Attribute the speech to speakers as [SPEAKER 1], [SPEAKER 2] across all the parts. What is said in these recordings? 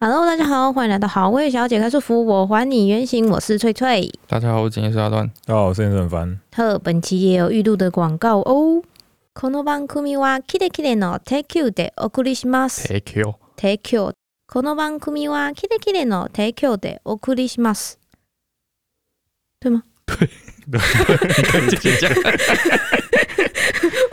[SPEAKER 1] Hello，大家好，欢迎来到好味小姐开束缚，我还你原形，我是翠翠。
[SPEAKER 2] 大家好，我今天是阿段。
[SPEAKER 3] 大家好，我是严正凡。
[SPEAKER 1] 特本期也有预录的广告哦。この番組はキレキレの提供でお送りします。
[SPEAKER 2] Take you，
[SPEAKER 1] 提供。この番組はキレキレの提供でお送りします。
[SPEAKER 2] 继续讲。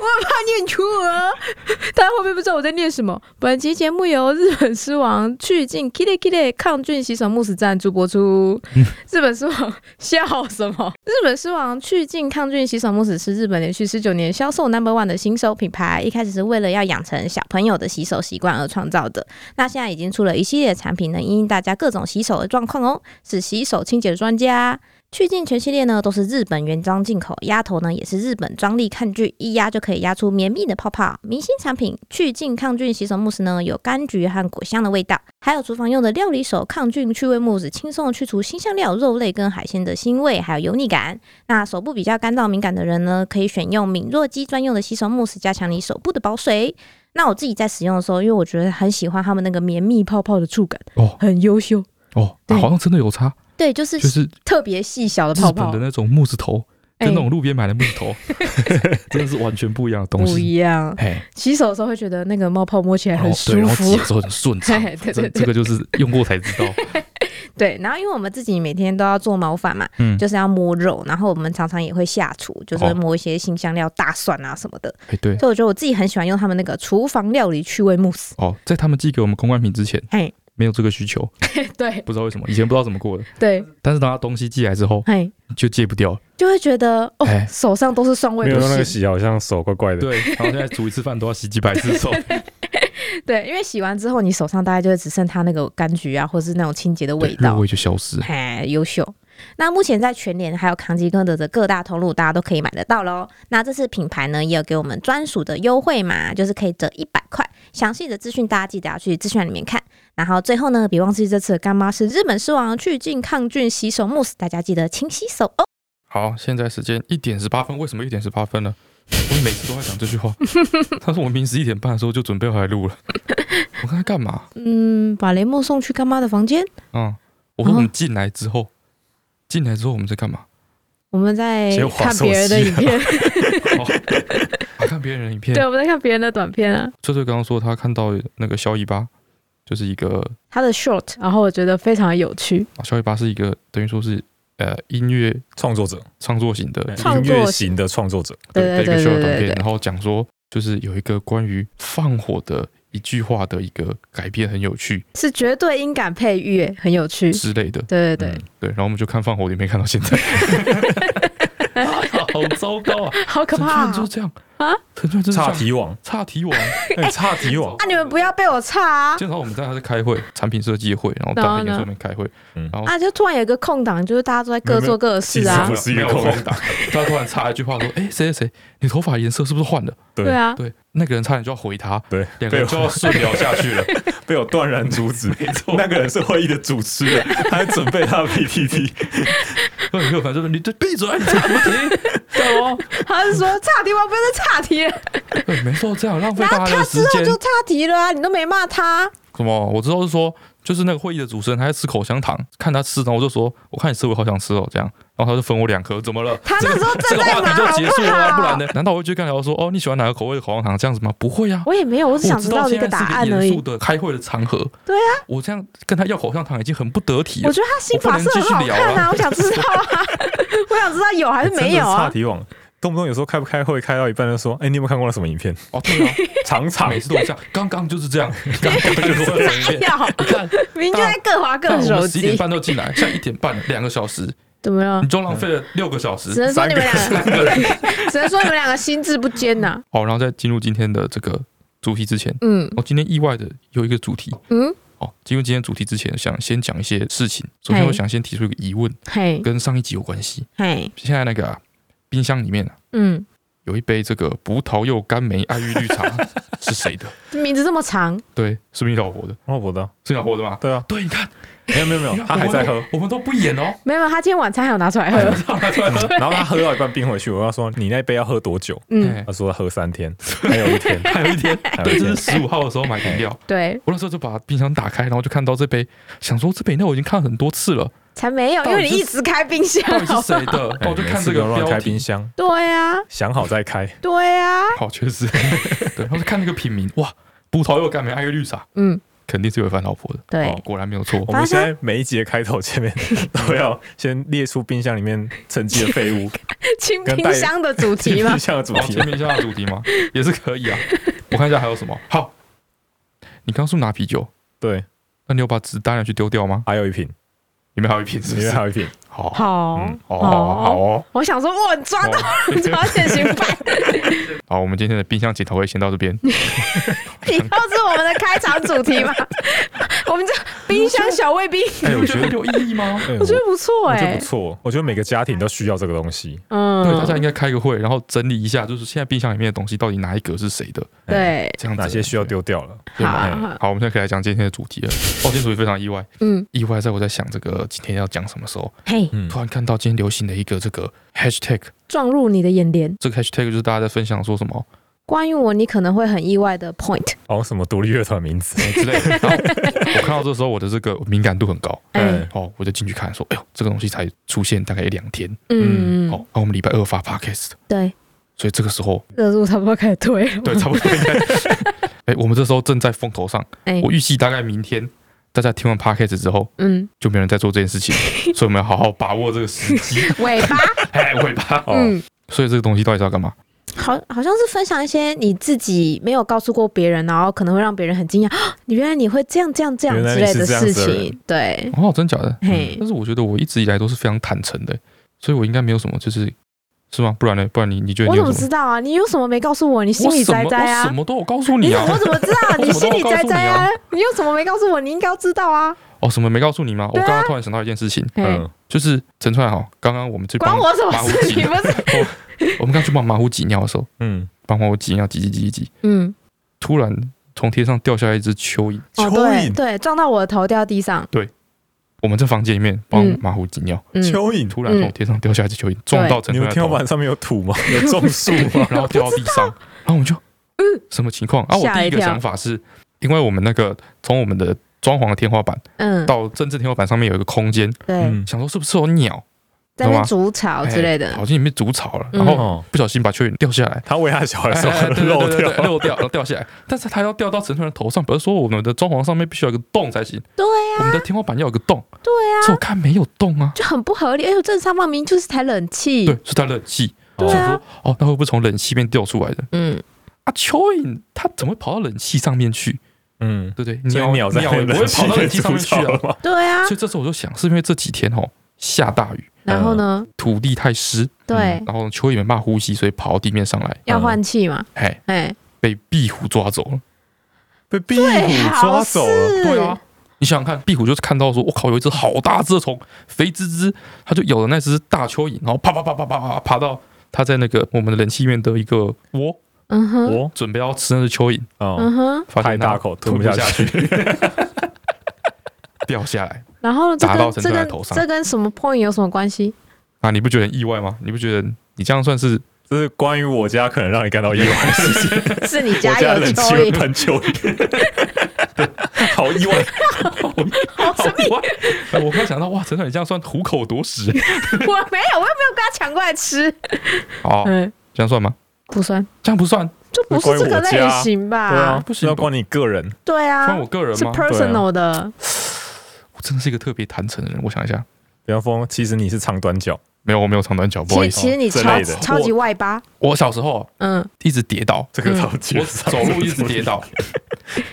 [SPEAKER 1] 我很怕念错啊， 大家会不会不知道我在念什么？本期节目由日本狮王去进 Kitty Kitty 抗菌洗手慕斯赞助播出。日本狮王笑什么？日本狮王去进抗菌洗手慕斯是日本连续十九年销售 Number One 的新手品牌，一开始是为了要养成小朋友的洗手习惯而创造的。那现在已经出了一系列产品，能因应大家各种洗手的状况哦，是洗手清洁的专家。去净全系列呢都是日本原装进口，压头呢也是日本专利抗菌，一压就可以压出绵密的泡泡。明星产品去净抗菌洗手慕斯呢有柑橘和果香的味道，还有厨房用的料理手抗菌去味慕斯，轻松地去除新香料、肉类跟海鲜的腥味，还有油腻感。那手部比较干燥敏感的人呢，可以选用敏弱肌专用的洗手慕斯，加强你手部的保水。那我自己在使用的时候，因为我觉得很喜欢他们那个绵密泡泡的触感，
[SPEAKER 2] 哦
[SPEAKER 1] 很优秀。
[SPEAKER 2] 哦，
[SPEAKER 1] 对
[SPEAKER 2] 好像真的有差，
[SPEAKER 1] 对，就是
[SPEAKER 2] 就是日
[SPEAKER 1] 特别细小的泡
[SPEAKER 2] 本
[SPEAKER 1] 泡
[SPEAKER 2] 的，那种木子头，
[SPEAKER 1] 哎
[SPEAKER 2] 跟那种路边买的木子 头，真的是完全不一样的东
[SPEAKER 1] 不
[SPEAKER 2] 西。
[SPEAKER 1] 一样。
[SPEAKER 2] 哎，
[SPEAKER 1] 洗手的时候会觉得那个冒泡摸起来
[SPEAKER 2] 然后
[SPEAKER 1] 很
[SPEAKER 2] 哦对，
[SPEAKER 1] 舒
[SPEAKER 2] 然后
[SPEAKER 1] 服
[SPEAKER 2] 挤，的时候很顺畅
[SPEAKER 1] 嘿。对对
[SPEAKER 2] 这
[SPEAKER 1] 对
[SPEAKER 2] 这个就是用过才知 道。
[SPEAKER 1] 对。然后因为我们自己每天都要做毛发嘛，
[SPEAKER 2] 嗯，
[SPEAKER 1] 就是要摸肉，然后我们常常也会下厨，就是会摸一些新香料、大蒜啊什么的。
[SPEAKER 2] 哎对。
[SPEAKER 1] 所以我觉得我自己很喜欢用他们那个厨房料理趣味慕 斯。
[SPEAKER 2] 哦，在他们寄给我们公关品之前
[SPEAKER 1] 嘿，
[SPEAKER 2] 没有这个需求，
[SPEAKER 1] 对
[SPEAKER 2] 不知道为 什么，以前不知道怎么过的。
[SPEAKER 1] 对，
[SPEAKER 2] 但是当他东西寄来之后，
[SPEAKER 1] 哎，
[SPEAKER 2] 就戒不掉了。
[SPEAKER 1] 就会觉得哦
[SPEAKER 2] 哎，
[SPEAKER 1] 手上都是蒜味，
[SPEAKER 3] 没有
[SPEAKER 1] 不
[SPEAKER 3] 用那个
[SPEAKER 1] 行。
[SPEAKER 3] 洗，好像手怪怪的。
[SPEAKER 2] 对，然后现在煮一次饭都要洗几百次手。
[SPEAKER 1] 对，因为洗完之后，你手上大概就会只剩它那个柑橘啊，或是那种清洁的 味
[SPEAKER 2] 对，
[SPEAKER 1] 道
[SPEAKER 2] 肉。味就消失了。
[SPEAKER 1] 哎，优秀。那目前在全联还有康吉科德的各大通路，大家都可以买得到喽。那这次品牌呢也有给我们专属的优惠码，就是可以折一百块。详细的资讯大家记得要去资讯栏里面看。然后最后呢，别忘记这次的干妈是日本狮王去菌抗菌洗手慕斯，大家记得勤洗手哦。
[SPEAKER 2] 好，现在时间一点十八分，为什么一点十八分呢？我每次都在讲这 句话。他说我平时一点半的时候就准备好来录了。我刚才干嘛？
[SPEAKER 1] 嗯，把雷梦送去干妈的房间，
[SPEAKER 2] 嗯，我说我们进来之后，进来之后我们在干嘛？
[SPEAKER 1] 我们在
[SPEAKER 3] 结果滑
[SPEAKER 1] 看别人的
[SPEAKER 3] 手机
[SPEAKER 1] 影片，
[SPEAKER 2] 哦、啊看别人的影片
[SPEAKER 1] 对，。我们在看别人的短片啊。
[SPEAKER 2] 翠翠刚刚说她看到那个小尾巴，就是一个
[SPEAKER 1] 他的 short，然后我觉得非常有趣，
[SPEAKER 2] 啊小尾巴是一个等于说是呃音乐
[SPEAKER 3] 创作者，
[SPEAKER 2] 创作型的
[SPEAKER 1] 创
[SPEAKER 3] 音
[SPEAKER 1] 作
[SPEAKER 3] 乐型的创作者，
[SPEAKER 2] 的
[SPEAKER 1] 对
[SPEAKER 2] 一个
[SPEAKER 1] 对
[SPEAKER 2] 秀
[SPEAKER 1] 对
[SPEAKER 2] 的短
[SPEAKER 1] 对
[SPEAKER 2] 片，
[SPEAKER 1] 对
[SPEAKER 2] 然后讲说就是有一个关于放火的一句话的一个改编很有趣
[SPEAKER 1] 是绝对音感配乐，很有趣。
[SPEAKER 2] 之类的。
[SPEAKER 1] 对对对，
[SPEAKER 2] 对，然后我们就看放火，也没看到现在， 好糟糕啊！
[SPEAKER 1] 好可
[SPEAKER 2] 陈
[SPEAKER 1] 怕、
[SPEAKER 2] 川
[SPEAKER 1] 啊
[SPEAKER 2] 就！这样
[SPEAKER 1] 啊，
[SPEAKER 2] 陈川就是这
[SPEAKER 3] 差
[SPEAKER 2] 样
[SPEAKER 3] 题王，
[SPEAKER 2] 差 题王。
[SPEAKER 3] 哎，差题王，
[SPEAKER 1] 啊，你们不要被我差啊！
[SPEAKER 2] 经常我们在他在开会，产品设计会，然后
[SPEAKER 1] 然后
[SPEAKER 2] 大
[SPEAKER 1] 呢
[SPEAKER 2] 在上面开会，
[SPEAKER 1] 啊，就突然有一个空档，就是大家都在各做各的事
[SPEAKER 3] 没有
[SPEAKER 1] 啊
[SPEAKER 3] 没有。不是一个空
[SPEAKER 2] 档， 他突然插一句话说：“哎，谁谁谁，你头发颜色是不是换了
[SPEAKER 3] 对
[SPEAKER 1] 对？”啊，
[SPEAKER 2] 对，那个人差点就要回 他，
[SPEAKER 3] 对，
[SPEAKER 2] 两个
[SPEAKER 3] 被
[SPEAKER 2] 人就要
[SPEAKER 3] 我
[SPEAKER 2] 顺聊下去了。
[SPEAKER 3] 被我断然阻止。那个人是会议的主持人， 他还准备他的 PPT，
[SPEAKER 2] 然后有反正你这闭嘴，你差不停， 对哦，
[SPEAKER 1] 他是说差题，我不要再差题了。
[SPEAKER 2] 对，没错，这样浪费
[SPEAKER 1] 然后
[SPEAKER 2] 大家
[SPEAKER 1] 他
[SPEAKER 2] 的
[SPEAKER 1] 之
[SPEAKER 2] 时
[SPEAKER 1] 后
[SPEAKER 2] 间。
[SPEAKER 1] 就差题了啊，你都没骂他。
[SPEAKER 2] 什么？我之后是说，就是那个会议的主持人他在吃口香糖，看他吃，然后我就说，我看你吃，我好想吃哦，这样，然后他就分我两颗，怎 么了？
[SPEAKER 1] 他那时候
[SPEAKER 2] 这
[SPEAKER 1] 正
[SPEAKER 2] 个
[SPEAKER 1] 在
[SPEAKER 2] 话
[SPEAKER 1] 拿，
[SPEAKER 2] 题就结束了、
[SPEAKER 1] 好
[SPEAKER 2] 啊，不
[SPEAKER 1] 不
[SPEAKER 2] 然
[SPEAKER 1] 好？
[SPEAKER 2] 呢？难道我会去跟他聊说，哦，你喜欢哪个口味的口香糖这样子吗？不会啊，
[SPEAKER 1] 我也没有，我只想
[SPEAKER 2] 我
[SPEAKER 1] 知
[SPEAKER 2] 知
[SPEAKER 1] 道
[SPEAKER 2] 道
[SPEAKER 1] 一
[SPEAKER 2] 现在
[SPEAKER 1] 个
[SPEAKER 2] 是
[SPEAKER 1] 答案而
[SPEAKER 2] 严
[SPEAKER 1] 已
[SPEAKER 2] 肃。的开会的场合，
[SPEAKER 1] 对
[SPEAKER 2] 啊，我这样跟他要口香糖已经很不得体
[SPEAKER 1] 我
[SPEAKER 2] 了。
[SPEAKER 1] 觉得他心法是很好看啊，我想知道啊，我想知道有还是没有
[SPEAKER 3] 真的差
[SPEAKER 1] 啊？
[SPEAKER 3] 题王，动不动有时候开不开会开到一半就说，哎，你有没有看过那什么影 片？
[SPEAKER 2] 哦，对啊，
[SPEAKER 3] 常常
[SPEAKER 2] 每次都这样，刚刚就是这样，刚刚就是这样。
[SPEAKER 1] 哎呀，
[SPEAKER 2] 你看，
[SPEAKER 1] 明明就在各划各
[SPEAKER 2] 但
[SPEAKER 1] 的
[SPEAKER 2] 啊我
[SPEAKER 1] 手
[SPEAKER 2] 们十一点
[SPEAKER 1] 机，
[SPEAKER 2] 半就进来，现在一点半，两个小时，
[SPEAKER 1] 怎么样
[SPEAKER 2] 你？就浪费了六个小时
[SPEAKER 1] 只，能说你们两个，
[SPEAKER 2] 三个人。
[SPEAKER 1] 只能说你们两个心智不坚呐。
[SPEAKER 2] 好，然后在进入今天的这个主题之前，
[SPEAKER 1] 嗯
[SPEAKER 2] 我、哦今天意外的有一个主题
[SPEAKER 1] 嗯，
[SPEAKER 2] 哦。进入今天主题之前，想先讲一些事情。首先，
[SPEAKER 1] 嘿
[SPEAKER 2] 我想先提出一个疑问，
[SPEAKER 1] 嘿
[SPEAKER 2] 跟上一集有关系。
[SPEAKER 1] 嘿，
[SPEAKER 2] 现在那个、啊、冰箱里面、啊、
[SPEAKER 1] 嗯，
[SPEAKER 2] 有一杯这个葡萄柚甘梅爱玉绿 茶，是谁的？
[SPEAKER 1] 这名字这么长，
[SPEAKER 2] 对，是不是你老婆的？
[SPEAKER 3] 哦，我的，
[SPEAKER 2] 是你老婆的吗？哦
[SPEAKER 3] 对啊，
[SPEAKER 2] 对，你看，
[SPEAKER 3] 没有没有 没有，他还在喝。
[SPEAKER 2] 我们都不演 哦。
[SPEAKER 1] 没有，他今天晚餐还有拿出来
[SPEAKER 2] 哎
[SPEAKER 1] 喝。
[SPEAKER 3] 然后他喝到一半冰回去，我跟他说：“你那杯要喝多久？”
[SPEAKER 1] 嗯，
[SPEAKER 2] 哎
[SPEAKER 3] 他说：“喝三天，还有一天，
[SPEAKER 2] 还有一天，
[SPEAKER 3] 还有
[SPEAKER 2] 对，
[SPEAKER 3] 一
[SPEAKER 2] 这
[SPEAKER 3] 天
[SPEAKER 2] 是。十五号的时候买饮料，
[SPEAKER 1] 对，
[SPEAKER 2] 我那时候就把冰箱打开，然后就看到这杯，想说这杯饮料我已经看了很多次了，
[SPEAKER 1] 才没有，因为你一直开冰箱。
[SPEAKER 2] 到底是谁 的？
[SPEAKER 3] 哎”
[SPEAKER 2] 哦，我就
[SPEAKER 3] 每
[SPEAKER 2] 看
[SPEAKER 3] 次
[SPEAKER 2] 这
[SPEAKER 3] 都
[SPEAKER 2] 个
[SPEAKER 3] 乱
[SPEAKER 2] 标
[SPEAKER 3] 开冰
[SPEAKER 2] 题，
[SPEAKER 3] 箱，
[SPEAKER 1] 对啊，
[SPEAKER 3] 想好 再开。
[SPEAKER 1] 对啊，
[SPEAKER 2] 好，确实， 对，然后就看那个品名，哇，葡萄柚干梅爱玉绿茶，
[SPEAKER 1] 嗯，
[SPEAKER 2] 肯定是有一番老婆的，
[SPEAKER 1] 对
[SPEAKER 2] 哦，果然没有错。
[SPEAKER 3] 我们现在每一节开头前面 都要先列出冰箱里面沉积的废 物，
[SPEAKER 1] 清
[SPEAKER 3] 跟
[SPEAKER 1] 冰
[SPEAKER 3] 带
[SPEAKER 1] 箱的主题嘛
[SPEAKER 3] 冰，箱的主
[SPEAKER 2] 哦，
[SPEAKER 3] 题
[SPEAKER 2] 前。面一下的主题吗？也是可以啊。我看一下还有什么。好，你刚说拿啤酒，
[SPEAKER 3] 对，
[SPEAKER 2] 那你有把纸单拿去丢掉吗？
[SPEAKER 3] 还有一瓶，
[SPEAKER 2] 里面还有一瓶，是
[SPEAKER 3] 里
[SPEAKER 2] 不
[SPEAKER 3] 面
[SPEAKER 2] 是
[SPEAKER 3] 还？有一 瓶。
[SPEAKER 2] 好，好，
[SPEAKER 1] 好
[SPEAKER 3] 嗯
[SPEAKER 2] 哦，好哦，
[SPEAKER 1] 我想说，哇，你抓到
[SPEAKER 2] 哦
[SPEAKER 1] 抓现行犯，
[SPEAKER 2] 好，我们今天的冰箱检讨会先到这边。
[SPEAKER 1] 以后是我们的开场主题嘛？我们这冰箱小卫兵，
[SPEAKER 2] 哎，我觉得有意义吗？
[SPEAKER 3] 哎
[SPEAKER 1] 我觉得不错
[SPEAKER 3] 我觉得
[SPEAKER 1] 哎
[SPEAKER 3] 不，错，我觉得每个家庭都需要这个东西。
[SPEAKER 1] 嗯，
[SPEAKER 2] 对，大家应该开个会，然后整理一下，就是现在冰箱里面的东西到底哪一格是谁的，
[SPEAKER 1] 对，
[SPEAKER 2] 这样子
[SPEAKER 3] 哪些需要丢掉了？
[SPEAKER 2] 对吗？
[SPEAKER 1] 好
[SPEAKER 2] 哎好，我们现在可以来讲今天的主题了。哦，今天主题非常意外，
[SPEAKER 1] 嗯，
[SPEAKER 2] 意外在我在想这个今天要讲什么时候，
[SPEAKER 1] 嘿，
[SPEAKER 3] 嗯
[SPEAKER 2] 突然看到今天流行的一个这个 hashtag，
[SPEAKER 1] 撞入你的眼帘，
[SPEAKER 2] 这个 hashtag 就是大家在分享说什么
[SPEAKER 1] 关于我，你可能会很意外的 point，
[SPEAKER 3] 哦，什么独立乐团名字？
[SPEAKER 2] 之类的。然后我看到这时候，我的这个敏感度很高，
[SPEAKER 1] 哎，
[SPEAKER 2] 哦，我就进去看，说，哎呦，这个东西才出现大概一两天，
[SPEAKER 1] 嗯，
[SPEAKER 2] 哦，那我们礼拜二发 podcast，的
[SPEAKER 1] 对，
[SPEAKER 2] 所以这个时候，
[SPEAKER 1] 热度差不多开始退了，
[SPEAKER 2] 对，差不多应该，哎，我们这时候正在风头上，
[SPEAKER 1] 哎
[SPEAKER 2] 我，预计大概明天大家听完 podcast 之后，
[SPEAKER 1] 嗯，
[SPEAKER 2] 就没有人在做这件事情，所以我们要好好把握这个时机，
[SPEAKER 1] 尾巴，
[SPEAKER 2] 哎，尾巴，
[SPEAKER 3] 哦，
[SPEAKER 1] 嗯，
[SPEAKER 2] 所以这个东西到底是要干嘛？
[SPEAKER 1] 好，好像是分享一些你自己没有告诉过别人，然后可能会让别人很惊讶， 啊你原来你会这样这样这样
[SPEAKER 3] 原来
[SPEAKER 1] 之
[SPEAKER 3] 你
[SPEAKER 1] 类
[SPEAKER 3] 是
[SPEAKER 1] 的
[SPEAKER 3] 这样
[SPEAKER 1] 事
[SPEAKER 3] 子的人
[SPEAKER 1] 情，对，
[SPEAKER 2] 哦，真假的？
[SPEAKER 1] 嘿，
[SPEAKER 2] 但是我觉得我一直以来都是非常坦诚的，所以我应该没有什么，就是是吗？不然呢？不然你你觉得
[SPEAKER 1] 我
[SPEAKER 2] 你
[SPEAKER 1] 怎
[SPEAKER 2] 有
[SPEAKER 1] 么
[SPEAKER 2] 什么
[SPEAKER 1] 知？道啊？你有什么没告诉我？你心
[SPEAKER 2] 我
[SPEAKER 1] 里
[SPEAKER 2] 什
[SPEAKER 1] 栽
[SPEAKER 2] 么
[SPEAKER 1] 栽
[SPEAKER 2] 我
[SPEAKER 1] 啊
[SPEAKER 2] 什？么都有告诉你
[SPEAKER 1] 你怎
[SPEAKER 2] 啊
[SPEAKER 1] 么！我怎么知道？
[SPEAKER 2] 我
[SPEAKER 1] 你
[SPEAKER 2] 什
[SPEAKER 1] 心
[SPEAKER 2] 么都
[SPEAKER 1] 里
[SPEAKER 2] 告诉
[SPEAKER 1] 栽
[SPEAKER 2] 你
[SPEAKER 1] 栽
[SPEAKER 2] 啊
[SPEAKER 1] 啊？你有什么没告诉我？你应该要知道啊！
[SPEAKER 2] 哦，什么没告诉你吗？我
[SPEAKER 1] 对啊
[SPEAKER 2] 刚刚突然想到一件事情，
[SPEAKER 1] 嘿，
[SPEAKER 3] 嗯，
[SPEAKER 2] 就是陈川好，刚刚我们去
[SPEAKER 1] 关
[SPEAKER 2] 帮
[SPEAKER 1] 我什么
[SPEAKER 2] 马虎
[SPEAKER 1] 事？
[SPEAKER 2] 挤
[SPEAKER 1] 你，不是？
[SPEAKER 2] 我们刚去帮马虎挤尿的时候，
[SPEAKER 3] 嗯，
[SPEAKER 2] 帮马虎挤尿挤挤挤挤，
[SPEAKER 1] 嗯，
[SPEAKER 2] 突然从天上掉下来一只蚯蚓，
[SPEAKER 1] 哦，
[SPEAKER 3] 蚯
[SPEAKER 1] 对
[SPEAKER 3] 蚓
[SPEAKER 1] 对，撞到我的头掉地上，
[SPEAKER 2] 我们在房间里面帮
[SPEAKER 1] 嗯
[SPEAKER 2] 马虎挤尿，
[SPEAKER 1] 嗯，
[SPEAKER 3] 蚯蚓，
[SPEAKER 2] 突然从天上掉下一只蚯蚓，撞到陈川
[SPEAKER 3] 你们
[SPEAKER 2] 的
[SPEAKER 3] 天花
[SPEAKER 2] 头，？
[SPEAKER 3] 板上面有土 吗？有种树吗
[SPEAKER 2] 然后掉到地上，然后我们就，什么情况啊？我
[SPEAKER 1] 嗯吓
[SPEAKER 2] 第
[SPEAKER 1] 一
[SPEAKER 2] 一个
[SPEAKER 1] 跳
[SPEAKER 2] 想法是，因为我们那个从我们的装潢的天花板
[SPEAKER 1] 嗯，
[SPEAKER 2] 到政治天花板上面有一个空间，
[SPEAKER 1] 对，
[SPEAKER 3] 嗯，
[SPEAKER 2] 想说是不是有鸟
[SPEAKER 1] 在那
[SPEAKER 2] 懂
[SPEAKER 1] 边
[SPEAKER 2] 吗
[SPEAKER 1] 筑巢哦之类
[SPEAKER 2] 哎
[SPEAKER 1] 的，
[SPEAKER 2] 跑进里面筑巢了，
[SPEAKER 1] 嗯
[SPEAKER 2] 然后
[SPEAKER 3] 哦，
[SPEAKER 2] 不小心把蚯蚓掉下来。
[SPEAKER 3] 他喂他的小孩的时
[SPEAKER 2] 哎哎
[SPEAKER 3] 候
[SPEAKER 2] 对对
[SPEAKER 3] 漏
[SPEAKER 2] 对对对
[SPEAKER 3] 掉，
[SPEAKER 2] 漏掉，然后掉下来。但是它要掉到陈川的头上，比如说我们的装潢上面必须要有个洞才行，
[SPEAKER 1] 对呀，
[SPEAKER 2] 我们的天花板要有个洞。
[SPEAKER 1] 对啊
[SPEAKER 2] 所以我看没有洞啊。
[SPEAKER 1] 就很不合理。哎呦，正上方明明就是台冷气
[SPEAKER 2] 对，，是它冷气。
[SPEAKER 1] 对
[SPEAKER 2] 我
[SPEAKER 1] 啊
[SPEAKER 2] 想说，哦，那会不会从冷气边掉出来的？
[SPEAKER 1] 嗯，
[SPEAKER 2] 啊，蚯蚓它怎么会跑到冷气上面去？
[SPEAKER 3] 嗯，
[SPEAKER 2] 对不对？
[SPEAKER 3] 所以
[SPEAKER 2] 鸟
[SPEAKER 3] 鸟在
[SPEAKER 2] 鸟也不会跑到冷气上面去
[SPEAKER 3] 了
[SPEAKER 2] 啊。
[SPEAKER 3] 吗？
[SPEAKER 1] 对啊
[SPEAKER 2] 所以，这时候我就想，是因为这几天哦下大雨，
[SPEAKER 1] 然后呢？
[SPEAKER 2] 土地太湿，
[SPEAKER 1] 对，
[SPEAKER 2] 然后蚯蚓没办法呼吸，所以跑到地面上来，
[SPEAKER 1] 要换气嘛，
[SPEAKER 2] 哎，
[SPEAKER 1] 哎，
[SPEAKER 2] 被壁虎抓走了。
[SPEAKER 3] 被壁虎抓走了，
[SPEAKER 1] 最好是
[SPEAKER 2] 对啊，，你想想看，壁虎就是看到说，我靠，有一只好大只的虫，肥滋滋，它就咬了那只大蚯蚓，然后啪啪啪啪啪啪爬到它在那个我们的冷气里面的一个窝，
[SPEAKER 1] 嗯哼，
[SPEAKER 3] 哦
[SPEAKER 2] 准备要吃那只蚯蚓，
[SPEAKER 3] 哦，
[SPEAKER 1] 嗯哼，
[SPEAKER 2] 发
[SPEAKER 3] 太
[SPEAKER 2] 现它
[SPEAKER 3] 大口
[SPEAKER 2] 吞
[SPEAKER 3] 吞
[SPEAKER 2] 不
[SPEAKER 3] 不
[SPEAKER 2] 下
[SPEAKER 3] 下去，
[SPEAKER 2] 掉下来。
[SPEAKER 1] 然后这
[SPEAKER 2] 砸到
[SPEAKER 1] 跟
[SPEAKER 2] 陈
[SPEAKER 1] 这
[SPEAKER 2] 川的
[SPEAKER 1] 跟
[SPEAKER 2] 头上
[SPEAKER 1] 这跟什么 point 有什么关 系？
[SPEAKER 2] 啊，你不觉得很意外吗？你不觉得你这样算是
[SPEAKER 3] 这是关于我家可能让你感到意外的事情。
[SPEAKER 1] 是你
[SPEAKER 3] 我
[SPEAKER 1] 家
[SPEAKER 3] 家
[SPEAKER 1] 有
[SPEAKER 3] 冷气
[SPEAKER 1] 蚯
[SPEAKER 3] 会
[SPEAKER 1] 蚓，
[SPEAKER 3] 喷蚯蚓， 好意外，
[SPEAKER 1] 好神秘，
[SPEAKER 2] 哇！哎我刚想到，哇，陈总，你这样算虎口夺食
[SPEAKER 1] 我没有，我又没有跟他抢过来吃，
[SPEAKER 2] 哦，
[SPEAKER 1] 嗯，
[SPEAKER 2] 这样算吗？
[SPEAKER 1] 不算，
[SPEAKER 2] 这样不算，
[SPEAKER 1] 就不是这个类型
[SPEAKER 3] 对啊，
[SPEAKER 1] 吧？
[SPEAKER 2] 不行
[SPEAKER 3] 要关你个人，
[SPEAKER 1] 对
[SPEAKER 2] 算
[SPEAKER 1] 啊
[SPEAKER 2] 我，个人
[SPEAKER 1] 是
[SPEAKER 2] 吗？
[SPEAKER 1] personal 的，
[SPEAKER 2] 我真的是一个特别坦诚的人。我想一下，
[SPEAKER 3] 比方说，其实你是长短脚，
[SPEAKER 2] 没有，我没有长短脚，不好
[SPEAKER 1] 其实
[SPEAKER 2] 意思。啊
[SPEAKER 1] 其实你
[SPEAKER 3] 这
[SPEAKER 1] 超
[SPEAKER 3] 类的
[SPEAKER 1] 超级外八，
[SPEAKER 2] 我小时候
[SPEAKER 1] 嗯，
[SPEAKER 2] 一直跌倒，
[SPEAKER 3] 这个超级
[SPEAKER 2] 我走路一直跌倒，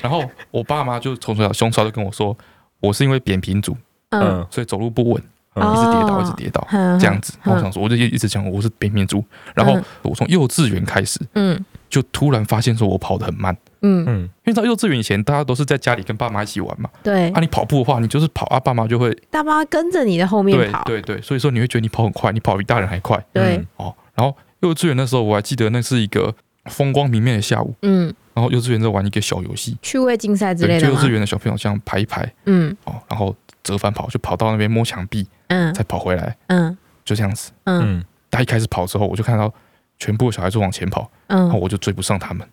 [SPEAKER 2] 然后我爸妈就从小从小就跟我说，我是因为扁平足，
[SPEAKER 1] 嗯，
[SPEAKER 3] 嗯，
[SPEAKER 2] 所以走路不稳，
[SPEAKER 1] 哦
[SPEAKER 2] 一直跌倒，一直跌倒。
[SPEAKER 1] 嗯
[SPEAKER 2] 这样，子，
[SPEAKER 1] 嗯
[SPEAKER 2] 我想说，我就一直讲我是扁平足，然后
[SPEAKER 1] 嗯
[SPEAKER 2] 我从幼稚园开始
[SPEAKER 1] 嗯
[SPEAKER 2] 就突然发现说我跑得很慢，
[SPEAKER 1] 嗯，
[SPEAKER 3] 嗯，
[SPEAKER 2] 因为到幼稚园以前大家都是在家里跟爸妈一起玩嘛，
[SPEAKER 1] 对
[SPEAKER 2] 啊，，你跑步的话，你就是跑啊，爸妈就会
[SPEAKER 1] 大妈跟着你的后面
[SPEAKER 2] 对
[SPEAKER 1] 跑，
[SPEAKER 2] 对对，所以说你会觉得你跑很快，你跑比大人还快
[SPEAKER 1] 对，
[SPEAKER 2] 哦。然后幼稚园那时候我还记得那是一个风光明媚的下午，
[SPEAKER 1] 嗯，
[SPEAKER 2] 然后幼稚园在玩一个小游戏，
[SPEAKER 1] 趣味竞赛之类
[SPEAKER 2] 对，就
[SPEAKER 1] 的
[SPEAKER 2] 幼
[SPEAKER 1] 嘛
[SPEAKER 2] 稚，园的小朋友这样排一排
[SPEAKER 1] 嗯
[SPEAKER 2] 哦，然后折返跑，就跑到那边摸墙壁，
[SPEAKER 1] 嗯
[SPEAKER 2] 再跑回来，
[SPEAKER 1] 嗯
[SPEAKER 2] 就这样子。
[SPEAKER 1] 嗯
[SPEAKER 3] 嗯，
[SPEAKER 2] 他一开始跑之后，我就看到全部的小孩就往前跑，然后
[SPEAKER 1] 嗯，
[SPEAKER 2] 我就追不上他们，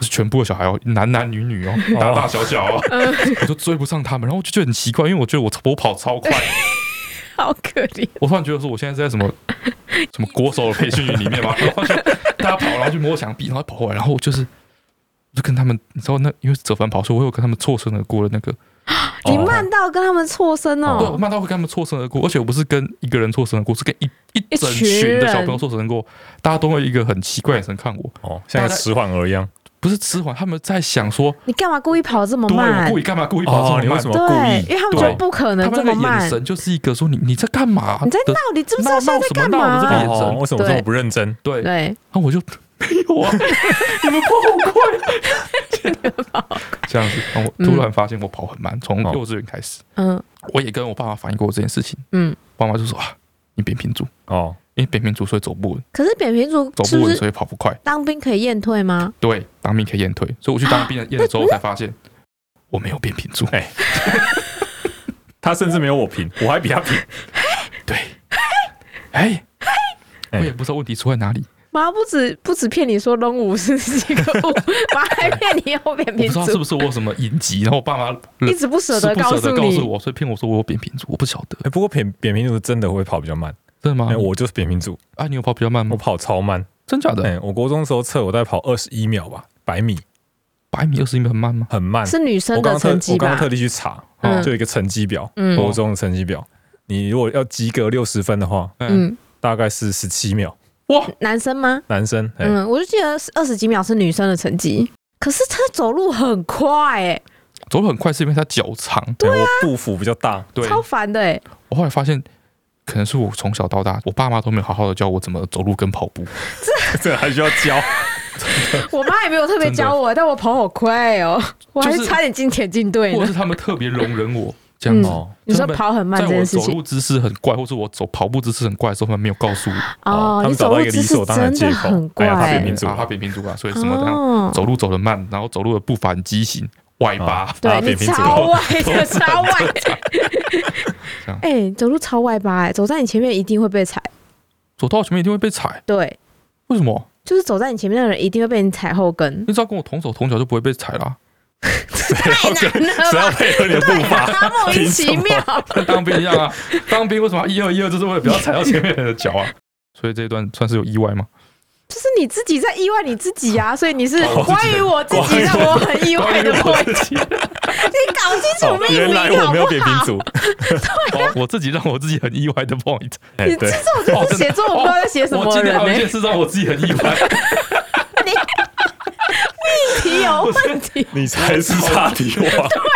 [SPEAKER 2] 是全部的小孩哦，男男女女哦， 大大小小 哦，
[SPEAKER 1] 嗯
[SPEAKER 2] 我就追不上他们，然后我就觉得很奇怪，因为我觉得我我跑超 快，
[SPEAKER 1] 好可怜。
[SPEAKER 2] 我突然觉得说我现在是在什么什么国手的培训营里 面嘛，然后就大家跑，然后去摸墙壁，然后跑回来，然后我就是我就跟他们，你知道那因为折返跑，所以我有跟他们错身而过的那个，
[SPEAKER 3] 哦
[SPEAKER 1] 你慢到跟他们错身
[SPEAKER 2] 对，我
[SPEAKER 1] 哦，
[SPEAKER 2] 慢到会跟他们错身而过，而且我不是跟一个人错身而过，是跟一一整群的小朋友错身而过，大家都会一个很奇怪的眼神看我，
[SPEAKER 3] 哦，像一个迟缓儿一样。
[SPEAKER 2] 不是迟缓，他们在想说，
[SPEAKER 1] 你干嘛故意跑这么
[SPEAKER 2] 对我
[SPEAKER 1] 慢
[SPEAKER 2] 故？意干嘛，故意跑这么
[SPEAKER 3] 哦你为
[SPEAKER 2] 慢
[SPEAKER 3] 什。么故
[SPEAKER 1] 对，因
[SPEAKER 3] 意？
[SPEAKER 1] 为他们觉得
[SPEAKER 2] 对
[SPEAKER 1] 不可
[SPEAKER 2] 他
[SPEAKER 1] 能这么
[SPEAKER 2] 们那个眼
[SPEAKER 1] 慢。
[SPEAKER 2] 神就是一个说你你在干嘛？
[SPEAKER 1] 你在
[SPEAKER 2] 的
[SPEAKER 1] 闹，你知不知道
[SPEAKER 2] 闹
[SPEAKER 1] 现在在干
[SPEAKER 2] 闹什么闹我这个
[SPEAKER 1] 嘛
[SPEAKER 2] 眼？神
[SPEAKER 3] 哦，为什么这么不认真？
[SPEAKER 2] 对，然
[SPEAKER 1] 对，
[SPEAKER 2] 后 我就没有啊，你们跑好快，这样子。然后我突然发现我跑很慢，从
[SPEAKER 3] 哦
[SPEAKER 2] 幼稚园开始，
[SPEAKER 1] 嗯
[SPEAKER 2] 我也跟我爸妈反映过这件事情，
[SPEAKER 1] 嗯。
[SPEAKER 2] 爸妈就说啊，你扁平足，
[SPEAKER 3] 哦，
[SPEAKER 2] 因为扁平足所以走不稳，
[SPEAKER 1] 可是扁平足
[SPEAKER 2] 走
[SPEAKER 1] 是
[SPEAKER 2] 不
[SPEAKER 1] 不
[SPEAKER 2] 稳
[SPEAKER 1] 是
[SPEAKER 2] 所以跑不快。
[SPEAKER 1] 当兵可以验退吗？
[SPEAKER 2] 对，当兵可以验退，所以我去当兵验了之后才发现 我没有扁平足。
[SPEAKER 3] 哎他甚至没有我平，我还比他平。
[SPEAKER 2] 对，哎，我
[SPEAKER 3] 哎
[SPEAKER 2] 也不知道问题出在哪里，
[SPEAKER 1] 妈不止不止骗你说龙五是几个五，妈还骗你有扁平
[SPEAKER 2] 我不知道是
[SPEAKER 1] 足，
[SPEAKER 2] 不是我有什么隐疾，然后我爸妈
[SPEAKER 1] 一直不舍
[SPEAKER 2] 是
[SPEAKER 1] 得
[SPEAKER 2] 不舍得告
[SPEAKER 1] 你
[SPEAKER 2] 诉。我，所以骗我说我有扁平足，我不晓得，
[SPEAKER 3] 哎，不过扁扁平足真的会跑比较慢。
[SPEAKER 2] 真的吗
[SPEAKER 3] 哎，？我就是扁平足，
[SPEAKER 2] 啊，你有跑比较慢
[SPEAKER 3] 我
[SPEAKER 2] 吗？
[SPEAKER 3] 跑超慢。
[SPEAKER 2] 真假的？
[SPEAKER 3] 哎，我国中的时候测，我大概跑二十一秒吧，百米
[SPEAKER 2] 百米、二十米很慢吗？
[SPEAKER 3] 很慢。
[SPEAKER 1] 是女生
[SPEAKER 3] 我刚
[SPEAKER 1] 的
[SPEAKER 3] 刚特
[SPEAKER 1] 成
[SPEAKER 3] 我
[SPEAKER 1] 绩
[SPEAKER 3] 刚刚
[SPEAKER 1] 吧
[SPEAKER 3] 特？地去查，哦
[SPEAKER 1] 嗯
[SPEAKER 3] 就有一个成绩表，
[SPEAKER 1] 嗯
[SPEAKER 3] 国中的成绩表。你如果要及格六十分的话，
[SPEAKER 2] 嗯，
[SPEAKER 1] 嗯，
[SPEAKER 3] 大概是十七秒。
[SPEAKER 2] 哇，
[SPEAKER 1] 男生吗？
[SPEAKER 3] 男生，哎，
[SPEAKER 1] 嗯，我就记得是二十几秒是女生的成绩，可是她走路很快、欸，
[SPEAKER 2] 走得很快是因为他脚长。
[SPEAKER 3] 哎我步幅比较大，
[SPEAKER 2] 对，
[SPEAKER 1] 超烦的、欸，
[SPEAKER 2] 我后来发现，可能是我从小到大，我爸妈都没有好好的教我怎么走路跟跑步。
[SPEAKER 3] 这还需要教？
[SPEAKER 1] 我妈也没有特别教我，但我跑好快哦、我还
[SPEAKER 2] 就是是
[SPEAKER 1] 差点进铁进队
[SPEAKER 2] 或者
[SPEAKER 1] 呢。
[SPEAKER 2] 是他们特别容忍我这样子。
[SPEAKER 1] 嗯
[SPEAKER 3] 哦
[SPEAKER 1] 你说
[SPEAKER 2] 他们
[SPEAKER 1] 跑很慢
[SPEAKER 2] 在
[SPEAKER 1] 这
[SPEAKER 2] 我
[SPEAKER 1] 件事
[SPEAKER 2] 走
[SPEAKER 1] 情
[SPEAKER 2] 路姿势很怪，或是我走跑步姿势很怪的时候，他们没有告诉我
[SPEAKER 1] 哦
[SPEAKER 3] 哦，他
[SPEAKER 1] 你
[SPEAKER 3] 们找
[SPEAKER 1] 走
[SPEAKER 3] 到
[SPEAKER 1] 路
[SPEAKER 3] 一个
[SPEAKER 1] 姿
[SPEAKER 3] 理
[SPEAKER 1] 势
[SPEAKER 3] 所当然
[SPEAKER 1] 真的
[SPEAKER 3] 的借口
[SPEAKER 1] 很
[SPEAKER 3] 哎
[SPEAKER 1] 怪、
[SPEAKER 3] 呀他扁
[SPEAKER 1] 欸
[SPEAKER 3] 平足
[SPEAKER 2] 啊，他扁平足啊，所以什么这样、
[SPEAKER 1] 哦，
[SPEAKER 2] 走路走得慢，然后走路的步伐很畸形，外八，
[SPEAKER 3] 啊
[SPEAKER 1] 对
[SPEAKER 3] 啊
[SPEAKER 1] 你
[SPEAKER 3] 扁平足
[SPEAKER 1] 超外 的，超外。
[SPEAKER 2] 这样
[SPEAKER 1] 哎、走路超外八哎、走在你前面一定会被踩。
[SPEAKER 2] 走到我前面一定会被踩。啊
[SPEAKER 1] 对，
[SPEAKER 2] 为什么？
[SPEAKER 1] 就是走在你前面的人一定会被你踩后 跟，
[SPEAKER 2] 你只要跟我同手同脚就不会被踩啦。
[SPEAKER 1] 太难了
[SPEAKER 3] 只哦要
[SPEAKER 1] 吧？啊
[SPEAKER 3] 配合你的步 伐，
[SPEAKER 1] 他莫名其
[SPEAKER 3] 凭
[SPEAKER 1] 妙。
[SPEAKER 2] 跟当兵一样 啊，当兵为什么要一二一二，就是为了不要踩到前面人的脚啊。所以这一段算是有意外吗？
[SPEAKER 1] 就是你自己在意外你自己 啊，所以你是
[SPEAKER 3] 哦我自己
[SPEAKER 1] 关于我自己让我很意外的问题，
[SPEAKER 2] 自己，
[SPEAKER 1] 你搞清楚
[SPEAKER 3] 哦
[SPEAKER 1] 命
[SPEAKER 3] 原来
[SPEAKER 1] 名
[SPEAKER 3] 我
[SPEAKER 1] 好
[SPEAKER 3] 没
[SPEAKER 1] 不
[SPEAKER 3] 有扁平
[SPEAKER 1] 好？
[SPEAKER 3] 足，
[SPEAKER 2] 我我自己让我自己很意外的 point。
[SPEAKER 3] 哎
[SPEAKER 1] 哦你这
[SPEAKER 3] 对，
[SPEAKER 1] 种就是写作文不知道在写什
[SPEAKER 2] 我
[SPEAKER 1] 么
[SPEAKER 2] 今
[SPEAKER 1] 人
[SPEAKER 2] 天还有
[SPEAKER 1] 呢、
[SPEAKER 2] 一件事让我自己很意外，
[SPEAKER 1] 题 有问题。
[SPEAKER 3] 你才是差题王。
[SPEAKER 2] 我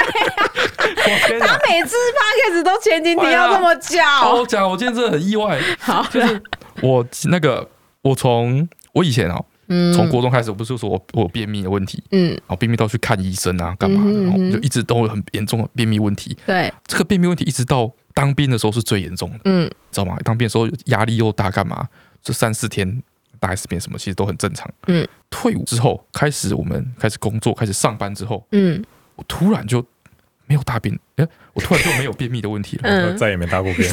[SPEAKER 2] 天哪！
[SPEAKER 1] 每次 p o d 都前情提要这么久，
[SPEAKER 2] 好我讲，我今天真的很意外。
[SPEAKER 1] 好了，
[SPEAKER 2] 我那个，我从我以前哦，
[SPEAKER 1] 嗯
[SPEAKER 2] 从国中开始，我不是说我我有便秘的问题，
[SPEAKER 1] 嗯，
[SPEAKER 2] 然后便秘到去看医生啊，干嘛的？
[SPEAKER 1] 嗯哼
[SPEAKER 2] 然后
[SPEAKER 1] 嗯哼
[SPEAKER 2] 就一直都有很严重的便秘问题。
[SPEAKER 1] 对，
[SPEAKER 2] 这个便秘问题一直到当兵的时候是最严重的。
[SPEAKER 1] 嗯
[SPEAKER 2] 知道吗？当兵的时候压力又大，干嘛？这三四天大概是变什么，其实都很正常。
[SPEAKER 1] 嗯，
[SPEAKER 2] 退伍之后开始我们开始工作，开始上班之后，
[SPEAKER 1] 嗯
[SPEAKER 2] 我突然就没有大便，哎、我突然就没有便秘的问题 了。
[SPEAKER 1] 嗯
[SPEAKER 3] 再也没搭过边，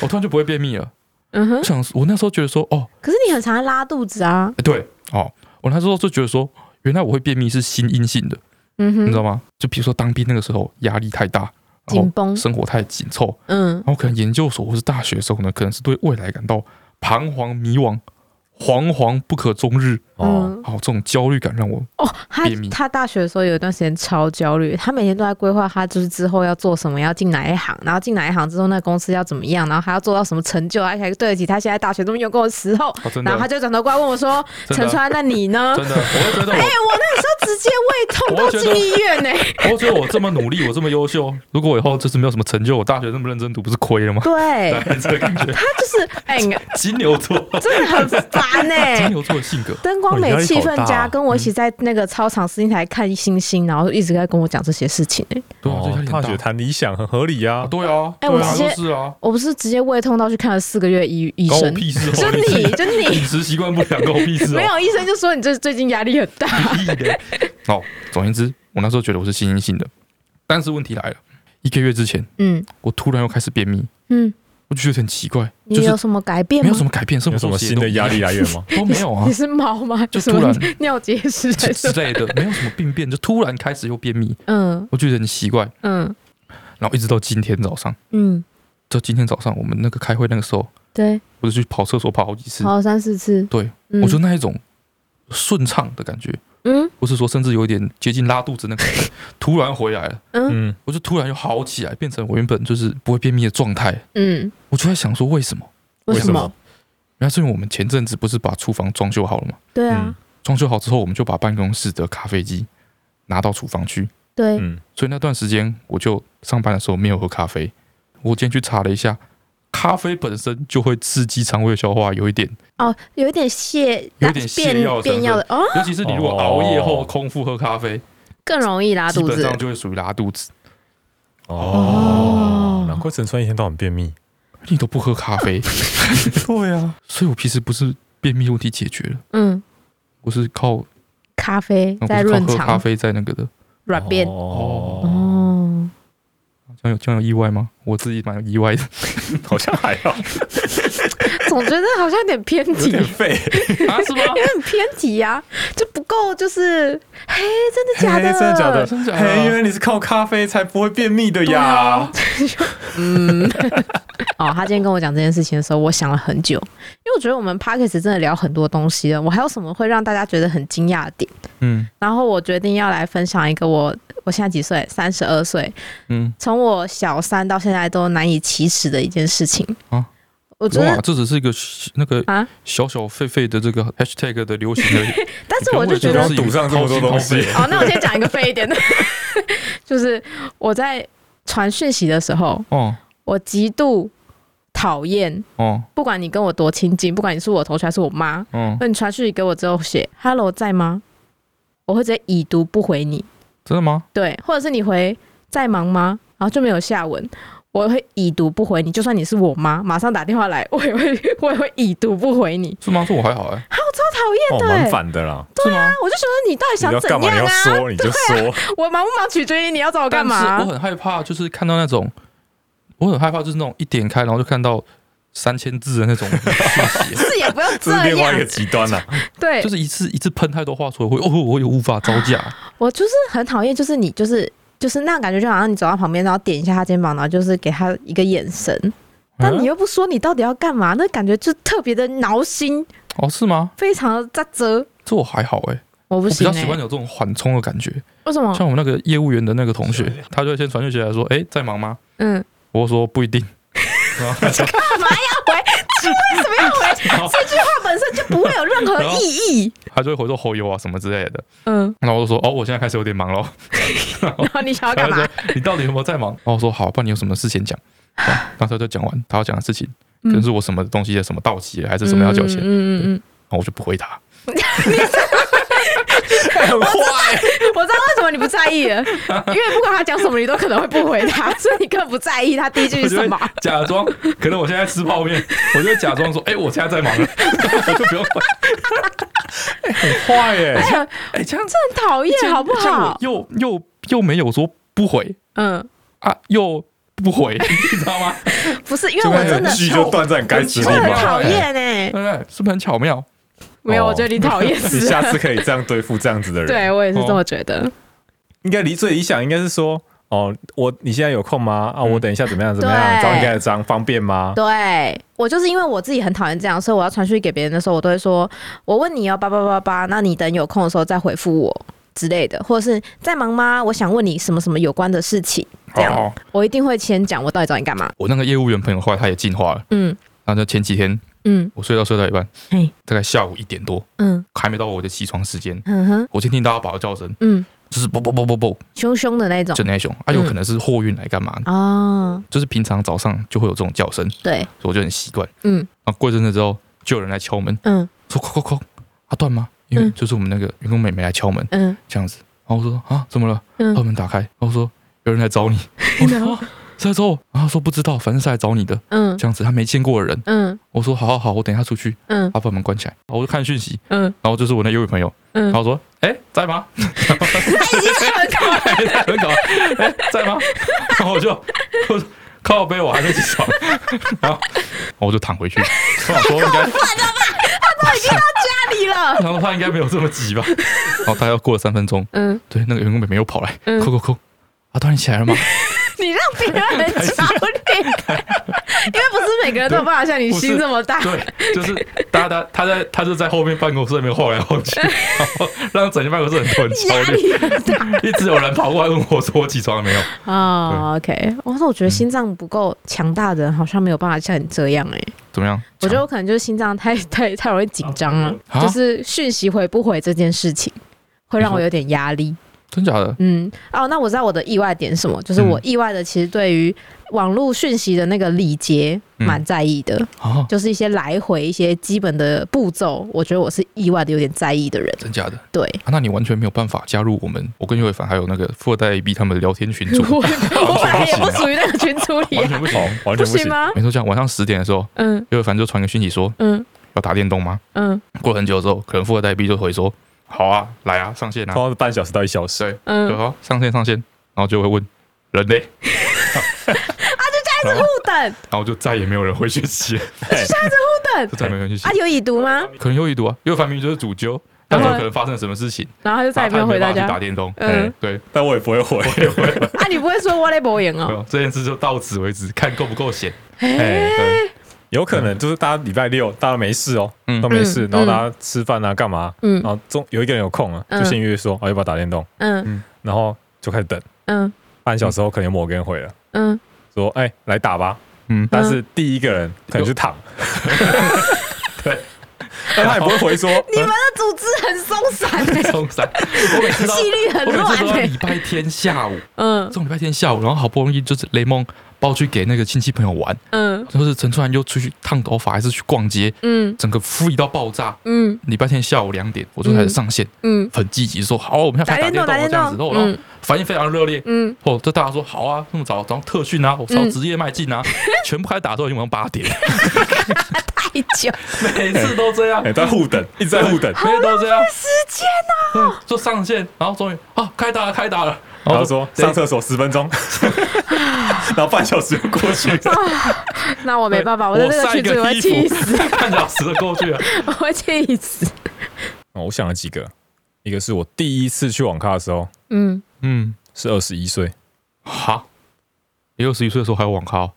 [SPEAKER 2] 我突然就不会便秘了。
[SPEAKER 1] 嗯哼
[SPEAKER 2] 我。想，我那时候觉得说，哦，
[SPEAKER 1] 可是你很常拉肚子啊，
[SPEAKER 2] 哎对，哦，我那时候就觉得说，原来我会便秘是心因性的，
[SPEAKER 1] 嗯
[SPEAKER 2] 你知
[SPEAKER 1] 哼，
[SPEAKER 2] 道吗？就比如说当兵那个时候压力太大，
[SPEAKER 3] 哦
[SPEAKER 2] 然
[SPEAKER 1] 紧
[SPEAKER 2] 后
[SPEAKER 1] 绷，
[SPEAKER 2] 生活太紧凑，
[SPEAKER 1] 嗯
[SPEAKER 2] 然后可能研究所或是大学的时候呢，可能是对未来感到彷徨、迷惘、惶惶不可终日。
[SPEAKER 3] 哦，
[SPEAKER 1] 嗯。
[SPEAKER 2] 好，这种焦虑感让我
[SPEAKER 1] 哦，他
[SPEAKER 2] 便秘
[SPEAKER 1] 他大学的时候有一段时间超焦虑，他每天都在规划他就是之后要做什么，要进哪一行，然后进哪一行之后那公司要怎么样，然后还要做到什么成就，而且还对得起他现在大学这么用功的时候。
[SPEAKER 2] 哦，真
[SPEAKER 1] 然后他
[SPEAKER 2] 的
[SPEAKER 1] 就转头过来问我说：“
[SPEAKER 2] 真的
[SPEAKER 1] 陈川，那你呢
[SPEAKER 2] 真的，我会觉 得？”
[SPEAKER 1] 哎、我那时候直接胃痛
[SPEAKER 2] 我
[SPEAKER 1] 到
[SPEAKER 2] 觉得
[SPEAKER 1] 进医院呢、
[SPEAKER 2] 我，我觉得我这么努力，我这么优秀，如果我以后就是没有什么成就，我大学那么认真读，不是亏了吗？
[SPEAKER 1] 对
[SPEAKER 2] 对，这个感
[SPEAKER 1] 他
[SPEAKER 2] 觉。
[SPEAKER 1] 就是 哎、
[SPEAKER 2] 金牛座，
[SPEAKER 1] 真的很烦 呢、
[SPEAKER 2] 金牛座的性格，
[SPEAKER 1] 灯光
[SPEAKER 3] 哇
[SPEAKER 1] 美
[SPEAKER 3] 你压力
[SPEAKER 1] 气
[SPEAKER 3] 好
[SPEAKER 1] 氛
[SPEAKER 3] 大
[SPEAKER 1] 佳，
[SPEAKER 3] 啊
[SPEAKER 1] 跟我一起在那个操场司令台看星星，然后一直在跟我讲这些事情、欸。
[SPEAKER 2] 对啊，这
[SPEAKER 3] 哦
[SPEAKER 2] 压力
[SPEAKER 3] 大学
[SPEAKER 2] 很大。
[SPEAKER 3] 谈理想很合理
[SPEAKER 2] 啊
[SPEAKER 3] 呀。
[SPEAKER 2] 对啊，
[SPEAKER 1] 哎
[SPEAKER 2] 对
[SPEAKER 1] 我
[SPEAKER 2] 啊，
[SPEAKER 1] 直接
[SPEAKER 2] 就是啊，
[SPEAKER 1] 我不是直接胃痛到去看了四个月医医
[SPEAKER 2] 关我
[SPEAKER 1] 生，
[SPEAKER 2] 屁 事哦！
[SPEAKER 1] 就
[SPEAKER 2] 自己
[SPEAKER 1] 你就你
[SPEAKER 2] 饮食习惯不良，关我屁事哦！
[SPEAKER 1] 没有医生就说你这最近压力很大，
[SPEAKER 2] 屁的。哦，总而言之，我那时候觉得我是心因性的，但是问题来了，一个月之前，
[SPEAKER 1] 嗯
[SPEAKER 2] 我突然又开始便秘，
[SPEAKER 1] 嗯，
[SPEAKER 2] 我就觉得很奇怪，
[SPEAKER 1] 你
[SPEAKER 2] 就是
[SPEAKER 1] 有什么改变
[SPEAKER 2] 没
[SPEAKER 1] 吗
[SPEAKER 2] 有什？么改变，什
[SPEAKER 3] 有
[SPEAKER 2] 么
[SPEAKER 3] 什么
[SPEAKER 2] 东西
[SPEAKER 3] 新
[SPEAKER 2] 都
[SPEAKER 3] 的压力来源吗？
[SPEAKER 2] 都没有啊
[SPEAKER 1] 你是猫吗？
[SPEAKER 2] 就
[SPEAKER 1] 什
[SPEAKER 2] 突
[SPEAKER 1] 么
[SPEAKER 2] 然
[SPEAKER 1] 尿结石还
[SPEAKER 2] 之
[SPEAKER 1] 是
[SPEAKER 2] 之
[SPEAKER 1] 什么？
[SPEAKER 2] 类的，没有什么病变，就突然开始又便秘，
[SPEAKER 1] 嗯
[SPEAKER 2] 我就觉得很奇怪。
[SPEAKER 1] 嗯
[SPEAKER 2] 然后一直到今天早上，
[SPEAKER 1] 嗯，
[SPEAKER 2] 到今天早上我们那个开会那个时候，
[SPEAKER 1] 对，
[SPEAKER 2] 我就去跑厕所跑好几次，
[SPEAKER 1] 跑了三四次。
[SPEAKER 2] 对
[SPEAKER 1] 哦嗯，
[SPEAKER 2] 我就那一种顺畅的感觉，
[SPEAKER 1] 嗯
[SPEAKER 2] 或是说甚至有一点接近拉肚子那个感 觉，突然回来了，
[SPEAKER 1] 嗯
[SPEAKER 3] 嗯，
[SPEAKER 2] 我就突然又好起来，变成我原本就是不会便秘的状态。
[SPEAKER 1] 嗯，
[SPEAKER 2] 我就在想说为什么？
[SPEAKER 1] 为
[SPEAKER 3] 为
[SPEAKER 1] 什
[SPEAKER 3] 什
[SPEAKER 1] 么
[SPEAKER 3] 么？
[SPEAKER 2] 原来是因为我们前阵子不是把厨房装修好了吗？
[SPEAKER 1] 对啊，
[SPEAKER 2] 装修好之后，我们就把办公室的咖啡机拿到厨房去，
[SPEAKER 1] 对，
[SPEAKER 3] 嗯，
[SPEAKER 2] 所以那段时间我就上班的时候没有喝咖啡。我今天去查了一下，咖啡本身就会刺激肠胃消化，有一点，
[SPEAKER 1] 哦，有一点泻，
[SPEAKER 2] 有一点泻
[SPEAKER 1] 变
[SPEAKER 2] 药的成
[SPEAKER 1] 变药的，哦，
[SPEAKER 2] 尤其是你如果熬夜后
[SPEAKER 3] 哦
[SPEAKER 2] 空腹喝咖啡，
[SPEAKER 1] 更容易拉
[SPEAKER 2] 基
[SPEAKER 1] 肚
[SPEAKER 2] 本
[SPEAKER 1] 子
[SPEAKER 2] 上。就会属于拉 肚子。
[SPEAKER 1] 哦
[SPEAKER 3] 哦，难怪陈川一天到晚便秘。
[SPEAKER 2] 你都不喝咖啡，
[SPEAKER 3] 对啊，
[SPEAKER 2] 所以我平时不是便秘问题解决了，
[SPEAKER 1] 嗯，
[SPEAKER 2] 我是靠
[SPEAKER 1] 咖啡
[SPEAKER 2] 我
[SPEAKER 1] 在
[SPEAKER 2] 哦是靠
[SPEAKER 1] 润
[SPEAKER 2] 喝咖
[SPEAKER 1] 肠
[SPEAKER 2] 啡在那个的。
[SPEAKER 1] 软便。
[SPEAKER 3] 哦，
[SPEAKER 1] 哦，
[SPEAKER 2] 这样有这样有意外吗？我自己蛮意外的。
[SPEAKER 3] 好像还 好，
[SPEAKER 1] 总觉得好像有点偏
[SPEAKER 3] 有
[SPEAKER 1] 题，
[SPEAKER 3] 点废，
[SPEAKER 2] 啊，是吗？
[SPEAKER 1] 有点偏题呀，就不够，就是，嘿，真的假
[SPEAKER 3] 嘿
[SPEAKER 1] 的？
[SPEAKER 3] 真的假的？
[SPEAKER 2] 真的假的
[SPEAKER 3] 嘿，因为你是靠咖啡才不会便秘的
[SPEAKER 2] 对
[SPEAKER 3] 呀
[SPEAKER 2] 啊。
[SPEAKER 1] 嗯， 哦，他今天跟我讲这件事情的时候，我想了很久，因为我觉得我们 p a c k a g e 真的聊很多东西了，我还有什么会让大家觉得很惊讶的点？
[SPEAKER 2] 嗯
[SPEAKER 1] 然后我决定要来分享一个我我现在几岁？三十二岁，
[SPEAKER 2] 嗯，
[SPEAKER 1] 从我小三到现在都难以启齿的一件事情。
[SPEAKER 3] 哦
[SPEAKER 2] 啊
[SPEAKER 1] 我觉
[SPEAKER 2] 哇，
[SPEAKER 1] 得
[SPEAKER 2] 这只是一个那个
[SPEAKER 1] 啊，
[SPEAKER 2] 小小狒狒的这个 hashtag 的流行 而已。
[SPEAKER 1] 但是我就觉
[SPEAKER 3] 不
[SPEAKER 1] 得
[SPEAKER 3] 要
[SPEAKER 2] 你不用
[SPEAKER 3] 赌
[SPEAKER 2] 为这
[SPEAKER 3] 上
[SPEAKER 2] 种
[SPEAKER 3] 这么多东西
[SPEAKER 2] 掏心掏肺
[SPEAKER 1] 哦，那我先讲一个废一点的， 就是我在传讯息的时候，
[SPEAKER 2] 哦
[SPEAKER 1] 我极度讨厌，
[SPEAKER 2] 哦
[SPEAKER 1] 不管你跟我多亲近，不管你是我同学还是我妈，
[SPEAKER 2] 哦，
[SPEAKER 1] 那你传讯息给我之后写 “hello 在吗”，我会直接已读不回你，
[SPEAKER 2] 真的吗？
[SPEAKER 1] 对，或者是你回“在忙吗”，然后就没有下文。我会已读不回你，就算你是我妈，马上打电话来，我也会， 我也会已读不回你。
[SPEAKER 2] 是吗？这我还好哎，
[SPEAKER 1] 讨厌
[SPEAKER 3] 哦，
[SPEAKER 1] 的、欸，
[SPEAKER 3] 蛮反的啦。
[SPEAKER 2] 是吗？
[SPEAKER 1] 我就觉得你到底
[SPEAKER 3] 你
[SPEAKER 1] 想
[SPEAKER 3] 要
[SPEAKER 1] 怎
[SPEAKER 3] 干嘛？你
[SPEAKER 1] 样
[SPEAKER 3] 要
[SPEAKER 1] 啊？
[SPEAKER 3] 说你就说，
[SPEAKER 1] 我忙不忙取决于你要找我干
[SPEAKER 2] 但
[SPEAKER 1] 嘛啊
[SPEAKER 2] 是我。很害怕，就是看到那种，我很害怕，就是那种一点开，然后就看到三千字 的那种讯息，
[SPEAKER 1] 是也不要这
[SPEAKER 3] 这是另外一个
[SPEAKER 1] 样，
[SPEAKER 3] 极端啊 啦。
[SPEAKER 1] 对
[SPEAKER 2] 就，是一次一次喷太多话出来，会哦，我也无法招 架。
[SPEAKER 1] 我就是很讨厌，就是你就是就是那种感觉，就好像你走到旁边，然后点一下他肩膀，然后就是给他一个眼神，但你
[SPEAKER 2] 嗯
[SPEAKER 1] 又不说你到底要干嘛，那感觉就特别的挠心，
[SPEAKER 2] 哦，是吗？
[SPEAKER 1] 非常的扎折。
[SPEAKER 2] 这我还好哎，
[SPEAKER 1] 我不
[SPEAKER 2] 我比
[SPEAKER 1] 行、
[SPEAKER 2] 较
[SPEAKER 1] 欸，哦
[SPEAKER 2] 喜欢有这种缓冲的感觉。
[SPEAKER 1] 为什么？
[SPEAKER 2] 像我们那个业务员的那个同学，他就会先传讯息来说：“哎，在忙吗
[SPEAKER 1] 嗯，？”
[SPEAKER 2] 我说：“不一定。”然后
[SPEAKER 1] 为什么要回？这句话本身就不会有 任
[SPEAKER 2] 哦
[SPEAKER 1] 何意义。
[SPEAKER 2] 他就会回说“好友啊”什么之类的。
[SPEAKER 1] 嗯，
[SPEAKER 2] 然后我就说：“哦，我现在开始有点忙咯。
[SPEAKER 1] 然后你想要
[SPEAKER 2] 他
[SPEAKER 1] 干嘛
[SPEAKER 2] 就说？：“你到底有没有在忙？”然后我说：“好，不然你有什么事先讲。”然后他就讲完他要讲的事情，可能是我什么东西的什么到期了，还是什么要交钱，
[SPEAKER 1] 嗯
[SPEAKER 2] 然
[SPEAKER 1] 嗯嗯
[SPEAKER 2] 后我就不回他。
[SPEAKER 1] 啊
[SPEAKER 3] 很坏，
[SPEAKER 1] 嗯，我知道为什么你不在意了，因为不管他讲什么，你都可能会不回他，所以你更不在意他第一句
[SPEAKER 2] 我
[SPEAKER 1] 是
[SPEAKER 2] 就
[SPEAKER 1] 什
[SPEAKER 2] 会
[SPEAKER 1] 么。
[SPEAKER 2] 假装，可能我现在吃泡面，我就会假装说：“哎，我现在在忙了。” 我就不用管。
[SPEAKER 3] 很坏耶！
[SPEAKER 1] 哎呀，
[SPEAKER 2] 哎，这样子
[SPEAKER 1] 这很讨厌
[SPEAKER 2] 这，样
[SPEAKER 1] 好不
[SPEAKER 2] 这样我
[SPEAKER 1] 好？
[SPEAKER 2] 又又又没有说不回
[SPEAKER 1] 嗯，
[SPEAKER 2] 啊，又不回， 你知道吗？
[SPEAKER 1] 不是，因为
[SPEAKER 3] 这
[SPEAKER 1] 我
[SPEAKER 3] 边
[SPEAKER 1] 真的
[SPEAKER 3] 有句就断在你该吃
[SPEAKER 1] 我
[SPEAKER 3] 的
[SPEAKER 2] 很
[SPEAKER 3] 地
[SPEAKER 1] 很
[SPEAKER 3] 方。
[SPEAKER 1] 讨厌哎
[SPEAKER 2] 对，不对？是不是很巧妙？
[SPEAKER 1] 没有，我觉得你讨厌
[SPEAKER 3] 你
[SPEAKER 1] 死
[SPEAKER 3] 下
[SPEAKER 1] 了。
[SPEAKER 3] 次可以这样对付这样子的人。，
[SPEAKER 1] 对我也是这么觉得，
[SPEAKER 3] 应该理最理想应该是说，哦，我你现在有空吗？啊，
[SPEAKER 2] 嗯
[SPEAKER 3] 我等一下怎么样怎么
[SPEAKER 1] 对
[SPEAKER 3] 样？找你盖的章方便
[SPEAKER 1] 哦
[SPEAKER 3] 吗？
[SPEAKER 1] 对我就是因为我自己很讨厌这样，所以我要传讯给别人的时候，我都会说，我问你哦，八八八八，那你等有空的时候再回复我之类的，或者是在忙吗？我想问你什么什么有关的事情，这样
[SPEAKER 2] 好好
[SPEAKER 1] 我一定会先讲我到底找你干嘛。
[SPEAKER 2] 哦我那个业务员朋友后来他也进化了，
[SPEAKER 1] 嗯
[SPEAKER 2] 然后就前几天
[SPEAKER 1] 嗯
[SPEAKER 2] 我睡到睡到一半，
[SPEAKER 1] 嘿
[SPEAKER 2] 大概下午一点多，
[SPEAKER 1] 嗯
[SPEAKER 2] 还没到我的起床时间，
[SPEAKER 1] 嗯哼
[SPEAKER 2] 我先听到他咆叫声，
[SPEAKER 1] 嗯，
[SPEAKER 2] 就是啵啵啵啵啵，
[SPEAKER 1] 凶凶的那种
[SPEAKER 2] 就那一种，
[SPEAKER 1] 嗯
[SPEAKER 2] 啊，有可能是货运来干嘛的，
[SPEAKER 1] 哦，
[SPEAKER 2] 就是平常早上就会有这种叫声，所
[SPEAKER 1] 对，
[SPEAKER 2] 以我就很习惯。
[SPEAKER 1] 嗯
[SPEAKER 2] 啊，过一阵子之后就有人来敲门，
[SPEAKER 1] 嗯
[SPEAKER 2] 说“哐哐哐”，啊断吗？因为
[SPEAKER 1] 嗯
[SPEAKER 2] 就是我们那个员工妹妹来敲门
[SPEAKER 1] 嗯
[SPEAKER 2] 这样子，然后我说啊怎么了？
[SPEAKER 1] 嗯
[SPEAKER 2] 把门打开，然后说有人来找你， 我说啊谁来找我？然后他说不知道，反正是来找你的
[SPEAKER 1] 嗯
[SPEAKER 2] 这样子，他没见过的人。
[SPEAKER 1] 嗯
[SPEAKER 2] 我说好好好，我等一下出去，
[SPEAKER 1] 嗯
[SPEAKER 2] 他把门关起来，然后我就看讯息，
[SPEAKER 1] 嗯
[SPEAKER 2] 然后就是我那一位朋友，
[SPEAKER 1] 嗯
[SPEAKER 2] 然，后说：“哎、在吗？”
[SPEAKER 1] 已经在门口了，
[SPEAKER 2] 在门口，哎，在吗？然后我就我就靠背，我还在起床，然后我就躺回去，我想说应该，
[SPEAKER 1] 家里了，
[SPEAKER 2] 然后他应该没有这么急吧。然后大概过了三分钟，
[SPEAKER 1] 嗯，
[SPEAKER 2] 对，那个员工妹妹又跑来，
[SPEAKER 1] 嗯
[SPEAKER 2] 扣扣扣，阿端你起来了吗？
[SPEAKER 1] 你让别人很焦虑，因为不是每个人都有办法像你心这么大。
[SPEAKER 2] 对，就是大家他在他就在后面办公室那边晃来晃去，然后让整间办公室很多人
[SPEAKER 1] 压
[SPEAKER 2] 焦虑，
[SPEAKER 1] 力很大
[SPEAKER 2] 一直有人跑过来问我说我起床了没有？
[SPEAKER 1] 啊、o k 我说我觉得心脏不够强大的人好像没有办法像你这样哎、
[SPEAKER 2] 怎么样？
[SPEAKER 1] 我觉得我可能就是心脏太太太容易紧张了，
[SPEAKER 2] 啊
[SPEAKER 1] 就是讯息回不回这件事情会让我有点压力。
[SPEAKER 2] 真假的？
[SPEAKER 1] 嗯，哦，那我知道我的意外点是什么，就是我
[SPEAKER 2] 嗯
[SPEAKER 1] 意外的其实对于网络讯息的那个礼节
[SPEAKER 2] 嗯
[SPEAKER 1] 蛮在意的，
[SPEAKER 2] 啊，
[SPEAKER 1] 就是一些来回一些基本的步骤，我觉得我是意外的有点在意的人。
[SPEAKER 2] 真假的？
[SPEAKER 1] 对，
[SPEAKER 2] 啊，那你完全没有办法加入我们，我跟岳伟凡还有那个富二代 B 他们的聊天 群组，
[SPEAKER 1] 我我本来也不属于那个群组里、
[SPEAKER 2] 完
[SPEAKER 1] 啊，
[SPEAKER 2] 全不行。
[SPEAKER 1] 不
[SPEAKER 3] 完全不
[SPEAKER 1] 行
[SPEAKER 3] 行。
[SPEAKER 1] 吗？
[SPEAKER 2] 没错，这样晚上十点的时候，
[SPEAKER 1] 嗯
[SPEAKER 2] 岳伟凡就传个讯息说
[SPEAKER 1] 嗯
[SPEAKER 2] 要打电动吗？
[SPEAKER 1] 嗯
[SPEAKER 2] 过了很久之后，可能富二代 B 就回说好啊，来啊，上线啊，
[SPEAKER 3] 通常是半小时到一小时，
[SPEAKER 2] 对，对，
[SPEAKER 1] 嗯，
[SPEAKER 2] 好，啊上线上线，然后就会问人嘞，
[SPEAKER 1] 互等
[SPEAKER 2] 然后就再也没有人回讯息了，
[SPEAKER 1] 互
[SPEAKER 2] 就
[SPEAKER 1] 等
[SPEAKER 2] 再也没有人回讯息
[SPEAKER 1] 啊，。有已读吗？
[SPEAKER 2] 可能又一读啊，因为樊明就是主揪，
[SPEAKER 1] 然
[SPEAKER 2] 但
[SPEAKER 1] 后
[SPEAKER 2] 是
[SPEAKER 1] 呢
[SPEAKER 2] 可能发生了什么事情，
[SPEAKER 1] 然后他就再也没有
[SPEAKER 2] 他
[SPEAKER 1] 回
[SPEAKER 2] 也
[SPEAKER 1] 大
[SPEAKER 2] 办法去
[SPEAKER 1] 家
[SPEAKER 2] 打。电 动。
[SPEAKER 1] 嗯，
[SPEAKER 2] 对，
[SPEAKER 3] 但我也不会回。
[SPEAKER 1] 啊，你不会说 what a b o 赢
[SPEAKER 2] 没
[SPEAKER 1] 哦？
[SPEAKER 2] 有啊这件事就到此为止，看够不够闲。
[SPEAKER 3] 哎，
[SPEAKER 2] 对，
[SPEAKER 3] 有可能就是大家礼拜六大家没事哦
[SPEAKER 2] 嗯，
[SPEAKER 3] 都没事，
[SPEAKER 1] 嗯
[SPEAKER 3] 然后大家吃饭啊，干嘛？
[SPEAKER 1] 嗯
[SPEAKER 3] 然后中有一个人有空了，
[SPEAKER 1] 嗯
[SPEAKER 3] 就先约说，哦，要不要打电动？
[SPEAKER 1] 嗯
[SPEAKER 3] 然后就开始等，
[SPEAKER 1] 嗯
[SPEAKER 3] 半小时后可能有某个人回了，
[SPEAKER 1] 嗯，
[SPEAKER 3] 说，哎，来打吧。
[SPEAKER 2] 嗯，
[SPEAKER 3] 但是第一个人可能是躺，
[SPEAKER 2] 对，
[SPEAKER 3] 但他也不会回说，
[SPEAKER 1] 你
[SPEAKER 3] 嗯
[SPEAKER 1] 们的组织很松散欸
[SPEAKER 2] 冲散。我每次都
[SPEAKER 1] 纪律很
[SPEAKER 2] 我每次
[SPEAKER 1] 乱
[SPEAKER 2] 都
[SPEAKER 1] 欸
[SPEAKER 2] 要礼拜天下午，
[SPEAKER 1] 嗯
[SPEAKER 2] 这种礼拜天下午，然后好不容易就是雷蒙包去给那个亲戚朋友玩，
[SPEAKER 1] 嗯
[SPEAKER 2] 就是陈川又出去烫头发，还是去逛街，
[SPEAKER 1] 嗯
[SPEAKER 2] 整个 free 到爆炸。
[SPEAKER 1] 嗯
[SPEAKER 2] 礼拜天下午两点，我就开始上线，
[SPEAKER 1] 嗯，
[SPEAKER 2] 很积极说好，我们要
[SPEAKER 1] 打
[SPEAKER 2] 开始打
[SPEAKER 1] 电动
[SPEAKER 2] 电动
[SPEAKER 1] 打
[SPEAKER 2] 了
[SPEAKER 1] 电
[SPEAKER 2] 这样子，然
[SPEAKER 1] 动，
[SPEAKER 2] 后然后
[SPEAKER 1] 嗯
[SPEAKER 2] 反应非常热烈。
[SPEAKER 1] 嗯，
[SPEAKER 2] 哦，这大家说好啊，那么早，然后特训啊，我朝职业迈 进啊，全部开始打的时候已经晚上八点，
[SPEAKER 1] 太久，
[SPEAKER 2] 每次都这样，
[SPEAKER 3] 哎，在互等，一直在互等，
[SPEAKER 2] 每次都这样，
[SPEAKER 1] 时间啊，
[SPEAKER 2] 嗯就上线，然后终于啊，开打了，开打了，
[SPEAKER 3] 然后说
[SPEAKER 2] 对
[SPEAKER 3] 上厕所十分 钟，然后半小时就过去了。
[SPEAKER 1] 那我没办啊法，我在
[SPEAKER 2] 对
[SPEAKER 1] 这个
[SPEAKER 2] 晒
[SPEAKER 1] 群组我会
[SPEAKER 2] 衣服
[SPEAKER 1] 气 死，
[SPEAKER 2] 半小时就过去了，啊
[SPEAKER 1] 我会气死，
[SPEAKER 3] 哦，我想了几个，一个是我第一次去网咖的时候
[SPEAKER 1] 嗯，
[SPEAKER 2] 嗯，
[SPEAKER 3] 是二十一岁，
[SPEAKER 2] 好，你二十一岁的时候还有网咖、 哦，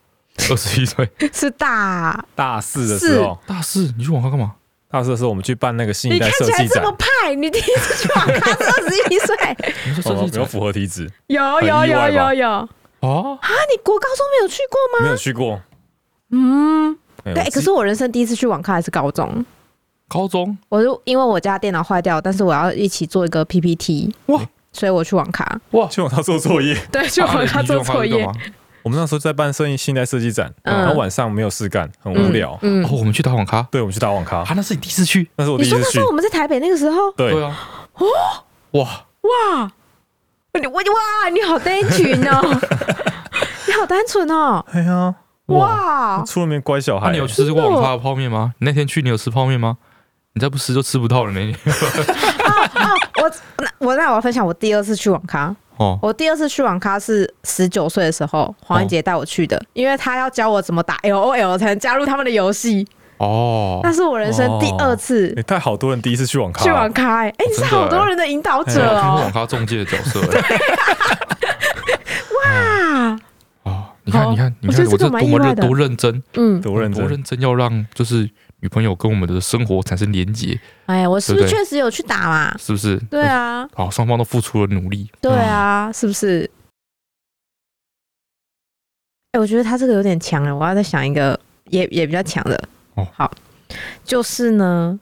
[SPEAKER 2] 二十一岁
[SPEAKER 1] 是大，
[SPEAKER 3] 大四的时候，
[SPEAKER 2] 大四你去网咖干嘛？
[SPEAKER 3] 大四的时候我们去办那个新
[SPEAKER 1] 你
[SPEAKER 3] 一代
[SPEAKER 1] 看
[SPEAKER 3] 设
[SPEAKER 1] 起来
[SPEAKER 3] 计
[SPEAKER 1] 这
[SPEAKER 3] 展哦
[SPEAKER 1] 么，派，你第一次去网咖是二十一 岁，
[SPEAKER 2] 你是设
[SPEAKER 3] 我
[SPEAKER 2] 计
[SPEAKER 3] 们哦没有
[SPEAKER 2] 展
[SPEAKER 3] 符合体质，
[SPEAKER 1] 有
[SPEAKER 3] 很
[SPEAKER 1] 有
[SPEAKER 3] 意
[SPEAKER 1] 有
[SPEAKER 3] 外吧
[SPEAKER 1] 有有，啊，
[SPEAKER 2] 哦，
[SPEAKER 1] 你国高中没有去过吗？
[SPEAKER 3] 没有去过。
[SPEAKER 1] 啊嗯，
[SPEAKER 3] 哎
[SPEAKER 1] 对，
[SPEAKER 3] 我
[SPEAKER 1] 欸可是我人生第一次去网咖还是高中。
[SPEAKER 2] 高中
[SPEAKER 1] 我就因为我家电脑坏掉，但是我要一起做一个 PPT，
[SPEAKER 2] 哇
[SPEAKER 1] 所以我去网咖，
[SPEAKER 2] 哇，
[SPEAKER 3] 去网咖做作业，
[SPEAKER 1] 对，去
[SPEAKER 2] 啊
[SPEAKER 1] 网
[SPEAKER 2] 你
[SPEAKER 1] 咖
[SPEAKER 2] 你
[SPEAKER 1] 做
[SPEAKER 2] 网咖
[SPEAKER 1] 作
[SPEAKER 2] 是干
[SPEAKER 1] 业
[SPEAKER 2] 嘛，
[SPEAKER 3] 我们那时候在办设计新一代设计展，
[SPEAKER 1] 嗯
[SPEAKER 3] 然后晚上没有事干，很无聊，
[SPEAKER 1] 嗯
[SPEAKER 2] 哦，，我们去打网咖，
[SPEAKER 3] 对，我们去打网咖
[SPEAKER 2] 啊，，那是你第一次去，
[SPEAKER 3] 那是我
[SPEAKER 1] 你
[SPEAKER 3] 第一
[SPEAKER 1] 说
[SPEAKER 3] 次
[SPEAKER 1] 那时
[SPEAKER 3] 去
[SPEAKER 1] 候我，们在台北那个时候，
[SPEAKER 3] 对，
[SPEAKER 2] 啊，哦，哇，
[SPEAKER 1] 哇，你我哇，你好单纯 哦，你好单纯哦，
[SPEAKER 3] 哎呀，
[SPEAKER 2] 哇，
[SPEAKER 1] 哇，
[SPEAKER 3] 出了名乖小
[SPEAKER 2] 那、
[SPEAKER 3] 孩
[SPEAKER 2] 你，有吃过网咖的泡面吗？你那天去你有吃泡面吗？你再不吃就吃不到了呢。
[SPEAKER 1] 啊我那我那我要分享我第二次去网咖，
[SPEAKER 2] 哦，
[SPEAKER 1] 我第二次去网咖是十九岁的时候，黄安杰带我去的，
[SPEAKER 2] 哦
[SPEAKER 1] 因为他要教我怎么打 L O L 才能加入他们的游戏，
[SPEAKER 2] 哦，
[SPEAKER 1] 那是我人生第二次
[SPEAKER 3] 哎，太好多人第一次去网咖
[SPEAKER 1] 去网
[SPEAKER 3] 了，
[SPEAKER 1] 咖，哎，哎，你是
[SPEAKER 2] 真的
[SPEAKER 1] 好多
[SPEAKER 2] 欸
[SPEAKER 1] 人的引导
[SPEAKER 2] 哎我
[SPEAKER 1] 者
[SPEAKER 2] 听过
[SPEAKER 1] 哦
[SPEAKER 2] 网。咖中介的角色、 哎
[SPEAKER 1] 啊，
[SPEAKER 2] 哦，你看，
[SPEAKER 1] 好
[SPEAKER 2] 你看，你
[SPEAKER 1] 我觉
[SPEAKER 2] 看，
[SPEAKER 1] 得这个
[SPEAKER 2] 我这多
[SPEAKER 1] 蛮意
[SPEAKER 2] 么
[SPEAKER 1] 外
[SPEAKER 2] 认
[SPEAKER 1] 的
[SPEAKER 2] 多认真，
[SPEAKER 1] 嗯，
[SPEAKER 3] 多认
[SPEAKER 2] 多
[SPEAKER 3] 真，
[SPEAKER 2] 认真，要让就是女朋友跟我们的生活产生连结，
[SPEAKER 1] 哎呀，我是不是
[SPEAKER 2] 对不
[SPEAKER 1] 确实有去打嘛？
[SPEAKER 2] 是不是？
[SPEAKER 1] 对，啊，
[SPEAKER 2] 好，双方都付出了努力。
[SPEAKER 1] 对啊，是不是？哎、我觉得他这个有点强啊了，我要再想一个也也比较强的。
[SPEAKER 2] 哦
[SPEAKER 1] 好，就是呢，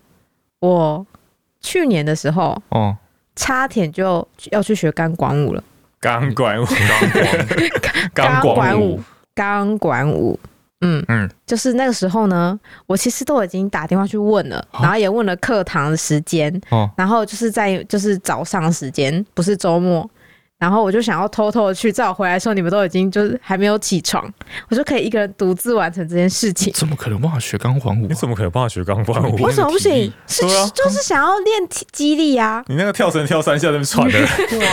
[SPEAKER 1] 我去年的时候
[SPEAKER 2] 哦，
[SPEAKER 1] 差点就要去学钢管舞了，
[SPEAKER 3] 钢管舞，钢
[SPEAKER 1] 钢
[SPEAKER 3] 管
[SPEAKER 1] 管
[SPEAKER 3] 舞
[SPEAKER 1] 舞，，钢管舞。嗯
[SPEAKER 2] 嗯
[SPEAKER 1] 嗯，就是那个时候呢，我其实都已经打电话去问了，
[SPEAKER 2] 啊
[SPEAKER 1] 然后也问了课堂的时间，
[SPEAKER 2] 哦
[SPEAKER 1] 然后就是在就是早上的时间，不是周末。然后我就想要偷偷的去，在我回来的时候，你们都已经就是还没有起床，我就可以一个人独自完成这件事情。
[SPEAKER 2] 怎么可能忘了学钢管舞
[SPEAKER 4] 你
[SPEAKER 2] 啊？
[SPEAKER 4] 怎么可能帮他学钢管舞
[SPEAKER 2] 我？
[SPEAKER 1] 为什么不
[SPEAKER 2] 体
[SPEAKER 1] 行
[SPEAKER 2] 力？
[SPEAKER 1] 是、
[SPEAKER 4] 对啊
[SPEAKER 1] 就是想要练体肌力啊！
[SPEAKER 3] 你那个跳绳跳三下，那么喘的，
[SPEAKER 1] 啊，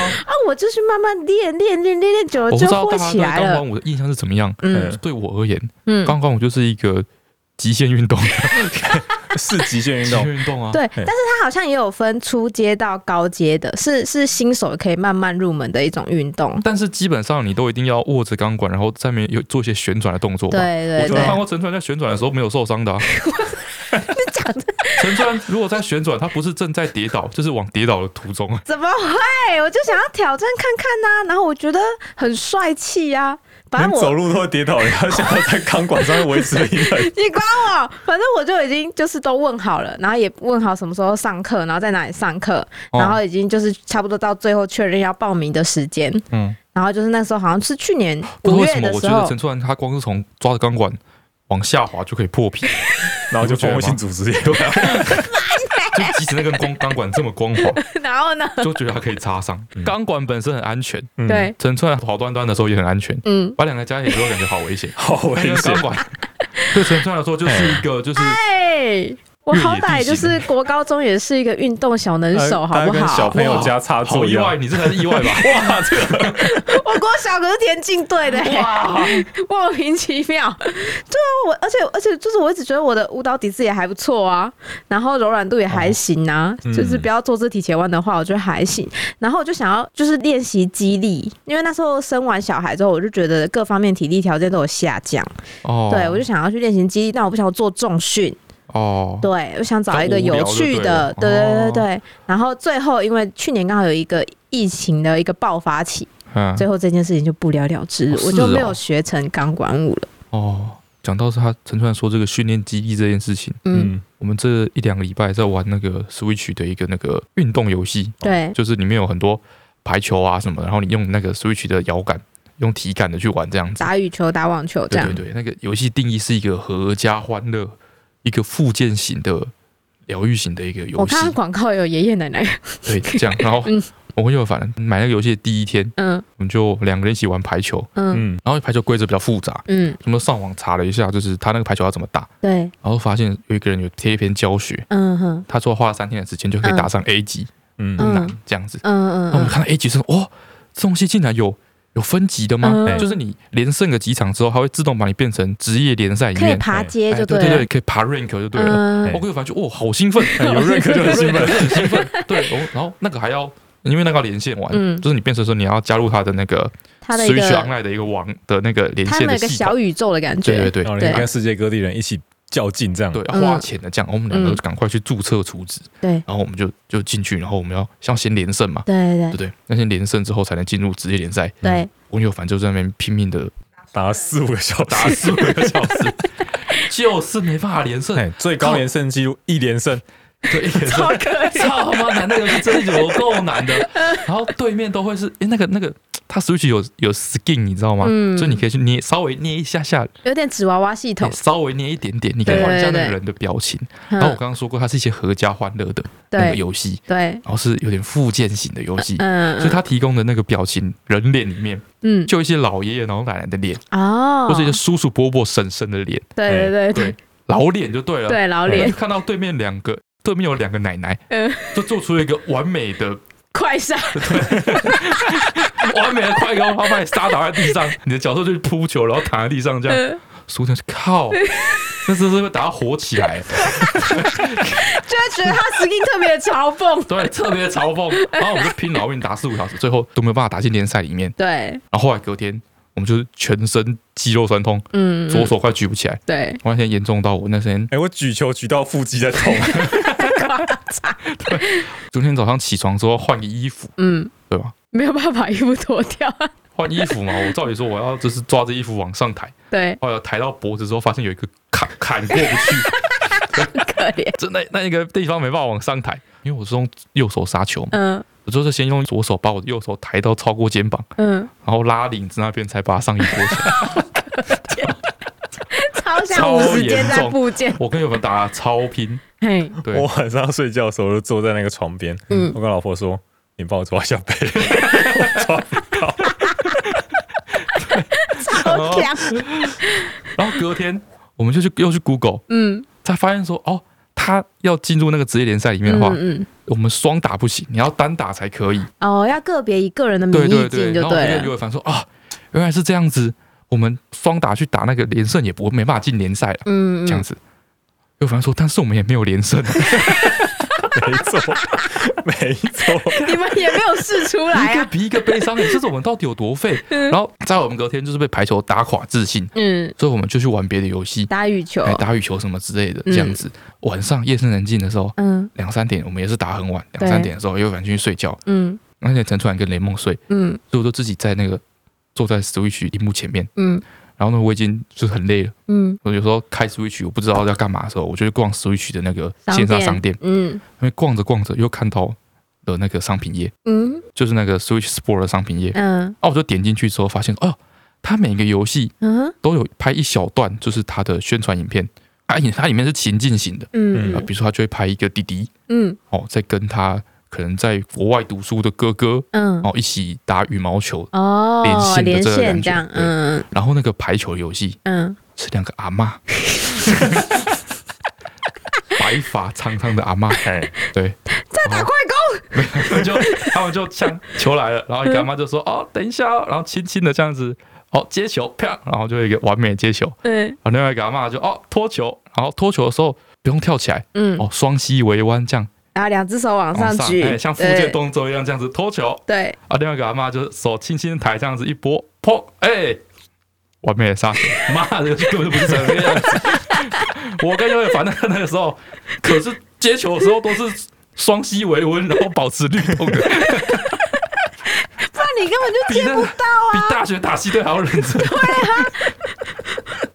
[SPEAKER 1] 我就是慢慢练练练练练久了
[SPEAKER 2] 我不
[SPEAKER 1] 就
[SPEAKER 2] 知道
[SPEAKER 1] 会
[SPEAKER 2] 大家
[SPEAKER 1] 起
[SPEAKER 2] 对
[SPEAKER 1] 来
[SPEAKER 2] 钢
[SPEAKER 1] 了。
[SPEAKER 2] 管舞的印象是怎么样。
[SPEAKER 1] 嗯
[SPEAKER 2] 对我而言，
[SPEAKER 1] 嗯，
[SPEAKER 2] 钢管舞就是一个极限运动，
[SPEAKER 3] 是极限运
[SPEAKER 2] 极
[SPEAKER 3] 动
[SPEAKER 2] 限。运动啊。
[SPEAKER 1] 对，但是它好像也有分初阶到高阶的，是是新手可以慢慢入门的一种运动。
[SPEAKER 2] 但是基本上你都一定要握着钢管，然后上面有做一些旋转的动作吧。
[SPEAKER 1] 对对对
[SPEAKER 2] 我就，看过陈川在旋转的时候没有受伤 的、啊。
[SPEAKER 1] 讲的
[SPEAKER 2] 陈川如果在旋转，他不是正在跌倒，就是往跌倒的途中。啊
[SPEAKER 1] 怎么会？我就想要挑战看看呐、然后我觉得很帅气呀。 反正
[SPEAKER 3] 连
[SPEAKER 1] 我
[SPEAKER 3] 走路都会跌倒，你还想要在钢管上面维持平衡？
[SPEAKER 1] 你管我，反正我就已经就是都问好了，然后也问好什么时候上课，然后在哪里上课，
[SPEAKER 2] 哦
[SPEAKER 1] 然后已经就是差不多到最后确认要报名的时间。
[SPEAKER 2] 嗯，
[SPEAKER 1] 然后就是那时候好像是去年
[SPEAKER 2] 不知道
[SPEAKER 1] 五
[SPEAKER 2] 为什
[SPEAKER 1] 月
[SPEAKER 2] 么
[SPEAKER 1] 的，
[SPEAKER 2] 我
[SPEAKER 1] 时
[SPEAKER 2] 觉得
[SPEAKER 1] 候
[SPEAKER 2] 陈，川他光是从抓着钢管往下滑就可以破 皮，
[SPEAKER 3] 然后就蜂窝性组织炎。
[SPEAKER 2] 对啊，就即使那根光钢管这么光滑，
[SPEAKER 1] 然后呢，
[SPEAKER 2] 就觉得它可以插 上。钢管本身很安全，
[SPEAKER 3] 嗯，。
[SPEAKER 1] 对，
[SPEAKER 2] 陈川跑端端的时候也很安全，
[SPEAKER 1] 嗯，
[SPEAKER 2] 把两个加起来之后感觉好危险
[SPEAKER 3] 好 危
[SPEAKER 2] 那个
[SPEAKER 3] 险
[SPEAKER 2] 钢。 管对陈川来说就是一个就是
[SPEAKER 1] 哎，我好歹就是国高中也是一个运动小能手，
[SPEAKER 3] 哎大
[SPEAKER 1] 好
[SPEAKER 3] 家
[SPEAKER 1] 不
[SPEAKER 3] 跟小
[SPEAKER 1] 好？
[SPEAKER 3] 朋友家插
[SPEAKER 2] 好
[SPEAKER 3] 座一
[SPEAKER 2] 意
[SPEAKER 3] 样
[SPEAKER 2] 外，。你这才是意 外吧？
[SPEAKER 1] 嗯
[SPEAKER 3] 哇，这个
[SPEAKER 1] 我国小可是田径队 的、欸， 莫名其妙。对啊，我而且而且就是我一直觉得我的舞蹈底子也还不错啊，然后柔软度也还行啊，
[SPEAKER 3] 哦嗯
[SPEAKER 1] 就是不要坐姿体前弯的话，我觉得还行。然后我就想要就是练习肌力，因为那时候生完小孩之后，我就觉得各方面体力条件都有下降，
[SPEAKER 2] 哦，
[SPEAKER 1] 对我就想要去练习肌力，但我不想要做重训。
[SPEAKER 2] 哦，
[SPEAKER 1] 对，我想找一个有趣的，
[SPEAKER 2] 找无
[SPEAKER 1] 对对
[SPEAKER 2] 聊就对了哦
[SPEAKER 1] 对对。然后最后，因为去年刚好有一个疫情的一个爆发期，
[SPEAKER 2] 嗯，
[SPEAKER 1] 最后这件事情就不了了之，
[SPEAKER 2] 哦
[SPEAKER 1] 我就是没
[SPEAKER 2] 哦
[SPEAKER 1] 有学成钢管舞了。
[SPEAKER 2] 哦，讲到是他陈川说这个训练记忆这件事情，
[SPEAKER 1] 嗯，
[SPEAKER 3] 嗯，
[SPEAKER 2] 我们这一两个礼拜在玩那个 Switch 的一个那个运动游戏，
[SPEAKER 1] 对
[SPEAKER 2] 就是里面有很多排球啊什么，然后你用那个 Switch 的摇杆，用体感的去玩这样子。
[SPEAKER 1] 打羽球、打网球这
[SPEAKER 2] 对
[SPEAKER 1] 样
[SPEAKER 2] 对。对，那个游戏定义是一个合家欢乐，一个附件型的疗愈型的一个
[SPEAKER 1] 我
[SPEAKER 2] 游戏
[SPEAKER 1] 看，到广告有爷爷奶奶，
[SPEAKER 2] 对，这样。然后
[SPEAKER 1] 嗯
[SPEAKER 2] 我跟又凡买那个游戏的第一天，
[SPEAKER 1] 嗯
[SPEAKER 2] 我们就两个人一起玩排球，
[SPEAKER 1] 嗯
[SPEAKER 3] 嗯，
[SPEAKER 2] 然后排球规则比较复杂，
[SPEAKER 1] 嗯，
[SPEAKER 2] 我们上网查了一下，就是他那个排球要怎么打，
[SPEAKER 1] 对，
[SPEAKER 2] 然后发现有一个人有贴一篇教学，
[SPEAKER 1] 嗯哼，
[SPEAKER 2] 他说花了三天的时间就可以打上 A 级，
[SPEAKER 3] 嗯
[SPEAKER 1] 嗯
[SPEAKER 2] 很难这样子。
[SPEAKER 1] 嗯
[SPEAKER 2] 那我们
[SPEAKER 1] 嗯
[SPEAKER 2] 看到哎 A 级是哇，哦这东西竟然有有分级的吗？
[SPEAKER 1] 嗯
[SPEAKER 2] 就是你连胜个几场之后，它会自动把你变成职业联赛
[SPEAKER 1] 嗯，
[SPEAKER 2] 里
[SPEAKER 1] 可以
[SPEAKER 2] 面，
[SPEAKER 1] 爬阶
[SPEAKER 2] 哎
[SPEAKER 1] 就
[SPEAKER 2] 对
[SPEAKER 1] 了。
[SPEAKER 2] 对，可以爬 rank 就对了。
[SPEAKER 1] 嗯
[SPEAKER 3] 哎
[SPEAKER 2] 我跟反正就哦，好 兴奋，
[SPEAKER 3] 哎有认可就很兴奋。
[SPEAKER 2] 很兴奋。 对，哦然后那个还要。因为那个要连线玩，
[SPEAKER 1] 嗯
[SPEAKER 2] 就是你变成说你要加入他的那个
[SPEAKER 1] 他的一
[SPEAKER 2] Switch
[SPEAKER 1] 个，
[SPEAKER 2] Online 的一个网的那啊个连
[SPEAKER 1] 他
[SPEAKER 2] 线
[SPEAKER 1] 们
[SPEAKER 2] 的
[SPEAKER 1] 有个
[SPEAKER 2] 系
[SPEAKER 1] 小
[SPEAKER 2] 统，
[SPEAKER 1] 宇宙的感
[SPEAKER 2] 对对
[SPEAKER 1] 觉。
[SPEAKER 2] 对
[SPEAKER 3] 然后你跟世界各地人一起较劲，这样
[SPEAKER 2] 对，要
[SPEAKER 1] 嗯
[SPEAKER 2] 花钱的这样，我们两个
[SPEAKER 1] 嗯
[SPEAKER 2] 就赶快去注册储值，
[SPEAKER 1] 对
[SPEAKER 2] 然后我们就就进去，然后我们要要先连胜嘛，
[SPEAKER 1] 对
[SPEAKER 2] 对不
[SPEAKER 1] 对
[SPEAKER 2] 对？那先连胜之后才能进入职业联赛。
[SPEAKER 1] 对，
[SPEAKER 2] 翁友凡就在那边拼命 的
[SPEAKER 3] 打四五个小
[SPEAKER 2] 打
[SPEAKER 3] 时，
[SPEAKER 2] 四五个小时， 就是没办法连胜，
[SPEAKER 3] 哎，最高连胜纪录一连胜，
[SPEAKER 2] 对，一连
[SPEAKER 1] 超
[SPEAKER 2] 胜，
[SPEAKER 1] 可以。
[SPEAKER 2] 操他妈难，那个是真的有够难 的。然后对面都会是，诶，那个那个，他 Switch 有有 skin，你知道吗？
[SPEAKER 1] 嗯
[SPEAKER 2] 所以你可以去捏，稍微捏一下下，
[SPEAKER 1] 有点纸娃娃系统
[SPEAKER 2] 哎。稍微捏一点点，你可以
[SPEAKER 1] 对
[SPEAKER 2] 玩一
[SPEAKER 1] 对
[SPEAKER 2] 下那个
[SPEAKER 1] 对
[SPEAKER 2] 人的表情。
[SPEAKER 1] 嗯
[SPEAKER 2] 然后我刚刚说过，它是一些合家欢乐的哦那个
[SPEAKER 1] 对
[SPEAKER 2] 游戏，
[SPEAKER 1] 对，
[SPEAKER 2] 然后是有点附件型的游戏。
[SPEAKER 1] 嗯，
[SPEAKER 2] 所以他提供的那个表情人脸里面，
[SPEAKER 1] 嗯
[SPEAKER 2] 就一些老爷爷老奶奶的脸，
[SPEAKER 1] 哦，
[SPEAKER 2] 或是一些叔叔伯伯婶婶的脸，
[SPEAKER 1] 对对对
[SPEAKER 2] 对，呃哎老脸就对了。
[SPEAKER 1] 对老
[SPEAKER 2] 我
[SPEAKER 1] 脸
[SPEAKER 2] 就看到对面两个，对面有两个奶奶，
[SPEAKER 1] 嗯
[SPEAKER 2] 就做出了一个完美的、
[SPEAKER 1] 快上，
[SPEAKER 2] 完美的快攻，他把你杀倒在地上，你的角色就是扑球，然后躺在地上这样。
[SPEAKER 1] 嗯
[SPEAKER 2] 苏强就 靠，那真是会打到火起来，
[SPEAKER 1] 就会觉得他 skin 特别嘲讽。
[SPEAKER 2] 对，特别 嘲讽。然后我们就拼老命打四五小时，最后都没有办法打进联赛里面。
[SPEAKER 1] 对，
[SPEAKER 2] 然后后来隔天，我们就是全身肌肉酸痛，
[SPEAKER 1] 嗯，
[SPEAKER 2] 左手快举不起来。
[SPEAKER 1] 对，
[SPEAKER 2] 我那天严重到我那天
[SPEAKER 3] 哎，我举球举到腹肌在痛，
[SPEAKER 2] 昨天早上起床之后换个衣服，
[SPEAKER 1] 嗯，
[SPEAKER 2] 对吧？
[SPEAKER 1] 没有办法把衣服脱掉。
[SPEAKER 2] 换衣服嘛，我照理说我要就是抓着衣服往上抬，
[SPEAKER 1] 对，
[SPEAKER 2] 后来抬到脖子之后，发现有一个坎坎过不去，
[SPEAKER 1] 可怜。
[SPEAKER 2] 真的那一个地方没办法往上抬，因为我是用右手杀球嘛，
[SPEAKER 1] 嗯
[SPEAKER 2] 我就是先用左手把我的右手抬到超过肩膀，
[SPEAKER 1] 嗯，
[SPEAKER 2] 然后拉领子那边才把上衣脱下来。
[SPEAKER 1] 超像五十肩在部件。
[SPEAKER 2] 我跟友们打超拼，
[SPEAKER 1] 嘿，
[SPEAKER 2] 对
[SPEAKER 3] 我晚上睡觉的时候就坐在那个床边，
[SPEAKER 1] 嗯
[SPEAKER 3] 我跟老婆说：“你帮我抓一下背。”
[SPEAKER 1] 超强，
[SPEAKER 2] 然后隔天我们就去又去 Google，
[SPEAKER 1] 嗯，
[SPEAKER 2] 才发现说哦，他要进入那个职业联赛里面的话，
[SPEAKER 1] 嗯嗯，
[SPEAKER 2] 我们双打不行，你要单打才可以。
[SPEAKER 1] 哦，要个别以个人的名
[SPEAKER 2] 对
[SPEAKER 1] 义进
[SPEAKER 2] 对对，然
[SPEAKER 1] 就
[SPEAKER 2] 后我
[SPEAKER 1] 对
[SPEAKER 2] 们就
[SPEAKER 1] 了，
[SPEAKER 2] 有反说啊，原来是这样子，我们双打去打那个连胜也不没办法进联赛了，
[SPEAKER 1] 嗯，
[SPEAKER 2] 这样
[SPEAKER 1] 嗯，
[SPEAKER 2] 子。有反说，但是我们也没有连胜，
[SPEAKER 3] 没 错，没 错，
[SPEAKER 1] 你们也没有试出来
[SPEAKER 2] 一个
[SPEAKER 1] 啊，
[SPEAKER 2] 比一个 悲伤，这是我们到底有多废。然后在我们隔天就是被排球打垮自信，
[SPEAKER 1] 嗯，
[SPEAKER 2] 所以我们就去玩别的游戏，
[SPEAKER 1] 打羽球
[SPEAKER 2] 哎，，打羽球什么之类的，这样子。晚上夜深人静的时候，
[SPEAKER 1] 嗯
[SPEAKER 2] 两三点我们也是打很晚，
[SPEAKER 1] 对
[SPEAKER 2] 两三点的时候又赶紧去睡觉，
[SPEAKER 1] 嗯
[SPEAKER 2] 而且陈川跟雷梦睡，
[SPEAKER 1] 嗯
[SPEAKER 2] 所以我就自己在那个坐在 Switch 荧幕前面，
[SPEAKER 1] 嗯
[SPEAKER 2] 然后呢我已经就是很累了，
[SPEAKER 1] 嗯，
[SPEAKER 2] 我有时候开 Switch 我不知道要干嘛的时候，我就去逛 Switch 的那个线上商店，
[SPEAKER 1] 嗯
[SPEAKER 2] 因为逛着逛着又看到了那个商品页，
[SPEAKER 1] 嗯
[SPEAKER 2] 就是那个 Switch Sport 的商品页，
[SPEAKER 1] 嗯
[SPEAKER 2] 哦、我就点进去之后发现，哦，它每个游戏
[SPEAKER 1] 嗯
[SPEAKER 2] 都有拍一小段，就是它的宣传影片，它里它里面是情境型的，啊，
[SPEAKER 1] 嗯
[SPEAKER 2] 比如说它就会拍一个弟弟
[SPEAKER 1] 嗯
[SPEAKER 2] 哦，在跟他可能在国外读书的哥哥
[SPEAKER 1] 嗯，
[SPEAKER 2] 哦一起打羽毛球，
[SPEAKER 1] 哦，
[SPEAKER 2] 连线的
[SPEAKER 1] 连
[SPEAKER 2] 这个
[SPEAKER 1] 线
[SPEAKER 2] 感觉
[SPEAKER 1] 这样，
[SPEAKER 2] 对
[SPEAKER 1] 嗯
[SPEAKER 2] 然后那个排球游戏
[SPEAKER 1] 嗯，
[SPEAKER 2] 是两个阿嬷， 白发苍苍的阿嬷，
[SPEAKER 3] 哎，
[SPEAKER 2] 对，
[SPEAKER 1] 在打快攻，
[SPEAKER 2] 他就他们就像球来了，然后一个阿妈 就说：“哦，等一下、哦。”然后轻轻的这样子，哦，接球，啪，然后就有一个完美的接球。
[SPEAKER 1] 对，
[SPEAKER 2] 然后另外一个阿妈就哦拖球，然后拖球的时候不用跳起来，
[SPEAKER 1] 嗯，
[SPEAKER 2] 哦，双膝围弯这样
[SPEAKER 1] 然后两只手往
[SPEAKER 2] 往
[SPEAKER 1] 上
[SPEAKER 2] 上，
[SPEAKER 1] 举，
[SPEAKER 2] 哎，像复健动作一样这样子拖球。
[SPEAKER 1] 对，
[SPEAKER 2] 啊，另外一个阿妈就是手轻轻地抬这样子一拨，砰，哎、完美的杀手， 妈的，这根本就不是这个样子。 我跟尤伟凡那个那个时候，可是接球的时候都是双膝维温，然后保持律动的，
[SPEAKER 1] 不然啊你根本 就
[SPEAKER 2] 比那个比大学打系队还要认 真。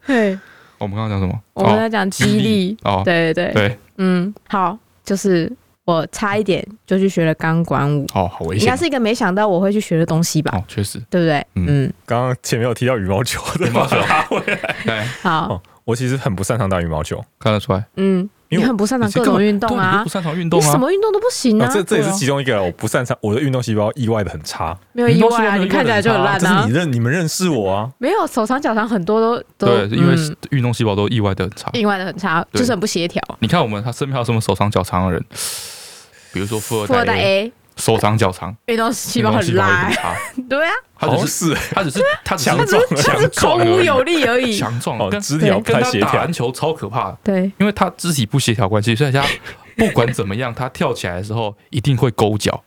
[SPEAKER 1] 对，
[SPEAKER 2] 哦我们刚刚讲什么？
[SPEAKER 1] 我们在讲激励，
[SPEAKER 2] 哦，
[SPEAKER 1] 对对
[SPEAKER 2] 对
[SPEAKER 1] 对，
[SPEAKER 2] 对，
[SPEAKER 1] 嗯，好，就是我差一点就去学了钢管舞，
[SPEAKER 2] 哦，好危
[SPEAKER 1] 应
[SPEAKER 2] 险
[SPEAKER 1] 该。是一个没想到我会去学的东西吧，
[SPEAKER 2] 哦，确实，
[SPEAKER 1] 对不对？
[SPEAKER 2] 嗯
[SPEAKER 1] 嗯，
[SPEAKER 3] 刚刚前面有提到羽毛球，羽
[SPEAKER 2] 毛球
[SPEAKER 3] 拉回来。
[SPEAKER 2] 对，
[SPEAKER 1] 好，
[SPEAKER 3] 哦，我其实很不擅长打羽毛球，
[SPEAKER 2] 哎看得出来。
[SPEAKER 1] 嗯，
[SPEAKER 3] 因
[SPEAKER 1] 你
[SPEAKER 3] 为我
[SPEAKER 1] 很不擅长
[SPEAKER 2] 你
[SPEAKER 1] 各
[SPEAKER 2] 根本
[SPEAKER 1] 种运动
[SPEAKER 2] 对你就
[SPEAKER 1] 啊
[SPEAKER 2] 不，擅长运动
[SPEAKER 1] 你
[SPEAKER 2] 啊，
[SPEAKER 1] 什么运动都不行
[SPEAKER 3] 哦
[SPEAKER 1] 啊，
[SPEAKER 3] 这这也
[SPEAKER 2] 对
[SPEAKER 3] 是
[SPEAKER 2] 啊
[SPEAKER 3] 其中一个我不擅长，我的运动细胞意外的很差。
[SPEAKER 1] 没有意
[SPEAKER 2] 运动
[SPEAKER 1] 外
[SPEAKER 2] 是
[SPEAKER 1] 啊，
[SPEAKER 2] 没有
[SPEAKER 1] 你看起来就很烂
[SPEAKER 3] 这是
[SPEAKER 1] 啊
[SPEAKER 3] 你，认你们认识我啊？
[SPEAKER 1] 没有手长脚长很多都都
[SPEAKER 2] 对，因为
[SPEAKER 1] 嗯
[SPEAKER 2] 运动细胞都意外的很差。
[SPEAKER 1] 意外的很差，
[SPEAKER 2] 对
[SPEAKER 1] 就是很不协调。
[SPEAKER 2] 你看我们他身边还有什么手长脚长的人？比如说富
[SPEAKER 1] 富
[SPEAKER 2] 二
[SPEAKER 1] 二
[SPEAKER 2] 代
[SPEAKER 1] 代
[SPEAKER 2] A，
[SPEAKER 1] A
[SPEAKER 2] 手长脚 长，
[SPEAKER 1] 运动细胞很
[SPEAKER 2] 拉
[SPEAKER 1] 拉，， 对啊，
[SPEAKER 2] 他只 是
[SPEAKER 3] 是
[SPEAKER 2] 他只是他只是
[SPEAKER 1] 他
[SPEAKER 3] 强
[SPEAKER 1] 只是他只是
[SPEAKER 2] 强
[SPEAKER 1] 口
[SPEAKER 2] 壮而已
[SPEAKER 1] 无有力而已。
[SPEAKER 2] 强壮，
[SPEAKER 3] 哦
[SPEAKER 2] 跟，
[SPEAKER 3] 肢条不
[SPEAKER 2] 跟
[SPEAKER 3] 太
[SPEAKER 2] 他
[SPEAKER 3] 协
[SPEAKER 2] 打
[SPEAKER 3] 调
[SPEAKER 2] 篮。球超可怕的，
[SPEAKER 1] 对，
[SPEAKER 2] 因为他肢体不协调关系，所以他不管怎么样，他跳起来的时候一定会勾脚，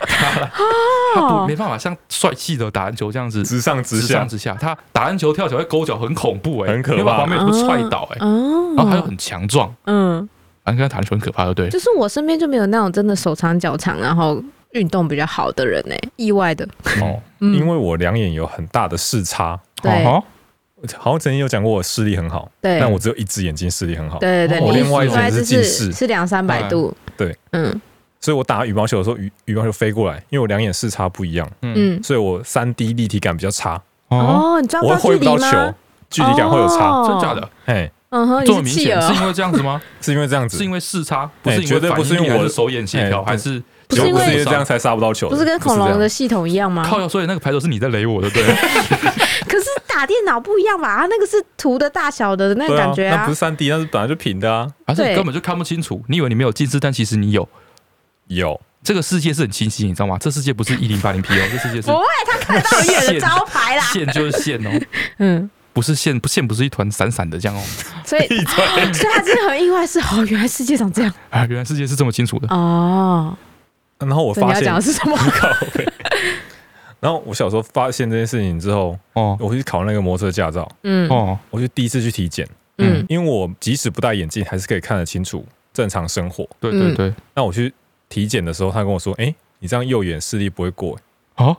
[SPEAKER 2] 他不
[SPEAKER 1] 哦
[SPEAKER 2] 没，办法像帅气的打篮球这样子。
[SPEAKER 3] 直上直
[SPEAKER 2] 直上
[SPEAKER 3] 下，
[SPEAKER 2] 直下，他打篮球跳起来会勾脚，很恐怖哎、
[SPEAKER 3] 很可怕
[SPEAKER 2] 因为把旁边人都踹倒哎、
[SPEAKER 1] 哦，
[SPEAKER 2] 然后他又很强壮，
[SPEAKER 1] 嗯，
[SPEAKER 2] 反正跟他打篮球很可怕，对不对？
[SPEAKER 1] 就是我身边就没有那种真的手长脚长，然后运动比较好的人呢、欸意外的。
[SPEAKER 3] 哦，
[SPEAKER 1] 嗯
[SPEAKER 3] 因为我两眼有很大的视差，
[SPEAKER 1] 对
[SPEAKER 2] 哦吼
[SPEAKER 3] 好像曾经有讲过我视力很好，
[SPEAKER 1] 对，
[SPEAKER 3] 但我只有一只眼睛视力很好，
[SPEAKER 1] 对对对，
[SPEAKER 2] 哦
[SPEAKER 1] 你
[SPEAKER 2] 另外一
[SPEAKER 1] 意外
[SPEAKER 3] 种
[SPEAKER 1] 就是
[SPEAKER 3] 是近视
[SPEAKER 1] 是两三百度。
[SPEAKER 3] 对，
[SPEAKER 1] 嗯
[SPEAKER 3] 所以我打羽毛球的时候，羽羽毛球飞过来，因为我两眼视差不一样，
[SPEAKER 1] 嗯，
[SPEAKER 3] 所以我三 D 立体感比较差，
[SPEAKER 2] 哦，
[SPEAKER 1] 哦，你抓不
[SPEAKER 3] 我
[SPEAKER 1] 到距
[SPEAKER 3] 挥不
[SPEAKER 1] 离
[SPEAKER 3] 到
[SPEAKER 1] 吗
[SPEAKER 3] 球？，距离感会有差。
[SPEAKER 1] 哦
[SPEAKER 2] 真假的？
[SPEAKER 3] 哎，
[SPEAKER 1] 嗯哼，
[SPEAKER 2] 这么
[SPEAKER 1] 你
[SPEAKER 2] 明
[SPEAKER 1] 是企
[SPEAKER 2] 显是
[SPEAKER 1] 鹅，
[SPEAKER 2] 因为这样子 吗？
[SPEAKER 3] 是因为这样
[SPEAKER 2] 是
[SPEAKER 3] 子
[SPEAKER 2] 因，为视差，不
[SPEAKER 3] 哎
[SPEAKER 2] 是因
[SPEAKER 3] 绝
[SPEAKER 2] 为
[SPEAKER 3] 对
[SPEAKER 2] 反
[SPEAKER 3] 不是
[SPEAKER 2] 应力
[SPEAKER 3] 因为
[SPEAKER 2] 还
[SPEAKER 3] 我
[SPEAKER 2] 是手眼协调，
[SPEAKER 3] 哎
[SPEAKER 2] 还是
[SPEAKER 1] 不是
[SPEAKER 3] 有
[SPEAKER 1] 因为
[SPEAKER 3] 是因为这样才杀不到球的，
[SPEAKER 1] 不是跟恐龙
[SPEAKER 3] 这
[SPEAKER 1] 的
[SPEAKER 3] 样
[SPEAKER 1] 系统一样吗？
[SPEAKER 2] 靠腰，所以那个排球是你在雷我的，对不 对？
[SPEAKER 1] 可是打电脑不一样吧？它那个是图的大小的那个
[SPEAKER 3] 对
[SPEAKER 1] 感觉
[SPEAKER 3] 啊，那不是三 D，那是本来就平的啊，
[SPEAKER 2] 还是你
[SPEAKER 1] 对
[SPEAKER 2] 根本就看不清楚？你以为你没有近视，但其实你有。
[SPEAKER 3] 有
[SPEAKER 2] 这个世界是很清晰，你知道吗？这世界不是一零八零 P 哦，这世界是
[SPEAKER 1] 不会，他看到远的啊招牌 啦。
[SPEAKER 2] 线就是线哦，
[SPEAKER 1] 嗯，
[SPEAKER 2] 不是线，不线不是一团闪闪的这样哦。
[SPEAKER 1] 所 以所以他真的很意外是，哦，原来世界长这样
[SPEAKER 2] 啊，原来世界是这么清楚的。
[SPEAKER 1] 哦。
[SPEAKER 3] 然后我
[SPEAKER 1] 所以你
[SPEAKER 3] 发
[SPEAKER 1] 要
[SPEAKER 3] 现
[SPEAKER 1] 讲的是 什么？
[SPEAKER 3] 靠背。然后我小时候发现这件事情之后，
[SPEAKER 2] 哦
[SPEAKER 3] 我去考那个摩托车驾照，
[SPEAKER 1] 嗯
[SPEAKER 2] 哦，
[SPEAKER 3] 我就第一次去体检，
[SPEAKER 1] 嗯
[SPEAKER 3] 因为我即使不戴眼镜，还是可以看得清楚正常生活。
[SPEAKER 2] 对对对，
[SPEAKER 3] 那我去体检的时候，他跟我说：“哎、你这样右眼视力不会过。
[SPEAKER 1] 嗯
[SPEAKER 2] 哦，”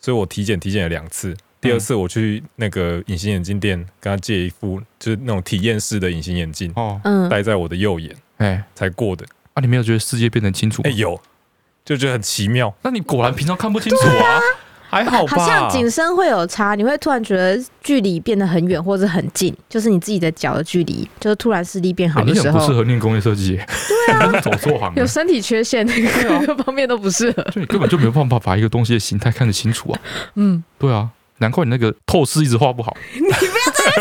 [SPEAKER 3] 所以我体检体检了两次。第二次我去那个隐形眼镜店跟他借一副，就是那种体验式的隐形眼镜，
[SPEAKER 2] 哦，
[SPEAKER 1] 嗯，
[SPEAKER 3] 戴在我的右眼
[SPEAKER 2] 哎，
[SPEAKER 3] 才过的。哎
[SPEAKER 2] 啊，你没有觉得世界变得清楚吗
[SPEAKER 3] 哎、？有，就觉得很奇妙。
[SPEAKER 2] 那你果然平常看不清楚啊。
[SPEAKER 3] 还好吧？
[SPEAKER 1] 好像景深会有差，你会突然觉得距离变得很远或者很近，就是你自己的脚的距离，就是突然视力变好
[SPEAKER 2] 欸你
[SPEAKER 1] 的时
[SPEAKER 2] 很不适
[SPEAKER 1] 候，
[SPEAKER 2] 合念工业设计耶，对啊， 走错行
[SPEAKER 1] 有
[SPEAKER 2] 了，
[SPEAKER 1] 身体缺陷，各
[SPEAKER 3] 啊
[SPEAKER 1] 个方面都不适合。
[SPEAKER 2] 就你根本就没有办法把一个东西的形态看得清楚啊。
[SPEAKER 1] 嗯，
[SPEAKER 2] 对啊，难怪你那个透视一直画不好。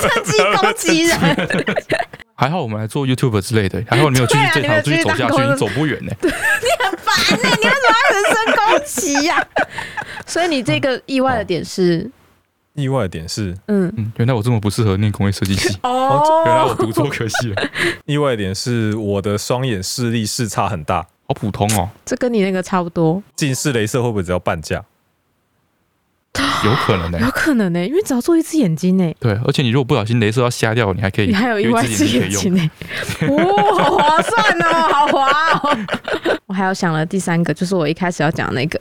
[SPEAKER 1] 趁机攻击人，
[SPEAKER 2] 还好我们来做 YouTube 之类的，还好你没有继续这条继续走下去，你走不远呢、
[SPEAKER 1] 烦呢、你为什么要人身攻击呀、 所以你这个意外的点是，
[SPEAKER 3] 意外的点是，
[SPEAKER 1] 嗯，
[SPEAKER 2] 嗯，原来我这么不适合念工业设计系，
[SPEAKER 1] 哦
[SPEAKER 2] 原来我读错科系了，
[SPEAKER 3] 意外的点是我的双眼视力视差很大，
[SPEAKER 2] 好普通哦，
[SPEAKER 1] 这跟你那个差不多，
[SPEAKER 3] 近视雷射会不会只要半价？
[SPEAKER 2] 有可能呢、欸
[SPEAKER 1] 有可能欸呢、因为只要做一只眼睛呢、
[SPEAKER 2] 对，而且你如果不小心镭射要瞎掉，你还可以，
[SPEAKER 1] 你还有意
[SPEAKER 2] 因为
[SPEAKER 1] 外
[SPEAKER 2] 自己
[SPEAKER 1] 之
[SPEAKER 2] 也可
[SPEAKER 1] 眼
[SPEAKER 2] 以
[SPEAKER 1] 睛欸
[SPEAKER 2] 用。
[SPEAKER 1] 呢、 哦，好划算哦，好划哦！ 我还有想了第三个，就是我一开始要讲那个，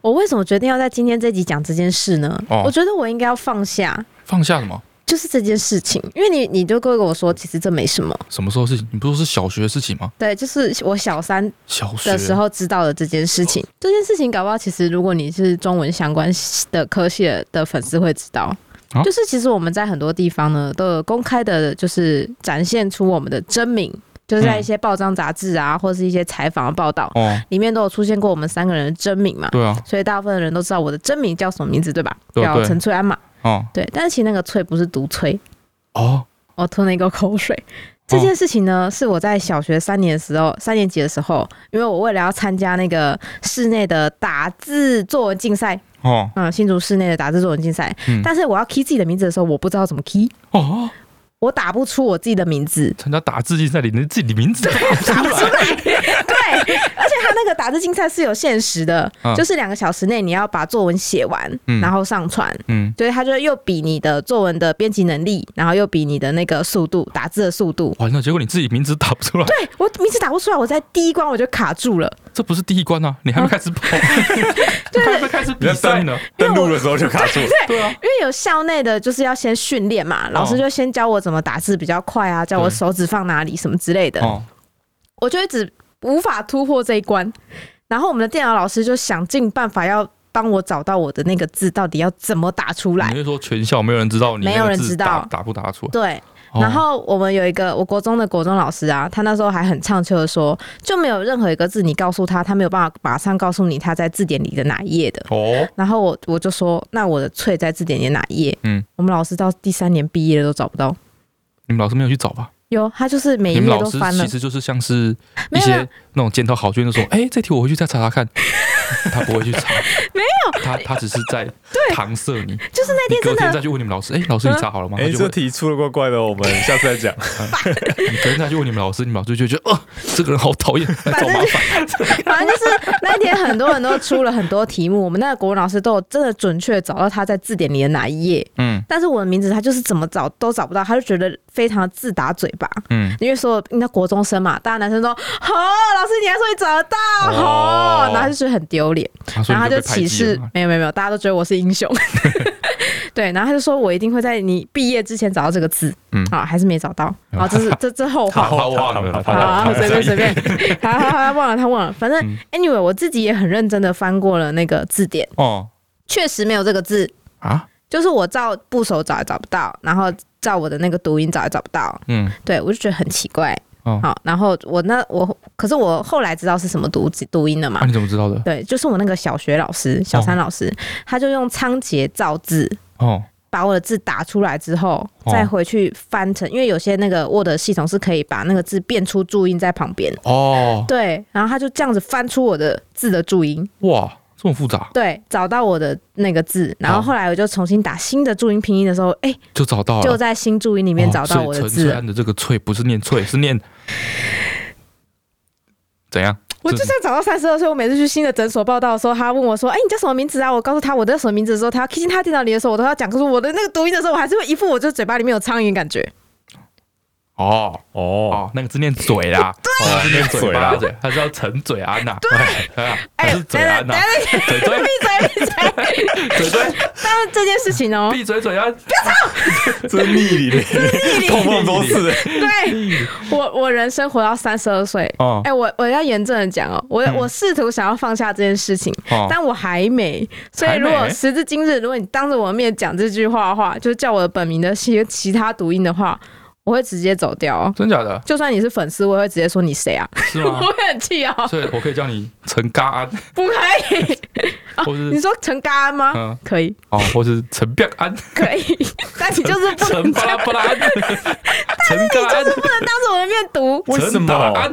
[SPEAKER 1] 我为什么决定要在今天这集讲这件事呢？
[SPEAKER 2] 哦
[SPEAKER 1] 我觉得我应该要放下，
[SPEAKER 2] 放下什么？
[SPEAKER 1] 就是这件事情，因为你你都跟我说，其实这没什么，
[SPEAKER 2] 什么时候事情？你不是说是小学的事情吗？
[SPEAKER 1] 对，就是我小三
[SPEAKER 2] 小学
[SPEAKER 1] 的时，候知道的这件事情。这件事情搞不好，其实如果你是中文相关的科系的的粉丝会知道。
[SPEAKER 2] 啊
[SPEAKER 1] 就是其实我们在很多地方呢，都有公开的，就是展现出我们的真名，就是在一些报章杂志
[SPEAKER 2] 嗯
[SPEAKER 1] 啊，或是一些采访的报道
[SPEAKER 2] 哦，
[SPEAKER 1] 里面都有出现过我们三个人的真名嘛。
[SPEAKER 2] 对啊，
[SPEAKER 1] 所以大部分的人都知道我的真名叫什么名字，对吧？
[SPEAKER 2] 对
[SPEAKER 1] 叫
[SPEAKER 2] 对
[SPEAKER 1] 陈翠安嘛。
[SPEAKER 2] 哦
[SPEAKER 1] 对，但是其实那个翠不是读翠，
[SPEAKER 2] 哦，
[SPEAKER 1] 我吞了一口口水。这件事情呢，是我在小学三年的时候，三年级的时候，因为我为了要参加那个室内的打字作文竞赛，
[SPEAKER 2] 哦
[SPEAKER 1] 嗯，新竹室内的打字作文竞赛，
[SPEAKER 2] 嗯
[SPEAKER 1] 但是我要 key 自己的名字的时候，我不知道怎么 key，
[SPEAKER 2] 哦，，
[SPEAKER 1] 我打不出我自己的名字
[SPEAKER 2] 参加打字竞赛，你连自己的名字都打不出
[SPEAKER 1] 打不出
[SPEAKER 2] 来，
[SPEAKER 1] 来。 对，而且他那个打字竞赛是有限时的，
[SPEAKER 2] 嗯
[SPEAKER 1] 就是两个小时内你要把作文写完，
[SPEAKER 2] 嗯
[SPEAKER 1] 然后上传。
[SPEAKER 2] 嗯，
[SPEAKER 1] 所以他就又比你的作文的编辑能力，然后又比你的那个速度打字的速度，
[SPEAKER 2] 完了，结果你自己名字打不出来，
[SPEAKER 1] 对我名字打不出来，我在第一关我就卡住了，
[SPEAKER 2] 这不是第一关啊，你还没开始跑，你还没开始比赛呢，
[SPEAKER 3] 登录的时候就卡住了，
[SPEAKER 2] 对啊，
[SPEAKER 1] 因为有校内的就是要先训练嘛，
[SPEAKER 2] 哦
[SPEAKER 1] 老师就先教我怎么打字比较快啊，教我手指放哪里什么之类的，
[SPEAKER 2] 哦，
[SPEAKER 1] 我就一直无法突破这一关。然后我们的电脑老师就想尽办法要帮我找到我的那个字到底要怎么打出来
[SPEAKER 2] 你，会说全校没有人知道你那个
[SPEAKER 1] 没有人
[SPEAKER 2] 字
[SPEAKER 1] 知道
[SPEAKER 2] 打打不打得出来，
[SPEAKER 1] 对，
[SPEAKER 2] 哦
[SPEAKER 1] 然后我们有一个我国中的国中老师啊，他那时候还很畅秋的说，就没有任何一个字你告诉他，他没有办法马上告诉你他在字典里的哪一页的。
[SPEAKER 2] 哦，
[SPEAKER 1] 然后我我就说，那我的翠在字典里哪一页？
[SPEAKER 2] 嗯，
[SPEAKER 1] 我们老师到第三年毕业了都找不到。
[SPEAKER 2] 你们老师没有去找吧？
[SPEAKER 1] 有，他就是每一
[SPEAKER 2] 你们
[SPEAKER 1] 页
[SPEAKER 2] 老
[SPEAKER 1] 都
[SPEAKER 2] 师
[SPEAKER 1] 翻了
[SPEAKER 2] 其，实就是像是
[SPEAKER 1] 没
[SPEAKER 2] 一
[SPEAKER 1] 有
[SPEAKER 2] 些
[SPEAKER 1] 没有
[SPEAKER 2] 那种检讨好卷的说，哎，这题我回去再查查看，他不会去查，没有，他他只是在搪塞你，
[SPEAKER 1] 就是那
[SPEAKER 2] 你
[SPEAKER 1] 天
[SPEAKER 2] 隔
[SPEAKER 1] 真
[SPEAKER 2] 天
[SPEAKER 1] 的
[SPEAKER 2] 再去问你们老师，哎，老师你查好了吗？
[SPEAKER 3] 哎、
[SPEAKER 2] 他就
[SPEAKER 3] 这
[SPEAKER 2] 会
[SPEAKER 3] 题出了怪怪的，我 们下次再讲。
[SPEAKER 2] 你隔天再去问你们老师，你们老师就觉得，哦，这个人好讨厌，来找麻烦。
[SPEAKER 1] 反正就是那天很多人都出了很多题目，我们那个国文老师都有真的准确找到他在字典里的哪一页，
[SPEAKER 2] 嗯
[SPEAKER 1] 但是我的名字他就是怎么找都找不到，他就觉得非常的自打嘴巴。
[SPEAKER 2] 嗯，
[SPEAKER 1] 因为所有那国中生嘛，大家男生都好、老师你还说你找得到好、
[SPEAKER 2] 哦
[SPEAKER 1] 然后他就觉得很丢脸，
[SPEAKER 2] 然
[SPEAKER 1] 然后他就
[SPEAKER 2] 就被排
[SPEAKER 1] 歧
[SPEAKER 2] 挤了
[SPEAKER 1] 视
[SPEAKER 2] 嘛，
[SPEAKER 1] 没有没有没有，大家都觉得我是 英雄。对，然后他就说我一定会在你毕业之前找到这个字，
[SPEAKER 2] 嗯
[SPEAKER 1] 好、还是没找到，好、这是这这后话
[SPEAKER 2] 他。他忘了，
[SPEAKER 1] 好、
[SPEAKER 2] 他忘了
[SPEAKER 1] 随便随便， 好好好，他忘了他忘了，反正、
[SPEAKER 2] 嗯
[SPEAKER 1] anyway，我自己也很认真的翻过了那个字典，
[SPEAKER 2] 哦
[SPEAKER 1] 确实没有这个字，
[SPEAKER 2] 啊，
[SPEAKER 1] 就是我照部首找也找不到，然后照我的那个读音找也找不到，
[SPEAKER 2] 嗯
[SPEAKER 1] 对我就觉得很奇怪。
[SPEAKER 2] 哦
[SPEAKER 1] 好，然后我那我可是我后来知道是什么读读音了嘛
[SPEAKER 2] 啊，？你怎么知道的？
[SPEAKER 1] 对，就是我那个小学老师小三老师，他就用仓颉造字。
[SPEAKER 2] 哦
[SPEAKER 1] 把我的字打出来之后，
[SPEAKER 2] 哦
[SPEAKER 1] 再回去翻成，因为有些那个 Word 系统是可以把那个字变出注音在旁边，
[SPEAKER 2] 哦，
[SPEAKER 1] 对，然后他就这样子翻出我的字的注音，
[SPEAKER 2] 哇，这么复杂，
[SPEAKER 1] 对，找到我的那个字，然后
[SPEAKER 2] 哦
[SPEAKER 1] 后来我就重新打新的注音拼音的时候，哎、
[SPEAKER 2] 就找到了，
[SPEAKER 1] 就在新注音里面
[SPEAKER 2] 哦
[SPEAKER 1] 找到我的
[SPEAKER 2] 所以陈
[SPEAKER 1] 字
[SPEAKER 2] 翠
[SPEAKER 1] 了，
[SPEAKER 2] 安的这个“翠”不是念“翠”，是念 怎样？
[SPEAKER 1] 我就算找到三十二岁，我每次去新的诊所报道的时候，他问我说：“哎、你叫什么名字啊？”我告诉他我叫什么名字的时候，他要 kiss 他电脑里的时候，我都要讲，可是我的那个读音的时候，我还是会一副我这嘴巴里面有苍蝇的感觉。
[SPEAKER 2] 哦
[SPEAKER 3] 哦，
[SPEAKER 2] 哦，那个字念嘴啦，
[SPEAKER 3] 哦
[SPEAKER 2] 是念嘴巴
[SPEAKER 3] 啦
[SPEAKER 2] 的嘴，他叫陈嘴安呐，对啊，他
[SPEAKER 1] 哎
[SPEAKER 2] 是
[SPEAKER 1] 呦，
[SPEAKER 2] 嘴
[SPEAKER 1] 等等
[SPEAKER 2] 安
[SPEAKER 1] 等
[SPEAKER 2] 呐，
[SPEAKER 1] 等，
[SPEAKER 2] 嘴 嘴
[SPEAKER 1] 闭嘴闭嘴！
[SPEAKER 2] 嘴嘴，
[SPEAKER 1] 但 是这件事情 哦，
[SPEAKER 2] 闭嘴嘴安，
[SPEAKER 3] 这是逆鳞，碰碰都是。
[SPEAKER 1] 对我我人生活到三十二岁，
[SPEAKER 2] 哦嗯
[SPEAKER 1] 哎，我我要严正的讲哦，我我试图想要放下这件事情，
[SPEAKER 2] 哦
[SPEAKER 1] 但我还没。所以
[SPEAKER 2] 还没
[SPEAKER 1] 如果时至今日，如果你当着我的面讲这句话的话，就是叫我的本名的些其他读音的话，我会直接走掉哦。
[SPEAKER 2] 真假的？
[SPEAKER 1] 就算你是粉丝，我也会直接说你谁啊，
[SPEAKER 2] 是
[SPEAKER 1] 我
[SPEAKER 2] 吗？
[SPEAKER 1] 会很气哦，
[SPEAKER 2] 所以我可以叫你陈嘎安，
[SPEAKER 1] 不可以。
[SPEAKER 2] 或是
[SPEAKER 1] 你说陈嘎安吗？
[SPEAKER 2] 嗯
[SPEAKER 1] 可以，
[SPEAKER 2] 哦，或是陈彪安、
[SPEAKER 1] 可 以，但你就是不
[SPEAKER 2] 陈
[SPEAKER 1] 能
[SPEAKER 2] 巴
[SPEAKER 1] 这
[SPEAKER 2] 拉
[SPEAKER 1] 样，
[SPEAKER 2] 巴拉安、陈嘎安、
[SPEAKER 1] 不能当着我的面读，
[SPEAKER 3] 为什
[SPEAKER 2] 陈
[SPEAKER 3] 么
[SPEAKER 2] 达安？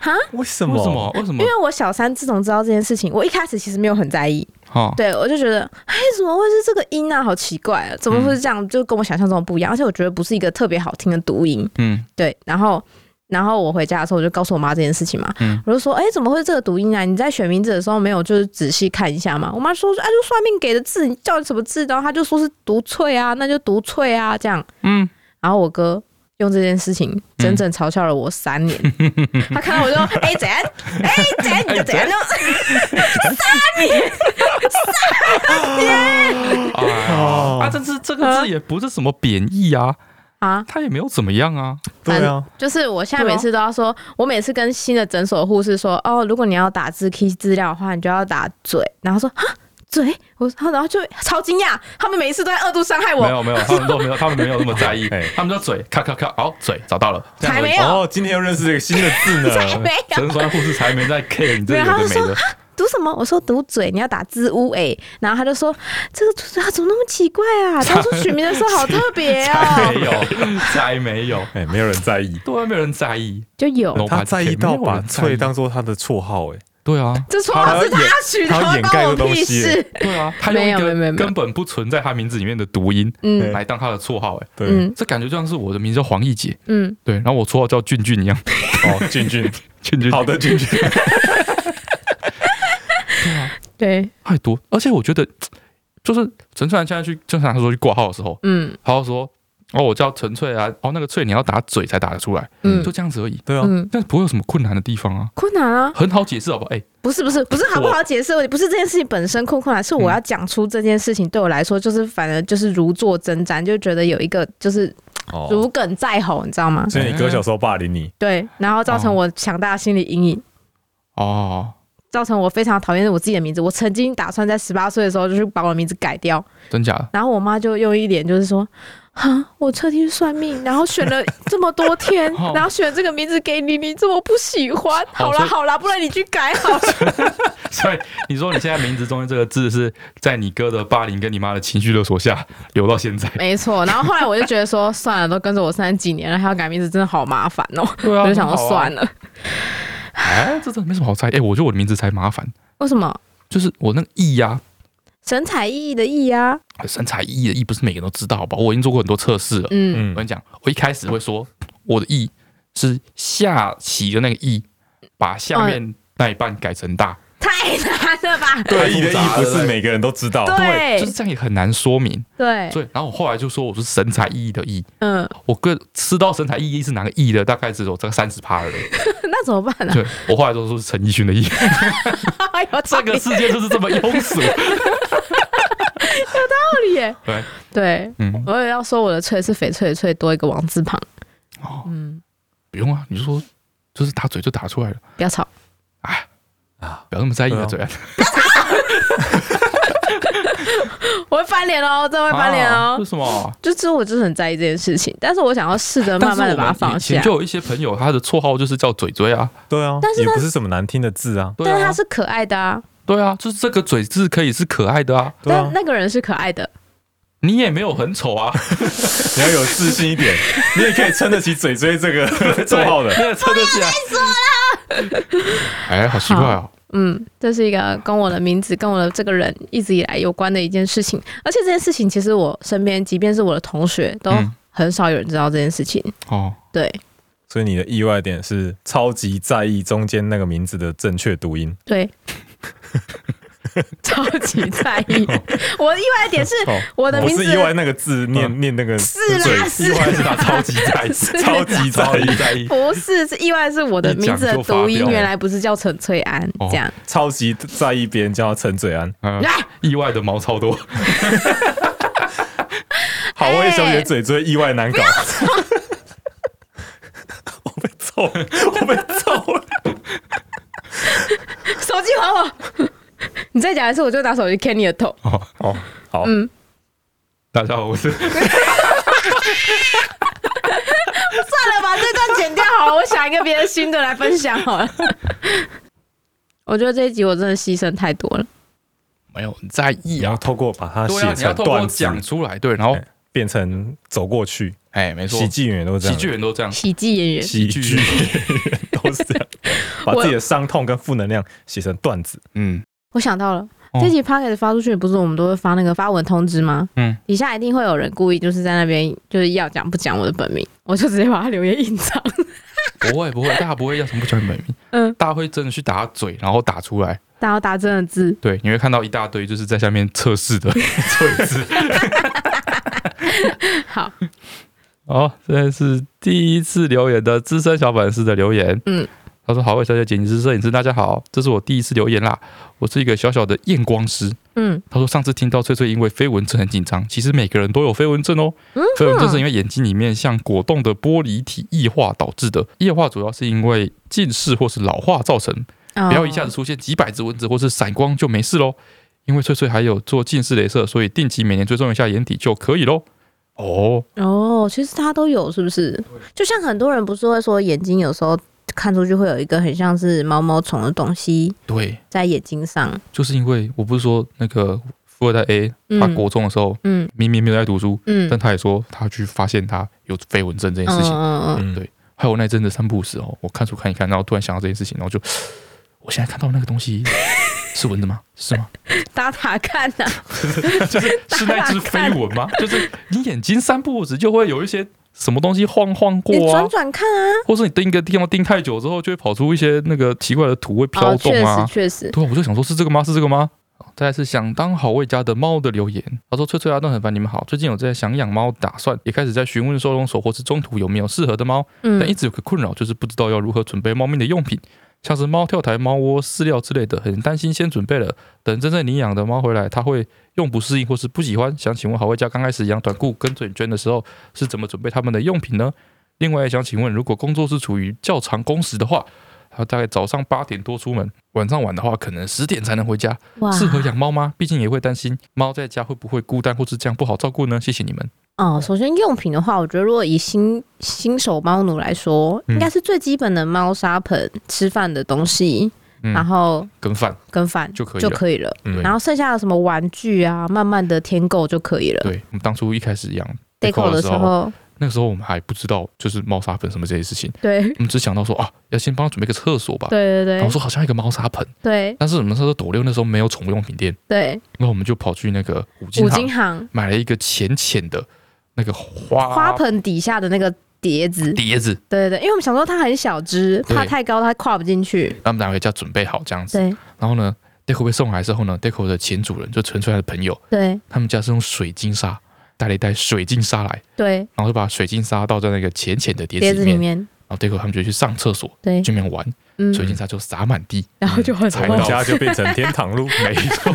[SPEAKER 3] 啊为什
[SPEAKER 2] 为什么？？为什
[SPEAKER 1] 因
[SPEAKER 2] 么？
[SPEAKER 1] 为我小三自从知道这件事情，我一开始其实没有很在意，
[SPEAKER 2] 哦，
[SPEAKER 1] 对我就觉得，哎，怎么会是这个音啊？好奇怪啊，怎么会是这样？就跟我想象中的不一样，而且我觉得不是一个特别好听的读音。
[SPEAKER 2] 嗯
[SPEAKER 1] 对，然后然后我回家的时候，我就告诉我妈这件事情嘛，
[SPEAKER 2] 嗯
[SPEAKER 1] 我就说，哎、怎么会是这个读音啊？你在选名字的时候没有就是仔细看一下嘛？我妈说，哎、就算命给的字，你叫什么字？然后她就说是读翠啊，那就读翠啊这样。
[SPEAKER 2] 嗯，
[SPEAKER 1] 然后我哥。用这件事情整整嘲笑了我三 年，他看到我就哎、怎样，哎、怎样你就怎样，
[SPEAKER 2] 哎呀
[SPEAKER 3] 哦
[SPEAKER 2] 啊，但是这个字也不是什么贬义啊，
[SPEAKER 1] 啊，
[SPEAKER 2] 他也没有怎么样啊。
[SPEAKER 3] 对啊，
[SPEAKER 1] 就是我现在每次都要说，我每次跟新的诊所护士说，哦，如果你要打字 key 资料的话，你就要打嘴，然后说啊嘴，我然后就超惊讶，他们每一次都在二度伤害
[SPEAKER 2] 没
[SPEAKER 1] 我，
[SPEAKER 2] 有没有，他们都没有，他们没有那么 在意
[SPEAKER 3] 哎，
[SPEAKER 2] 他们就嘴咔咔咔，哦，嘴找到了，这样
[SPEAKER 1] 才
[SPEAKER 2] 而已
[SPEAKER 1] 没有
[SPEAKER 3] 哦，今天又认识了一个新的字 呢。
[SPEAKER 1] 没有。
[SPEAKER 2] 神酸护士才没在 care 你这
[SPEAKER 1] 没有，
[SPEAKER 2] 有
[SPEAKER 1] 他
[SPEAKER 2] 的
[SPEAKER 1] 就
[SPEAKER 2] 没
[SPEAKER 1] 说
[SPEAKER 2] 的
[SPEAKER 1] 啊，读什么？我说读嘴，你要打字乌哎，然后他就说这个读啊怎么那么奇怪 啊？当初取名的时候好特别
[SPEAKER 2] 才
[SPEAKER 1] 哦，
[SPEAKER 2] 没有，才没有，
[SPEAKER 3] 哎，没有人在意，
[SPEAKER 2] 对啊，没有人在意，
[SPEAKER 1] 就有
[SPEAKER 2] 我
[SPEAKER 3] 他
[SPEAKER 2] 怕
[SPEAKER 3] 在意
[SPEAKER 2] 前面
[SPEAKER 3] 到
[SPEAKER 2] 有
[SPEAKER 3] 把
[SPEAKER 2] 人在
[SPEAKER 3] 翠
[SPEAKER 2] 意
[SPEAKER 3] 当做他的绰号，哎，
[SPEAKER 2] 对啊，
[SPEAKER 1] 这绰号是他取的，
[SPEAKER 3] 他要掩
[SPEAKER 1] 关我
[SPEAKER 3] 他要掩盖这东
[SPEAKER 1] 屁
[SPEAKER 3] 西
[SPEAKER 1] 事。
[SPEAKER 2] 对啊， 他用一
[SPEAKER 1] 没有没有没有
[SPEAKER 2] 个
[SPEAKER 1] 没有
[SPEAKER 2] 根本不存在他名字里面的读音
[SPEAKER 1] 嗯
[SPEAKER 2] 来当他的绰号，哎，
[SPEAKER 3] 对，
[SPEAKER 1] 嗯
[SPEAKER 2] 这感觉就像是我的名字叫黄奕杰，
[SPEAKER 1] 嗯，
[SPEAKER 2] 对，然后我绰号叫俊俊一样，
[SPEAKER 3] 哦，俊俊，
[SPEAKER 2] 俊俊，
[SPEAKER 3] 好的，俊俊，
[SPEAKER 1] 对，
[SPEAKER 2] 太哎多，而且我觉得就是陈川现在去，正常他说去挂号的时候，
[SPEAKER 1] 嗯
[SPEAKER 2] 他就说。哦，我叫陈翠啊，哦，那个翠你要打嘴才打得出来，
[SPEAKER 1] 嗯
[SPEAKER 2] 就这样子而已，
[SPEAKER 3] 对啊，
[SPEAKER 1] 嗯，
[SPEAKER 2] 但是不会有什么困难的地方啊，
[SPEAKER 1] 困难啊，
[SPEAKER 2] 很好解释，好不好？哎、
[SPEAKER 1] 不是不是不是好不好解释的问题，不是这件事情本身困困难，是我
[SPEAKER 2] 嗯
[SPEAKER 1] 要讲出这件事情对我来说就是反而就是如坐针毡，就觉得有一个就是
[SPEAKER 3] 哦
[SPEAKER 1] 如鲠在喉，你知道吗？
[SPEAKER 3] 所以你哥小时候霸凌你，
[SPEAKER 1] 对，然后造成我强大的心理阴影。
[SPEAKER 2] 哦，
[SPEAKER 1] 造成我非常讨厌我自己的名字。我曾经打算在十八岁的时候就去把我的名字改掉，
[SPEAKER 2] 真假的？
[SPEAKER 1] 然后我妈就用一脸就是说：“哈，我特地去算命，然后选了这么多天
[SPEAKER 2] 哦，
[SPEAKER 1] 然后选这个名字给你，你这么不喜欢？好啦
[SPEAKER 2] 所以
[SPEAKER 1] 好啦，不然你去改好了。
[SPEAKER 2] 所以你说你现在名字中间这个字是在你哥的霸凌跟你妈的情绪勒索下留到现在”？
[SPEAKER 1] 没错。然后后来我就觉得说，算了，都跟着我三十几年了，还要改名字，真的好麻烦 哦。
[SPEAKER 2] 对啊
[SPEAKER 1] 我就想说
[SPEAKER 2] 很好啊
[SPEAKER 1] 算了，
[SPEAKER 2] 哎、这真的没什么好猜。哎、我觉得我的名字才麻烦，
[SPEAKER 1] 为什么？
[SPEAKER 2] 就是我那个意呀、
[SPEAKER 1] 神采奕奕的奕啊，
[SPEAKER 2] 神采奕奕的奕，"E" 不是每个人都知道，好吧？我已经做过很多测试了。
[SPEAKER 1] 嗯
[SPEAKER 2] 我
[SPEAKER 3] 嗯
[SPEAKER 2] 跟，你讲，我一开始会说我的“意”是下棋的那个“意”，把下面那一半改成大，
[SPEAKER 1] 太难了 吧？
[SPEAKER 3] 对，
[SPEAKER 2] 太
[SPEAKER 3] 意的
[SPEAKER 2] 复杂
[SPEAKER 3] 意不
[SPEAKER 2] 了
[SPEAKER 3] 是每个人都知道，
[SPEAKER 1] 对
[SPEAKER 2] 就是这样也很难说明。
[SPEAKER 1] 对，
[SPEAKER 2] 所以，然后我后来就说我是神采奕奕的“奕
[SPEAKER 1] 嗯，”，
[SPEAKER 2] 我个吃到神采奕奕是哪个“奕”的，大概只有这个三十趴 而已。
[SPEAKER 1] 那怎么办啊呢、
[SPEAKER 2] 对我后来都说是陈奕迅 的“奕”，
[SPEAKER 1] 啊？有道
[SPEAKER 2] 这个
[SPEAKER 1] 理，
[SPEAKER 2] 世界就是这么 庸俗。
[SPEAKER 1] 道理耶
[SPEAKER 2] 对，
[SPEAKER 1] 对，
[SPEAKER 2] 嗯，
[SPEAKER 1] 我也要说我的翠是翡翠的翠，多一个王字旁。
[SPEAKER 2] 哦
[SPEAKER 1] 嗯，
[SPEAKER 2] 不用啊，你就说就是打嘴就打出来了。
[SPEAKER 1] 不要吵，
[SPEAKER 2] 哎，
[SPEAKER 3] 啊
[SPEAKER 2] 不要那么在意
[SPEAKER 3] 对
[SPEAKER 2] 啊，
[SPEAKER 3] 啊
[SPEAKER 2] 嘴啊。
[SPEAKER 1] 我会翻脸哦，真的会翻脸
[SPEAKER 2] 啊
[SPEAKER 1] 哦
[SPEAKER 2] 为。什么？
[SPEAKER 1] 就是我就是很在意这件事情，但是我想要试着慢慢的把它放
[SPEAKER 2] 但是我
[SPEAKER 1] 下
[SPEAKER 2] 们以前。就有一些朋友，他的绰号就是叫嘴嘴啊。
[SPEAKER 3] 对啊
[SPEAKER 1] 但，是
[SPEAKER 3] 也
[SPEAKER 1] 他
[SPEAKER 3] 不是什么难听的字啊，
[SPEAKER 2] 对
[SPEAKER 1] 但是他
[SPEAKER 2] 啊，
[SPEAKER 1] 是可爱的啊，
[SPEAKER 2] 对啊，就是这个嘴字可以是可爱的啊，
[SPEAKER 3] 对啊
[SPEAKER 1] 但，那个人是可爱的，
[SPEAKER 2] 你也没有很丑啊，
[SPEAKER 3] 你要有自信 一点，你也可以撑得起嘴嘴这个 绰号的
[SPEAKER 2] 对，。那真的是。说了。哎，好奇怪哦。
[SPEAKER 1] 嗯，这是一个跟我的名字、跟我的这个人一直以来有关的一件事情，而且这件事情其实我身边，即便是我的同学，都
[SPEAKER 2] 嗯
[SPEAKER 1] 很少有人知道这件事情。
[SPEAKER 2] 哦，
[SPEAKER 1] 对
[SPEAKER 3] 所以你的意外点是超级在意中间那个名字的正确读音，
[SPEAKER 1] 对，超级在意。
[SPEAKER 2] 哦
[SPEAKER 1] 我意外的点是
[SPEAKER 3] 哦
[SPEAKER 1] 我的
[SPEAKER 3] 我
[SPEAKER 1] 名字嗯
[SPEAKER 3] 是意外那个字念念那个
[SPEAKER 1] 是啦，是啊
[SPEAKER 2] 意外是他超级在意，
[SPEAKER 1] 是
[SPEAKER 3] 超级在
[SPEAKER 2] 超级
[SPEAKER 3] 意，
[SPEAKER 2] 在意。
[SPEAKER 1] 不是是意外是我的名字的读
[SPEAKER 2] 一讲就发
[SPEAKER 1] 音
[SPEAKER 2] 飙
[SPEAKER 1] 原来不是叫陈翠安
[SPEAKER 2] 哦
[SPEAKER 1] 这样。
[SPEAKER 3] 超级在意别人叫他陈嘴安，
[SPEAKER 2] 嗯
[SPEAKER 1] 啊
[SPEAKER 2] 意外的毛超多，
[SPEAKER 3] 好为小姐嘴嘴意外难搞。 我被揍了，我被揍了。
[SPEAKER 1] 手机还我！ 你再讲一次，我就拿手机 K 你的头。
[SPEAKER 2] 哦
[SPEAKER 3] 哦，好，
[SPEAKER 2] 大家好，我是
[SPEAKER 1] 算了吧，这段剪掉好了，我想一个别的新的来分享好了。 我觉得这一集我真的牺牲太多了。
[SPEAKER 2] 嗯没有很在意
[SPEAKER 3] 也要
[SPEAKER 2] 啊，
[SPEAKER 3] 透过把它
[SPEAKER 2] 对
[SPEAKER 3] 写
[SPEAKER 2] 啊，你要
[SPEAKER 3] 成
[SPEAKER 2] 透过
[SPEAKER 3] 段子，
[SPEAKER 2] 讲出来，对，然后
[SPEAKER 3] 哎变成走过去。
[SPEAKER 2] 哎，没错，
[SPEAKER 3] 喜剧演员都这
[SPEAKER 2] 喜
[SPEAKER 3] 样，
[SPEAKER 2] 剧人都这样，
[SPEAKER 1] 喜剧演员，
[SPEAKER 3] 喜
[SPEAKER 2] 喜
[SPEAKER 3] 剧
[SPEAKER 2] 剧
[SPEAKER 3] 都是这样，把自己的伤痛跟负能量写成段子。
[SPEAKER 2] 嗯，
[SPEAKER 1] 我想到了，
[SPEAKER 2] 哦
[SPEAKER 1] 这集 p o c k e t 发出去，不是我们都会发那个发文通知吗？
[SPEAKER 2] 嗯，
[SPEAKER 1] 底下一定会有人故意就是在那边就是要讲不讲我的本名，我就直接把他留言隐藏。
[SPEAKER 2] 不会不会，大家不会要什么不讲本名，
[SPEAKER 1] 嗯，
[SPEAKER 2] 大家会真的去打嘴，然后打出来，
[SPEAKER 1] 大家打真的字，
[SPEAKER 2] 对，你会看到一大堆就是在下面测试的锤子。
[SPEAKER 1] 好，
[SPEAKER 2] 哦，这是第一次留言的资深小粉丝的留言。
[SPEAKER 1] 嗯，
[SPEAKER 2] 他说：“好，魏小姐姐，你是摄影师，大家好，这是我第一次留言啦。我是一个小小的验光师。
[SPEAKER 1] 嗯，
[SPEAKER 2] 他说上次听到翠翠因为飞蚊症很紧张，其实每个人都有飞蚊症哦。飞蚊症是因为眼睛里面像果冻的玻璃体液化导致的，液化主要是因为近视或是老化造成。
[SPEAKER 1] 不
[SPEAKER 2] 不要一下子出现几百只蚊子或是散光就没事喽。因为翠翠还有做近视雷射，所以定期每年追踪一下眼底就可以喽。哦，
[SPEAKER 1] 哦，其实它都有，是不是？就像很多人不是会说眼睛有时候看出去会有一个很像是毛毛虫的东西
[SPEAKER 2] 对，
[SPEAKER 1] 在眼睛上，
[SPEAKER 2] 就是因为我不是说那个富二代 A，
[SPEAKER 1] 嗯
[SPEAKER 2] 他国中的时候、
[SPEAKER 1] 嗯
[SPEAKER 2] 明明没有在读书，
[SPEAKER 1] 嗯
[SPEAKER 2] 但他也说他去发现他有飞蚊症这件事情。
[SPEAKER 1] 嗯嗯
[SPEAKER 3] 嗯，
[SPEAKER 2] 对还有那一阵子散步时哦，我看书看一看，然后突然想到这件事情，然后就我现在看到那个东西是蚊子吗？ 是吗？
[SPEAKER 1] 嗯，打打看呐、啊，
[SPEAKER 2] 就是是那只飞蚊吗？就是你眼睛散步时就会有一些什么东西晃晃
[SPEAKER 1] 你
[SPEAKER 2] 过啊
[SPEAKER 1] 转，转看啊，
[SPEAKER 2] 或是你盯一个地方盯太久之后，就会跑出一些那个奇怪的土会飘
[SPEAKER 1] 哦，
[SPEAKER 2] 动
[SPEAKER 1] 确
[SPEAKER 2] 啊
[SPEAKER 1] 实。确实，
[SPEAKER 2] 对啊，我就想说，是这个吗？是这个吗？好再来是想当好味家的猫的留言，他说：“翠翠阿段很烦你们好，最近有在想养猫，打算也开始在询问收容所或是中途有没有适合的猫，但一
[SPEAKER 1] 嗯
[SPEAKER 2] 直有个困扰，就是不知道要如何准备猫咪的用品，像是猫跳台、猫窝、饲料之类的，很担心先准备了，等真正领养的猫回来，它会用不适应或是不喜欢。想请问好味家刚开始养短裤跟卷卷的时候，是怎么准备它们的用品呢？另外想请问，如果工作是处于较长工时的话，它大概早上八点多出门，晚上晚的话可能十点才能回家，
[SPEAKER 1] 哇
[SPEAKER 2] 适合养猫吗？毕竟也会担心猫在家会不会孤单或是这样不好照顾呢？谢谢你们。
[SPEAKER 1] 哦，首先用品的话，我觉得如果以新新手猫奴来说，
[SPEAKER 2] 嗯
[SPEAKER 1] 应该是最基本的猫砂盆、吃饭的东西，然
[SPEAKER 2] 嗯，
[SPEAKER 1] 后
[SPEAKER 2] 跟饭
[SPEAKER 1] 跟饭
[SPEAKER 2] 就可以
[SPEAKER 1] 就
[SPEAKER 2] 了。
[SPEAKER 1] 可以了。
[SPEAKER 3] 嗯
[SPEAKER 1] 然后剩下的什么玩具啊，慢慢的添购就可以了。
[SPEAKER 2] 对，我们当初一开始养
[SPEAKER 1] deco 的时候，
[SPEAKER 2] 那个时候我们还不知道就是猫砂盆什么这些事情，
[SPEAKER 1] 对
[SPEAKER 2] 我们只想到说啊，要先帮他准备个厕所吧。
[SPEAKER 1] 对对
[SPEAKER 2] 啊然后
[SPEAKER 1] 对
[SPEAKER 2] 说好像一个猫砂盆，
[SPEAKER 1] 对
[SPEAKER 2] 但是我们那时候斗六那时候没有宠物用品店，
[SPEAKER 1] 对，
[SPEAKER 2] 那我们就跑去那个五金
[SPEAKER 1] 五
[SPEAKER 2] 行
[SPEAKER 1] 金行
[SPEAKER 2] 买了一个浅浅的那个花
[SPEAKER 1] 花盆底下的那个碟子，
[SPEAKER 2] 碟子，
[SPEAKER 1] 对对对，因为我们想说它很小只，
[SPEAKER 2] 对
[SPEAKER 1] 怕太高它跨不进去。
[SPEAKER 2] 让他们拿回家准备好这样子。
[SPEAKER 1] 对
[SPEAKER 2] 然后呢，Deco 被送来之后呢，Deco 的前主人就纯粹他的朋友，
[SPEAKER 1] 对
[SPEAKER 2] 他们家是用水晶沙带了一袋水晶沙来，
[SPEAKER 1] 对，
[SPEAKER 2] 然后就把水晶沙倒在那个浅浅的碟
[SPEAKER 1] 碟
[SPEAKER 2] 子
[SPEAKER 1] 子
[SPEAKER 2] 里
[SPEAKER 1] 里
[SPEAKER 2] 面，
[SPEAKER 1] 面，
[SPEAKER 2] 然后 Deco 他们就去上厕所，
[SPEAKER 1] 对，
[SPEAKER 2] 去那边玩，
[SPEAKER 1] 嗯，
[SPEAKER 2] 水晶沙就洒满地。
[SPEAKER 1] 然后就很
[SPEAKER 2] 踩
[SPEAKER 3] 我
[SPEAKER 2] 到
[SPEAKER 3] 们家就变成天堂路，
[SPEAKER 2] 没 错，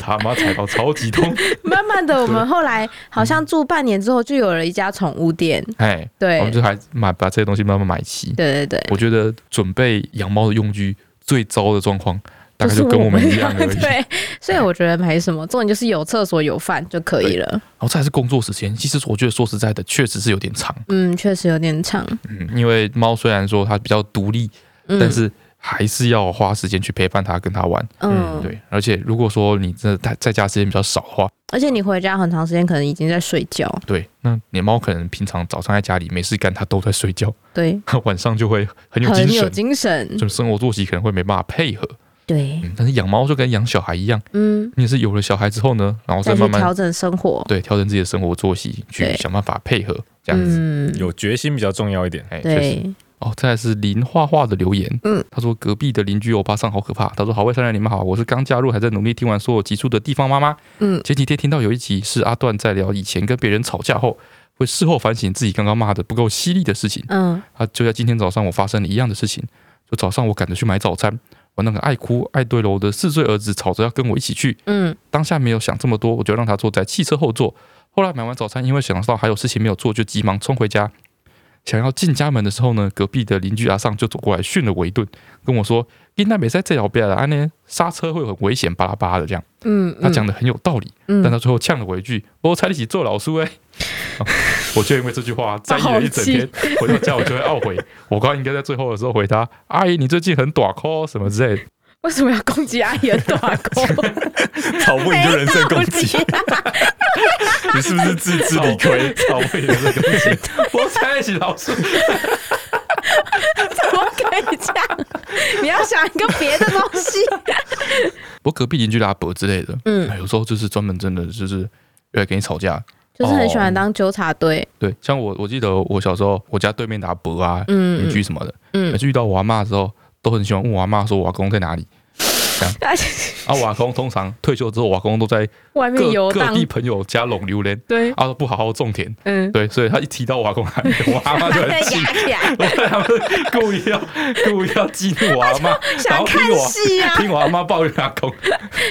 [SPEAKER 2] 他妈踩到超级痛。
[SPEAKER 1] 慢慢的，我们后来好像住半年之后，就有了一家宠物店。
[SPEAKER 2] 哎，
[SPEAKER 1] 对
[SPEAKER 2] 我们就还买把这些东西慢慢买齐。
[SPEAKER 1] 对对对，
[SPEAKER 2] 我觉得准备养猫的用具最糟的状况，大概
[SPEAKER 1] 是
[SPEAKER 2] 就跟我们一样而已。然
[SPEAKER 1] 对，所以我觉得没什么，重点就是有厕所有饭就可以了。
[SPEAKER 2] 后哦再来是工作时间，其实我觉得说实在的，确实是有点长。
[SPEAKER 1] 嗯，确实有点长。
[SPEAKER 2] 嗯，因为猫虽然说它比较独立，
[SPEAKER 1] 嗯
[SPEAKER 2] 但是还是要花时间去陪伴它，跟它玩。
[SPEAKER 1] 嗯，
[SPEAKER 2] 对，而且如果说你真的在在家时间比较少的话，
[SPEAKER 1] 而且你回家很长时间，可能已经在睡觉。
[SPEAKER 2] 对，那你的猫可能平常早上在家里没事干，它都在睡觉，
[SPEAKER 1] 对，
[SPEAKER 2] 晚上就会很有精
[SPEAKER 1] 很有
[SPEAKER 2] 神，
[SPEAKER 1] 精神。
[SPEAKER 2] 就生活作息可能会没办法配合。
[SPEAKER 1] 对，
[SPEAKER 2] 嗯，但是养猫就跟养小孩一样，
[SPEAKER 1] 嗯，
[SPEAKER 2] 你也是有了小孩之后呢，然后再
[SPEAKER 1] 再去
[SPEAKER 2] 慢慢
[SPEAKER 1] 调整生活。
[SPEAKER 2] 对调整自己的生活作息，去
[SPEAKER 1] 对
[SPEAKER 2] 想办法配合这样子。
[SPEAKER 1] 嗯，
[SPEAKER 3] 有决心比较重要一点。
[SPEAKER 2] 哎，确实，
[SPEAKER 1] 对，
[SPEAKER 2] 哦，再来是林画画的留言，
[SPEAKER 1] 嗯，
[SPEAKER 2] 他说隔壁的邻居欧巴桑好可怕。他说：“好味三人，你们好，我是刚加入还在努力听完所有集数的地方妈妈。
[SPEAKER 1] 嗯，
[SPEAKER 2] 前几天听到有一集是阿段在聊以前跟别人吵架后，会事后反省自己刚刚骂的不够犀利的事情。
[SPEAKER 1] 嗯
[SPEAKER 2] 啊，就在今天早上，我发生了一样的事情。就早上我赶着去买早餐，我那个爱哭爱对楼的四岁儿子吵着要跟我一起去，
[SPEAKER 1] 嗯
[SPEAKER 2] 当下没有想这么多，我就让他坐在汽车后座。后来买完早餐，因为想到还有事情没有做，就急忙冲回家。想要进家门的时候呢，隔壁的邻居阿尚就走过来训了我一顿，跟我说：“你那没在这摇边了，安呢刹车会很危险，巴拉巴拉的这样。”
[SPEAKER 1] 嗯，
[SPEAKER 2] 他讲的很有道理，
[SPEAKER 1] 嗯，
[SPEAKER 2] 但
[SPEAKER 1] 嗯
[SPEAKER 2] 他最后呛了我一句：“我猜你起做老叔 哎、哦我就因为这句话在意了一整天，回到家我就会懊悔，我刚刚应该在最后的时候回他：“阿姨，你最近很短 call 什么之 类的。”
[SPEAKER 1] 为什么要攻击阿姨的短 裤？
[SPEAKER 3] 吵不赢就人 身攻击，
[SPEAKER 1] 没道理
[SPEAKER 3] 你是不是自知理 亏？
[SPEAKER 2] 草莓的这个东西，我猜起老师
[SPEAKER 3] 嗯
[SPEAKER 1] 怎么可以这样？你要想一个别的东西。
[SPEAKER 2] 我隔壁邻居的阿伯之类的，
[SPEAKER 1] 嗯，
[SPEAKER 2] 哎有时候就是专门真的就是又来跟你吵架。
[SPEAKER 1] 就是很喜欢当纠察队。
[SPEAKER 2] 对，像我我记得我小时候，我家对面的阿伯啊，
[SPEAKER 1] 嗯
[SPEAKER 2] 邻
[SPEAKER 1] 嗯
[SPEAKER 2] 居什么的，每
[SPEAKER 1] 嗯，
[SPEAKER 2] 次遇到我阿妈的时候，都很喜欢问我阿妈说我阿公在哪里。
[SPEAKER 1] 而且
[SPEAKER 2] 啊，我阿公通常退休之后，我阿公都在
[SPEAKER 1] 外面
[SPEAKER 2] 各
[SPEAKER 3] 哦
[SPEAKER 1] 游
[SPEAKER 2] 各
[SPEAKER 1] 荡
[SPEAKER 2] 地，朋友家拢榴莲，
[SPEAKER 3] 嗯
[SPEAKER 1] 对，
[SPEAKER 2] 啊，都不好好种田。
[SPEAKER 1] 嗯，
[SPEAKER 2] 对，所以他一提到我阿公，我阿妈就很气。
[SPEAKER 1] 起来，
[SPEAKER 2] 我他们故意要故意要激怒我阿妈，然
[SPEAKER 1] 想
[SPEAKER 2] 后听
[SPEAKER 1] 看
[SPEAKER 2] 我
[SPEAKER 1] 戏啊，
[SPEAKER 2] 听我阿妈抱怨阿公，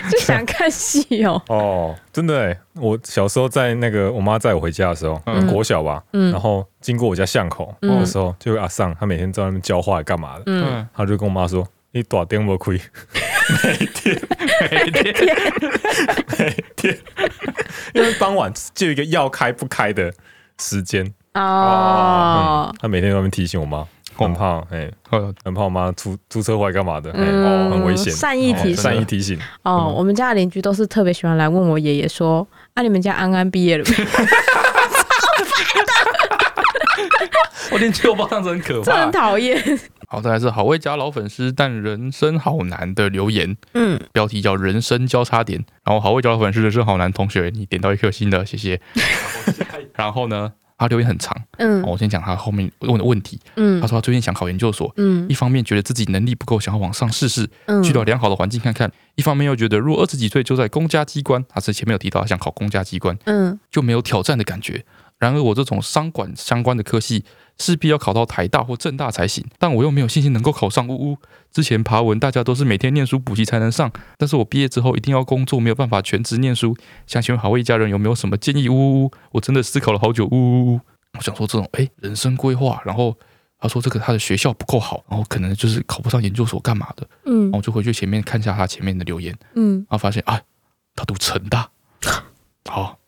[SPEAKER 1] 就想看戏哦。
[SPEAKER 3] 哦，真的哎、我小时候在那个我妈载我回家的时候，
[SPEAKER 2] 嗯
[SPEAKER 3] 国小吧，
[SPEAKER 1] 嗯
[SPEAKER 3] 然后经过我家巷口
[SPEAKER 1] 嗯
[SPEAKER 3] 的时候，就有阿尚，他每天在那边教画干嘛的，
[SPEAKER 1] 嗯，
[SPEAKER 2] 嗯，
[SPEAKER 3] 他就跟我妈说：“你打电话亏，
[SPEAKER 2] 每哎 天
[SPEAKER 3] 因为傍晚就有一个要开不开的时间。
[SPEAKER 1] 哦
[SPEAKER 3] 嗯，，他每天在那边提醒我
[SPEAKER 2] 哦
[SPEAKER 3] 妈，很怕哎、
[SPEAKER 2] 呃，
[SPEAKER 3] 很怕我妈出出车祸干嘛的，哎、
[SPEAKER 1] 嗯
[SPEAKER 3] 哦，很危险。
[SPEAKER 1] 善意提醒
[SPEAKER 3] 哦善意嗯提醒，
[SPEAKER 1] 哦，我们家的邻居都是特别喜欢来问我爷爷说：“啊，你们家安安毕业了没
[SPEAKER 2] 我连球包上子很可？”
[SPEAKER 1] 这
[SPEAKER 2] 怕
[SPEAKER 1] 很。讨厌。
[SPEAKER 2] 好，再来是好味家老粉丝，但人生好难的留言，
[SPEAKER 1] 嗯，
[SPEAKER 2] 标题叫“人生交叉点”。然后好味家老粉丝人生好难同学，你点到一颗星的，谢谢。 然后呢，他留言很长，
[SPEAKER 1] 嗯
[SPEAKER 2] 我先讲他后面问的问题。哦他
[SPEAKER 1] 嗯
[SPEAKER 2] 说他最近想考研究所，
[SPEAKER 1] 嗯
[SPEAKER 2] 一方面觉得自己能力不够，想要往上试试，
[SPEAKER 1] 嗯，
[SPEAKER 2] 去到良好的环境看看；一方面又觉得如果二十几岁就在公家机关，他是前面有提到他想考公家机关，
[SPEAKER 1] 嗯
[SPEAKER 2] 就没有挑战的感觉。然而我这种商管相关的科系，势必要考到台大或政大才行，但我又没有信心能够考上。呜呜，之前爬文大家都是每天念书补习才能上，但是我毕业之后一定要工作，没有办法全职念书。想请问好味一家人有没有什么建议？呜呜呜，我真的思考了好久。呜呜呜，我想说这种哎人生规划，然后。他说：“这个他的学校不够好，然后可能就是考不上研究所干嘛的。”然
[SPEAKER 1] 嗯
[SPEAKER 2] 后我就回去前面看一下他前面的留言，
[SPEAKER 1] 嗯
[SPEAKER 2] 然后发现啊，他读成 大。好，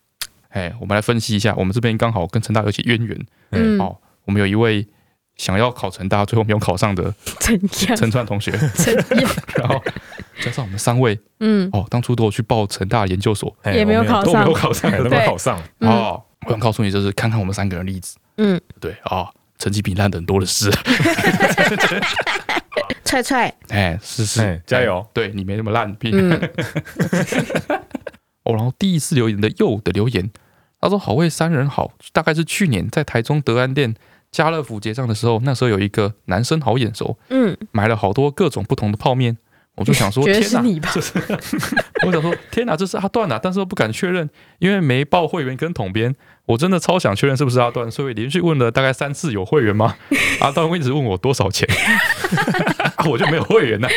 [SPEAKER 2] 哎，我们来分析一下，我们这边刚好跟成大有一些渊源。
[SPEAKER 1] 嗯，
[SPEAKER 2] 哦，我们有一位想要考成大，最后没有考上 的
[SPEAKER 1] 怎样
[SPEAKER 2] 陈川同学，
[SPEAKER 1] 怎样？
[SPEAKER 2] 然后加上我们三位
[SPEAKER 1] 嗯
[SPEAKER 2] 哦，当初都有去报成大研究所，
[SPEAKER 3] 哎
[SPEAKER 1] 也没有
[SPEAKER 3] 我
[SPEAKER 1] 考
[SPEAKER 2] 都没
[SPEAKER 1] 上
[SPEAKER 2] 有考上
[SPEAKER 3] 哎都
[SPEAKER 2] 的。
[SPEAKER 3] 没有考上，
[SPEAKER 1] 嗯
[SPEAKER 2] 哦，我想告诉你，就是看看我们三个人的例子，
[SPEAKER 1] 嗯，
[SPEAKER 2] 对啊、 哦，成绩比烂的人多的是，
[SPEAKER 1] 踹踹，
[SPEAKER 2] 哎，是是
[SPEAKER 3] 哎，加油
[SPEAKER 2] 哎对你没那么烂，比
[SPEAKER 1] 嗯
[SPEAKER 2] 哦，然后第一次留言的又的留言，他说：“好味三人好，大概是去年在台中德安店家乐福结账的时候，那时候有一个男生好眼熟，
[SPEAKER 1] 嗯，
[SPEAKER 2] 买了好多各种不同的泡面，我就 想说，
[SPEAKER 1] 觉得
[SPEAKER 2] 天
[SPEAKER 1] 是
[SPEAKER 2] 哪！
[SPEAKER 1] 你吧？
[SPEAKER 2] 我想说，天哪，这是阿段啊！但是又不敢确认，因为没报会员跟统编，我真的超想确认是不是阿段，所以连续问了大概三次有会员吗？ 阿段会一直问我多少钱， 啊、我就没有会员呢、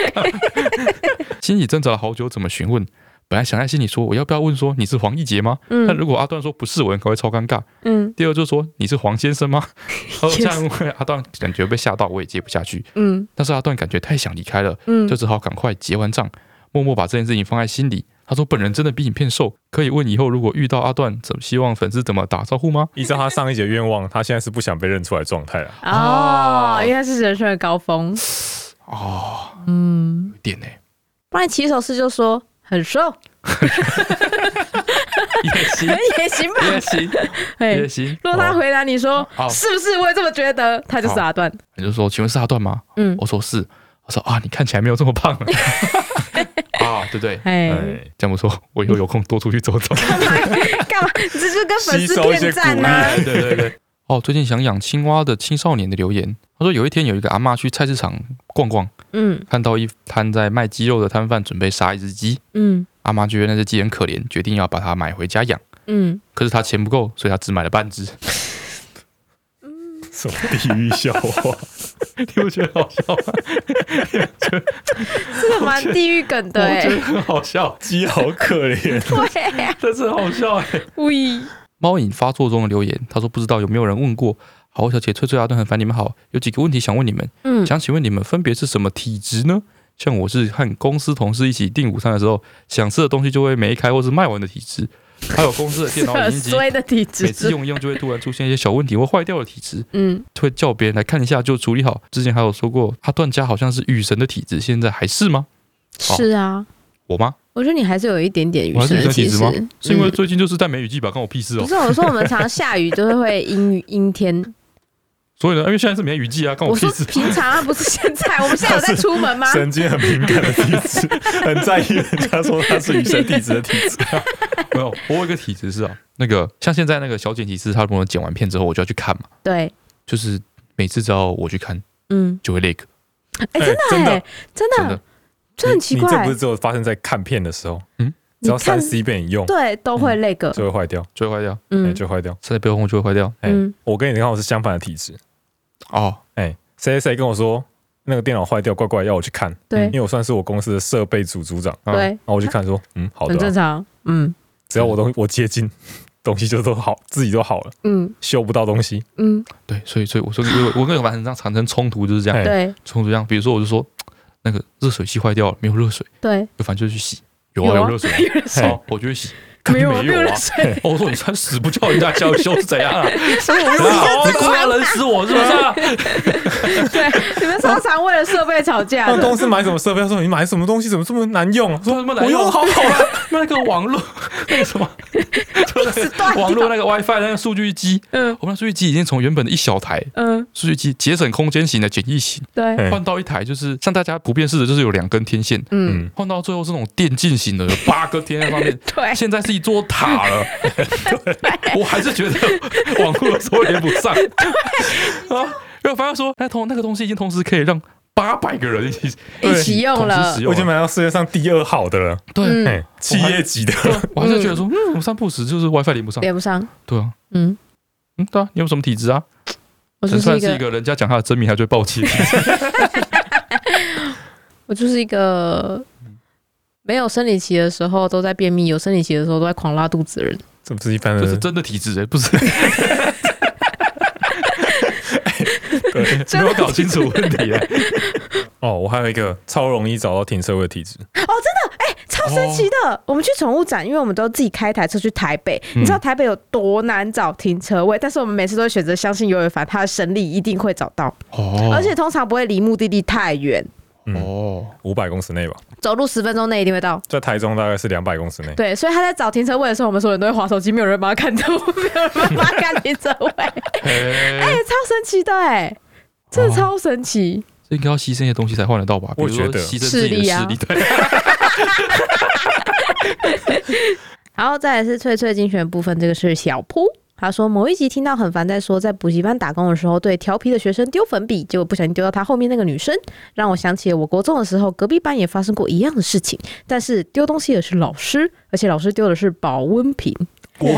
[SPEAKER 2] 心里挣扎了好久，怎么询问？本来想在心里说，我要不要问说你是黄奕杰吗？但
[SPEAKER 1] 嗯
[SPEAKER 2] 如果阿段说不是，我应该会超尴尬。
[SPEAKER 1] 嗯
[SPEAKER 2] 第二就是说你是黄先 生吗？然后
[SPEAKER 1] Yes
[SPEAKER 2] 这样会阿段感觉被吓到，我也接不下去。
[SPEAKER 1] 嗯
[SPEAKER 2] 但是阿段感觉太想离开了，
[SPEAKER 1] 嗯
[SPEAKER 2] 就只好赶快结完账，默默把这件事情放在心里。他说：“本人真的比影片瘦，可以问以后如果遇到阿段，怎么希望粉丝怎么打招呼吗
[SPEAKER 3] 依照他上一节愿望，他现在是不想被认出来的状态啊。
[SPEAKER 1] 哦，因为他是人生的高峰。？”
[SPEAKER 2] 哦，
[SPEAKER 1] 嗯，
[SPEAKER 2] 有 点呢、欸，
[SPEAKER 1] 不然骑手是就说很瘦，哎
[SPEAKER 2] 也行，
[SPEAKER 1] 也行吧？
[SPEAKER 2] 也行，
[SPEAKER 1] 哎
[SPEAKER 2] 也，行。
[SPEAKER 1] 若他回答你说
[SPEAKER 2] 哦
[SPEAKER 1] 是不是我也这么觉得，他就是阿段。
[SPEAKER 2] 你就说：“请问是阿段吗？”
[SPEAKER 1] 嗯，
[SPEAKER 2] 我说：“是。”他说：“啊，你看起来没有这 么胖 啊，啊对不对？
[SPEAKER 1] 哎，
[SPEAKER 3] 哎，
[SPEAKER 2] 这样不错，我以后有空多出去走走。”
[SPEAKER 1] 干嘛干嘛？你这是跟粉
[SPEAKER 3] 吸
[SPEAKER 1] 丝
[SPEAKER 3] 收一些
[SPEAKER 1] 骗
[SPEAKER 3] 鼓
[SPEAKER 1] 战啊
[SPEAKER 3] 励
[SPEAKER 1] 呢？
[SPEAKER 3] 对对对，
[SPEAKER 2] 哦，最近想养青蛙的青少年的留言，他他说有一天有一个阿嬷去菜市场逛逛，
[SPEAKER 1] 嗯
[SPEAKER 2] 看到一摊在卖鸡肉的摊贩准备杀一只鸡，
[SPEAKER 1] 嗯
[SPEAKER 2] 阿妈觉得那只鸡很可怜，决定要把它买回家养。
[SPEAKER 1] 嗯，
[SPEAKER 2] 可是她钱不够，所以她只买了半只。
[SPEAKER 3] 什么地狱笑话？
[SPEAKER 2] 你不觉得好笑吗？
[SPEAKER 1] 这个蛮地狱梗的
[SPEAKER 2] 我
[SPEAKER 1] 哎、
[SPEAKER 2] 觉得很好笑，
[SPEAKER 3] 鸡好可怜，
[SPEAKER 1] 对啊，
[SPEAKER 2] 真是很好笑哎、
[SPEAKER 1] 喂，
[SPEAKER 2] 猫影发作中的留言，他说不知道有没有人问过。好，小姐翠翠阿顿很烦你们好，有几个问题想问你们，
[SPEAKER 1] 嗯
[SPEAKER 2] 想请问你们分别是什么体质呢？像我是和公司同事一起订午餐的时候，想吃的东西就会没开或是卖完的体质，还有公司的电脑 影音机，
[SPEAKER 1] 衰的体
[SPEAKER 2] 每
[SPEAKER 1] 质，
[SPEAKER 2] 次用一用就会突然出现一些小问题或坏掉的体质，
[SPEAKER 1] 嗯，
[SPEAKER 2] 会叫别人来看一下就处理好。之前还有说过，他段家好像是雨神的体质，现在还是吗？好
[SPEAKER 1] 是啊，
[SPEAKER 2] 我吗？
[SPEAKER 1] 我觉得你还是有一点点雨
[SPEAKER 2] 我还是
[SPEAKER 1] 神
[SPEAKER 2] 雨神体
[SPEAKER 1] 其
[SPEAKER 2] 质
[SPEAKER 1] 实
[SPEAKER 2] 吗是因哦为
[SPEAKER 1] 嗯
[SPEAKER 2] 最近就是在梅雨季吧，关 我屁事哦
[SPEAKER 1] 不。是啊我说我们常下雨就是会阴雨阴天，
[SPEAKER 2] 所以呢，因为现在是梅雨季啊，关
[SPEAKER 1] 我
[SPEAKER 2] 屁
[SPEAKER 1] 说
[SPEAKER 2] 事。
[SPEAKER 1] 平常啊，不是现在，我们现在有在出门吗？
[SPEAKER 3] 神经很敏感的体 质，很在意人家说他是女生体质的体质。
[SPEAKER 2] 没有，我有一个体质 是啊，那个像现在那个小剪辑师，他帮我剪完片之后，我就要去看嘛，
[SPEAKER 1] 对，
[SPEAKER 2] 就是每次只要我去看
[SPEAKER 1] 嗯，
[SPEAKER 2] 就会累个，
[SPEAKER 1] 哎、
[SPEAKER 3] 哎
[SPEAKER 1] 真
[SPEAKER 3] 真
[SPEAKER 1] 的
[SPEAKER 3] 的
[SPEAKER 1] 哎、真
[SPEAKER 2] 真
[SPEAKER 1] 的
[SPEAKER 2] 的，
[SPEAKER 1] 这很奇
[SPEAKER 3] 你这
[SPEAKER 1] 怪
[SPEAKER 3] 不是，只有发生在看片的时候，
[SPEAKER 2] 嗯
[SPEAKER 3] 嗯，只要
[SPEAKER 1] 你看
[SPEAKER 3] 三 C 被你用
[SPEAKER 1] 对，都会那个，
[SPEAKER 3] 就会坏掉，
[SPEAKER 2] 就会坏掉，
[SPEAKER 3] 哎，
[SPEAKER 1] 嗯
[SPEAKER 3] 就会坏掉。
[SPEAKER 2] 塞在背后就会坏掉。
[SPEAKER 3] 哎
[SPEAKER 1] 嗯，
[SPEAKER 3] 我跟你刚好是相反的体质，
[SPEAKER 2] 哦，
[SPEAKER 3] 哎，谁谁谁跟我说那个电脑坏掉，怪怪要我去看，
[SPEAKER 1] 对
[SPEAKER 3] 因为我算是我公司的设备组组长，
[SPEAKER 2] 啊，
[SPEAKER 1] 对，
[SPEAKER 3] 然后我去看说，嗯，好
[SPEAKER 1] 很
[SPEAKER 3] 的
[SPEAKER 1] 正
[SPEAKER 3] 啊，
[SPEAKER 1] 常，嗯
[SPEAKER 3] 只要我东我接近东西就都好，自己都好了，
[SPEAKER 1] 嗯
[SPEAKER 3] 修不到东西，
[SPEAKER 1] 嗯，
[SPEAKER 2] 对，所以所以我说，我我跟反正这样产生冲突就是这样，
[SPEAKER 3] 哎
[SPEAKER 1] 对啊
[SPEAKER 2] 冲突这样，比如说我就说那个热水器坏掉了，没有热水，
[SPEAKER 1] 对，
[SPEAKER 2] 就反正就去洗，有
[SPEAKER 1] 有
[SPEAKER 2] 啊
[SPEAKER 1] 啊
[SPEAKER 2] 有热水啊，
[SPEAKER 1] 有人
[SPEAKER 3] 嘿
[SPEAKER 2] 哦，我就去洗，
[SPEAKER 1] 没有
[SPEAKER 2] 没
[SPEAKER 1] 没有
[SPEAKER 2] 有啊
[SPEAKER 1] 人。睡，
[SPEAKER 2] 哦我说你穿死不叫人家 叫修是怎样啊？
[SPEAKER 1] 所以我
[SPEAKER 2] 怎
[SPEAKER 1] 们
[SPEAKER 2] 样 啊你故意要冷死我是不是啊？
[SPEAKER 1] 对你们常常为了设备吵 架
[SPEAKER 3] 那
[SPEAKER 1] 的，
[SPEAKER 3] 公司买什么设备？他说你买什么东西怎么这么难用啊？
[SPEAKER 2] 说什么来
[SPEAKER 3] 我用好
[SPEAKER 2] 好了，那个网络那个什 么，就那
[SPEAKER 1] 一直断
[SPEAKER 2] 个
[SPEAKER 1] 掉
[SPEAKER 2] 网络那个 WiFi 那个数据机，
[SPEAKER 1] 嗯
[SPEAKER 2] 我们的数据机已经从原本的一小台
[SPEAKER 1] 嗯，
[SPEAKER 2] 数据机节省空间型的简易型，
[SPEAKER 1] 对，
[SPEAKER 3] 哎
[SPEAKER 2] 换到一台就是像大家普遍式的，就是有两根天线，
[SPEAKER 1] 嗯。
[SPEAKER 3] 嗯，
[SPEAKER 2] 换到最后是那种电竞型的，有八根天线上面
[SPEAKER 1] 对，
[SPEAKER 2] 现在是一座 塔了，对 我还是觉得网络的时候连不上 啊。因为我发现说，那同那个东西已经同时可以让八百个人一起
[SPEAKER 1] 一起用
[SPEAKER 2] 同时
[SPEAKER 1] 了
[SPEAKER 2] 使，用
[SPEAKER 3] 我已经买到世界上第二好的了，
[SPEAKER 2] 对，
[SPEAKER 1] 嗯，
[SPEAKER 3] 哎，企业级 的，
[SPEAKER 2] 我还是觉得说，嗯，我们三不时就是 WiFi 连不上。
[SPEAKER 1] 连不上，
[SPEAKER 2] 对啊，
[SPEAKER 1] 嗯，
[SPEAKER 2] 嗯，对啊，你有什么体质啊？
[SPEAKER 1] 我就
[SPEAKER 2] 陈
[SPEAKER 1] 是
[SPEAKER 2] 川
[SPEAKER 1] 一
[SPEAKER 2] 是一
[SPEAKER 1] 个，
[SPEAKER 2] 个人家讲他的真名还就会爆气的体质，
[SPEAKER 1] 我就是一个。没有生理期的时候都在便秘，有生理期的时候都在狂拉肚子的人。
[SPEAKER 3] 这不是一般
[SPEAKER 2] 这是
[SPEAKER 3] 的，
[SPEAKER 2] 真的体质欸不是？
[SPEAKER 1] 真
[SPEAKER 2] 没
[SPEAKER 1] 的
[SPEAKER 2] 有搞清楚问题欸
[SPEAKER 3] 哦，我还有一个超容易找到停车位的体质，
[SPEAKER 1] 超神奇的！
[SPEAKER 2] 哦
[SPEAKER 1] 我们去宠物展，因为我们都自己开一台车去台北，你
[SPEAKER 2] 嗯
[SPEAKER 1] 知道台北有多难找停车位，但是我们每次都会选择相信尤伟凡，他的神力一定会找到，
[SPEAKER 2] 哦
[SPEAKER 1] 而且通常不会离目的地太远，
[SPEAKER 3] 嗯，
[SPEAKER 2] 哦，
[SPEAKER 3] 五百公尺内吧，
[SPEAKER 1] 走路十分钟内一定会到。
[SPEAKER 3] 在台中大概是两百公尺内，
[SPEAKER 1] 对，所以他在找停车位的时候，我们所有人都会划手机，没有人帮他看 车，没有人帮他看停车位，哎、
[SPEAKER 2] 哎，
[SPEAKER 1] 超神奇的哎、真
[SPEAKER 2] 哦
[SPEAKER 1] 的超神奇，
[SPEAKER 2] 这应该要牺牲一些东西才换得到吧？比
[SPEAKER 3] 我
[SPEAKER 2] 如说
[SPEAKER 3] 觉得
[SPEAKER 2] 牺牲
[SPEAKER 1] 视
[SPEAKER 2] 自己的
[SPEAKER 1] 力啊
[SPEAKER 2] 视力，对，
[SPEAKER 1] 然后再来是翠翠精选部分，这个是小铺。他说某一集听到很烦，在说在补习班打工的时候，对调皮的学生丢粉笔，结果不小心丢到他后面那个女生，让我想起了我国中的时候，隔壁班也发生过一样的事情，但是丢东西的是老师，而且老师丢的是保温瓶。
[SPEAKER 3] 哇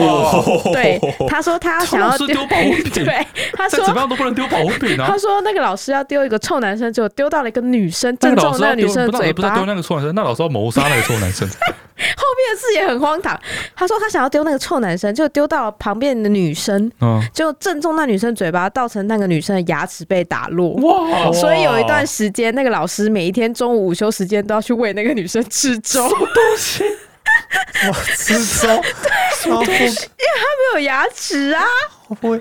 [SPEAKER 1] 对，他说他想要
[SPEAKER 2] 老师丢保温瓶
[SPEAKER 1] 对，他
[SPEAKER 2] 再怎么
[SPEAKER 1] 说。
[SPEAKER 2] 样都不能丢保温瓶啊
[SPEAKER 1] 他。说：“那个老师要丢一个臭男生，结果丢到了一个女生，
[SPEAKER 2] 那
[SPEAKER 1] 正
[SPEAKER 2] 个
[SPEAKER 1] 中
[SPEAKER 2] 老师
[SPEAKER 1] 那
[SPEAKER 2] 要
[SPEAKER 1] 个女
[SPEAKER 2] 丢，
[SPEAKER 1] 生的
[SPEAKER 2] 不是
[SPEAKER 1] 嘴
[SPEAKER 2] 不
[SPEAKER 1] 巴。
[SPEAKER 2] 是要丢那个臭男生，那老师要谋杀那个臭男生。
[SPEAKER 1] 后面的事也很荒唐。他说他想要丢那个臭男生，就丢到了旁边的女生，
[SPEAKER 2] 嗯，
[SPEAKER 1] 就正中那女生嘴巴，造成那个女生的牙齿被打落。
[SPEAKER 2] 哇，
[SPEAKER 1] 所以有一段时间，那个老师每一天中午午休时间都要去喂那个女生吃粥， 没
[SPEAKER 3] 哇，吃粥，什么东西？
[SPEAKER 1] 有牙齿啊，
[SPEAKER 3] 我会，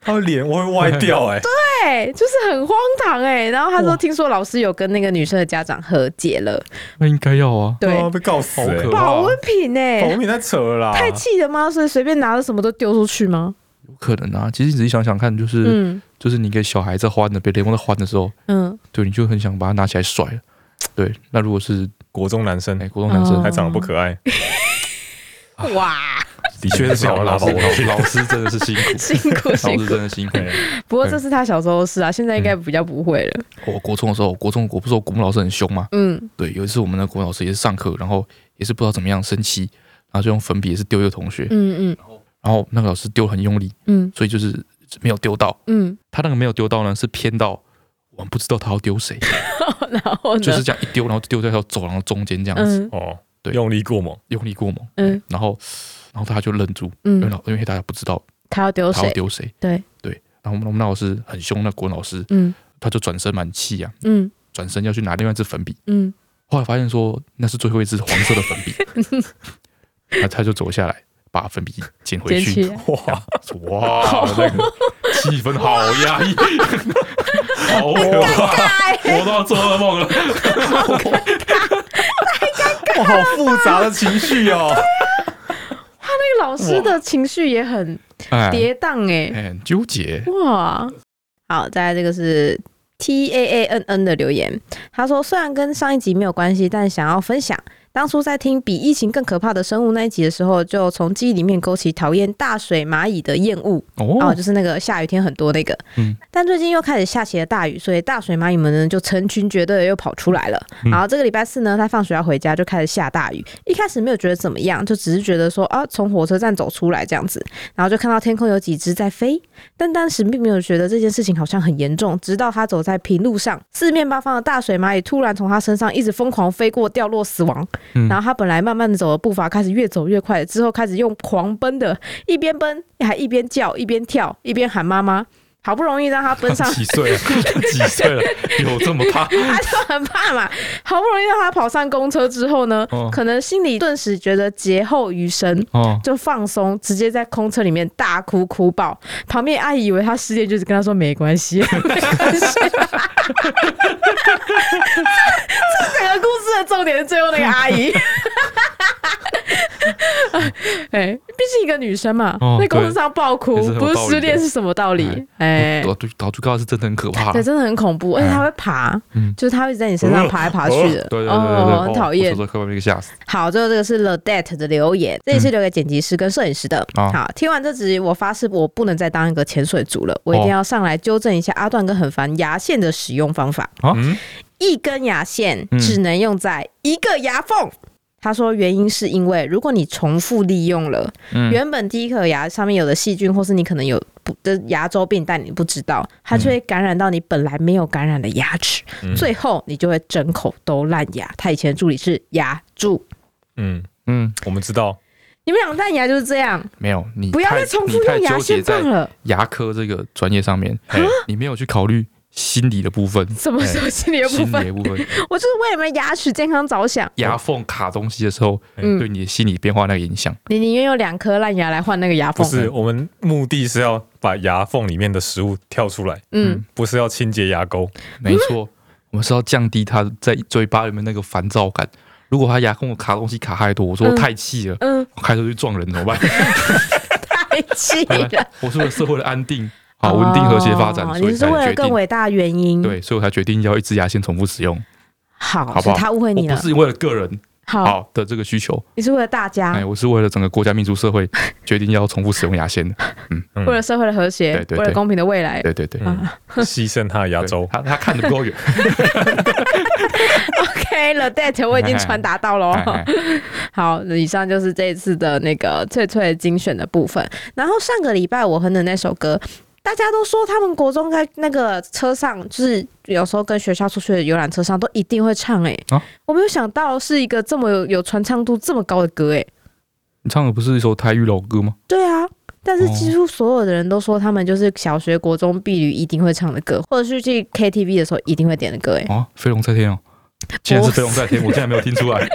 [SPEAKER 3] 他会脸我会歪掉 哎、
[SPEAKER 1] 对，就是很荒唐哎、然后他说，
[SPEAKER 3] 哇
[SPEAKER 1] 听说老师有跟那个女生的家长和解了，
[SPEAKER 2] 那应该要啊。
[SPEAKER 1] 对，
[SPEAKER 3] 哇被告死
[SPEAKER 2] 好
[SPEAKER 3] 哎、
[SPEAKER 2] 可
[SPEAKER 3] 欸
[SPEAKER 2] 怕，
[SPEAKER 1] 保温瓶哎、
[SPEAKER 3] 保命太扯了啦，
[SPEAKER 1] 太气了吗？所以随便拿了什么都丢出去吗？
[SPEAKER 2] 有可能啊。其实你仔细想想看，就是
[SPEAKER 1] 嗯
[SPEAKER 2] 就是你给小孩在欢的，被雷蒙在欢的时候，
[SPEAKER 1] 嗯，
[SPEAKER 2] 对，你就很想把它拿起来甩了。对，那如果是
[SPEAKER 3] 国中男生
[SPEAKER 2] 哎，国中男生
[SPEAKER 1] 哦
[SPEAKER 3] 还长得不可爱，
[SPEAKER 1] 嗯哇，
[SPEAKER 3] 的确是
[SPEAKER 2] 老
[SPEAKER 3] 拉
[SPEAKER 2] 老
[SPEAKER 3] 保
[SPEAKER 2] 师
[SPEAKER 3] 温瓶。
[SPEAKER 2] 老哎师真的是辛苦，
[SPEAKER 1] 辛苦
[SPEAKER 2] 老
[SPEAKER 1] 辛
[SPEAKER 2] 师
[SPEAKER 1] 苦
[SPEAKER 2] 真。的辛苦。
[SPEAKER 1] 不过这是他小时候的事啊，现在应该比较不会了。
[SPEAKER 2] 我国中的时候，我国中我不是说国文老师很凶吗？
[SPEAKER 1] 嗯，
[SPEAKER 2] 对，有一次我们的国文老师也是上课，然后也是不知道怎么样生气，然后就用粉笔也是丢一个同学，
[SPEAKER 1] 嗯嗯
[SPEAKER 2] 然后那个老师丢很用力，
[SPEAKER 1] 嗯
[SPEAKER 2] 所以就是没有丢到。
[SPEAKER 1] 嗯，
[SPEAKER 2] 他那个没有丢到呢，是偏到我们不知道他要丢谁，
[SPEAKER 1] 然后呢？
[SPEAKER 2] 就是这样一丢，然后就丢在走廊中间这样子，
[SPEAKER 1] 嗯
[SPEAKER 3] 哦，
[SPEAKER 2] 对
[SPEAKER 3] 用力过猛，
[SPEAKER 2] 用力过猛，
[SPEAKER 1] 嗯
[SPEAKER 2] 然后然后他就愣住，因为
[SPEAKER 1] 嗯，
[SPEAKER 2] 老因为大家不知道
[SPEAKER 1] 他要丢
[SPEAKER 2] 他要
[SPEAKER 1] 谁？
[SPEAKER 2] 丢谁，
[SPEAKER 1] 对，
[SPEAKER 2] 对，然后我们我们那老师很凶，那国文老师
[SPEAKER 1] 嗯
[SPEAKER 2] 他就转身蛮气啊，
[SPEAKER 1] 嗯
[SPEAKER 2] 转身要去拿另外一支粉笔，
[SPEAKER 1] 嗯，
[SPEAKER 2] 后来发现说那是最后一支黄色的粉笔， 他他就走下来把粉笔捡回
[SPEAKER 1] 捡起
[SPEAKER 2] 去，
[SPEAKER 1] 来。
[SPEAKER 3] 哇，
[SPEAKER 2] 哇，那个气氛好压抑，好哇，我都要做噩梦了。
[SPEAKER 3] 哇， 好复杂的情绪哦。
[SPEAKER 1] 那个老师的情绪也很
[SPEAKER 2] 哎，
[SPEAKER 1] 跌宕哎、
[SPEAKER 2] 很纠结。
[SPEAKER 1] 哇，好，再来这个是 T A A N N 的留言，他说虽然跟上一集没有关系，但想要分享。当初在听比疫情更可怕的生物那一集的时候，就从记忆里面勾起讨厌大水蚂蚁的厌恶哦，
[SPEAKER 2] 哦，
[SPEAKER 1] 就是那个下雨天很多那个。
[SPEAKER 2] 嗯
[SPEAKER 1] 但最近又开始下起了大雨，所以大水蚂蚁们呢就成群结队地又跑出来了。
[SPEAKER 3] 嗯
[SPEAKER 1] 然后这个礼拜四呢，他放学要回家就开始下大雨。一开始没有觉得怎么样，就只是觉得说啊，从火车站走出来这样子，然后就看到天空有几只在飞。但当时并没有觉得这件事情好像很严重，直到他走在平路上，四面八方的大水蚂蚁突然从他身上一直疯狂飞过，掉落死亡。
[SPEAKER 2] 嗯，
[SPEAKER 1] 然后他本来慢慢的走的步伐开始越走越快，之后开始用狂奔的，一边奔还一边叫，一边跳，一边喊妈妈。好不容易让他奔上
[SPEAKER 2] 几岁了？啊几岁了？有这么 怕？
[SPEAKER 1] 他就很怕嘛。好不容易让他跑上公车之后呢，
[SPEAKER 2] 哦
[SPEAKER 1] 可能心里顿时觉得劫后余生，
[SPEAKER 2] 哦，
[SPEAKER 1] 就放松，直接在空车里面大哭哭爆。旁边阿姨以为他失恋，就是跟他说没关系， 没关系。这这整个故事的重点是最后那个阿姨。 哎，毕竟一个女生嘛，
[SPEAKER 2] 哦
[SPEAKER 1] 在公车上爆哭
[SPEAKER 2] 也是，很有
[SPEAKER 1] 不是
[SPEAKER 2] 道理
[SPEAKER 1] 失恋
[SPEAKER 2] 的
[SPEAKER 1] 是什么道理？哎，
[SPEAKER 2] 导主哦导主告是真的很可怕。
[SPEAKER 1] 对，真的很恐怖，而且它会爬，
[SPEAKER 2] 嗯
[SPEAKER 1] 就是它会在你身上爬来爬去的，
[SPEAKER 2] 对对对对
[SPEAKER 1] 哦，
[SPEAKER 2] 对，
[SPEAKER 1] 很讨厌
[SPEAKER 2] 我。说课本被吓死。
[SPEAKER 1] 好，最后这个是 The Det 的留
[SPEAKER 2] 嗯
[SPEAKER 1] 言，这也是留给剪辑师跟摄影师的。
[SPEAKER 2] 啊
[SPEAKER 1] 好，听完这集，我发誓我不能再当一个潜水族了，我一定
[SPEAKER 2] 哦
[SPEAKER 1] 要上来纠正一下阿段跟很烦牙线的使用方法。
[SPEAKER 2] 啊
[SPEAKER 3] 嗯，
[SPEAKER 1] 一根牙线
[SPEAKER 2] 嗯
[SPEAKER 1] 只能用在一个牙缝。他说，原因是因为如果你重复利用了，
[SPEAKER 2] 嗯
[SPEAKER 1] 原本第一颗牙上面有的细菌，或是你可能有不的牙周病，但你不知道，
[SPEAKER 2] 嗯
[SPEAKER 1] 它就会感染到你本来没有感染的牙齿，
[SPEAKER 3] 嗯
[SPEAKER 1] 最后你就会整口都烂牙。他以前的助理是牙蛀，
[SPEAKER 3] 嗯，
[SPEAKER 2] 嗯，
[SPEAKER 3] 我们知道，
[SPEAKER 1] 你们两个烂牙就是这样，
[SPEAKER 2] 没有你
[SPEAKER 1] 不要
[SPEAKER 2] 太
[SPEAKER 1] 再重复
[SPEAKER 2] 你太
[SPEAKER 1] 用牙
[SPEAKER 2] 纠结
[SPEAKER 1] 线棒
[SPEAKER 2] 在
[SPEAKER 1] 了。啊
[SPEAKER 2] 牙科这个专业上面，嘿你没有去考虑心理的部分，
[SPEAKER 1] 什么时候心理的部
[SPEAKER 2] 心理
[SPEAKER 1] 分？
[SPEAKER 2] 的 部分，
[SPEAKER 1] 我就是为你们牙齿健康着想。
[SPEAKER 2] 牙缝卡东西的时候，
[SPEAKER 1] 嗯
[SPEAKER 2] 对你的心理变化那个影响。
[SPEAKER 1] 你宁愿用两颗烂牙来换那个牙
[SPEAKER 3] 不
[SPEAKER 1] 缝？
[SPEAKER 2] 哦
[SPEAKER 3] 是我们目的是要把牙缝里面的食物跳出来，
[SPEAKER 1] 嗯，
[SPEAKER 3] 不是要清洁牙沟。
[SPEAKER 2] 没错，我们是要降低他在嘴巴里面那个烦躁感。如果他牙缝卡东西卡太多，我说我
[SPEAKER 1] 嗯
[SPEAKER 2] 太气了，
[SPEAKER 1] 嗯，
[SPEAKER 2] 我开车去撞人怎么 办？
[SPEAKER 1] 太气了。
[SPEAKER 2] 我是为了社会的安定， 好稳定和谐发展，
[SPEAKER 1] 哦
[SPEAKER 2] 所
[SPEAKER 1] 你
[SPEAKER 2] 以
[SPEAKER 1] 是
[SPEAKER 2] 才
[SPEAKER 1] 为了
[SPEAKER 2] 决
[SPEAKER 1] 更
[SPEAKER 2] 定。
[SPEAKER 1] 伟大的原因。，
[SPEAKER 2] 对，所以我才决定要一支牙线重复使用。
[SPEAKER 1] 好，
[SPEAKER 2] 好
[SPEAKER 1] 是
[SPEAKER 2] 不好
[SPEAKER 1] 他误会
[SPEAKER 2] 我
[SPEAKER 1] 嗯你哦
[SPEAKER 2] 不
[SPEAKER 1] 了。
[SPEAKER 2] 是为了个人
[SPEAKER 1] 好，
[SPEAKER 2] 好的这个需求，
[SPEAKER 1] 你是为了大家
[SPEAKER 2] 哎，，我是为了整个国家民族社会 决定要重复使用牙线的。
[SPEAKER 3] 嗯
[SPEAKER 1] 为了社会的和谐
[SPEAKER 2] 对，对对
[SPEAKER 1] 为了公平的未来。
[SPEAKER 2] 对对对，
[SPEAKER 3] 嗯，牺牲它的牙
[SPEAKER 2] 对
[SPEAKER 3] 周。
[SPEAKER 2] 他他看得不够远。
[SPEAKER 1] OK 了，that 我已经传达到了
[SPEAKER 2] 哎
[SPEAKER 1] 哦。
[SPEAKER 2] 哎
[SPEAKER 1] 好，以上就是这一次的那个翠翠精选的部分。然后上个礼拜我哼的那首歌。大家都说他们国中在那个车上，就是有时候跟学校出去的游览车上都一定会唱哎、
[SPEAKER 2] 啊
[SPEAKER 1] 我没有想到是一个这么有有传唱度这么高的歌哎、
[SPEAKER 2] 你唱的不是一首台语老歌吗？
[SPEAKER 1] 对啊，但是几乎所有的人都说他们就是小学、国中、婢女一定会唱的歌，或者是去 KTV 的时候一定会点的歌、欸。
[SPEAKER 2] 啊，飞龙在天哦，竟然是飞龙在天，
[SPEAKER 1] 不是
[SPEAKER 2] 我竟然没有听 出来。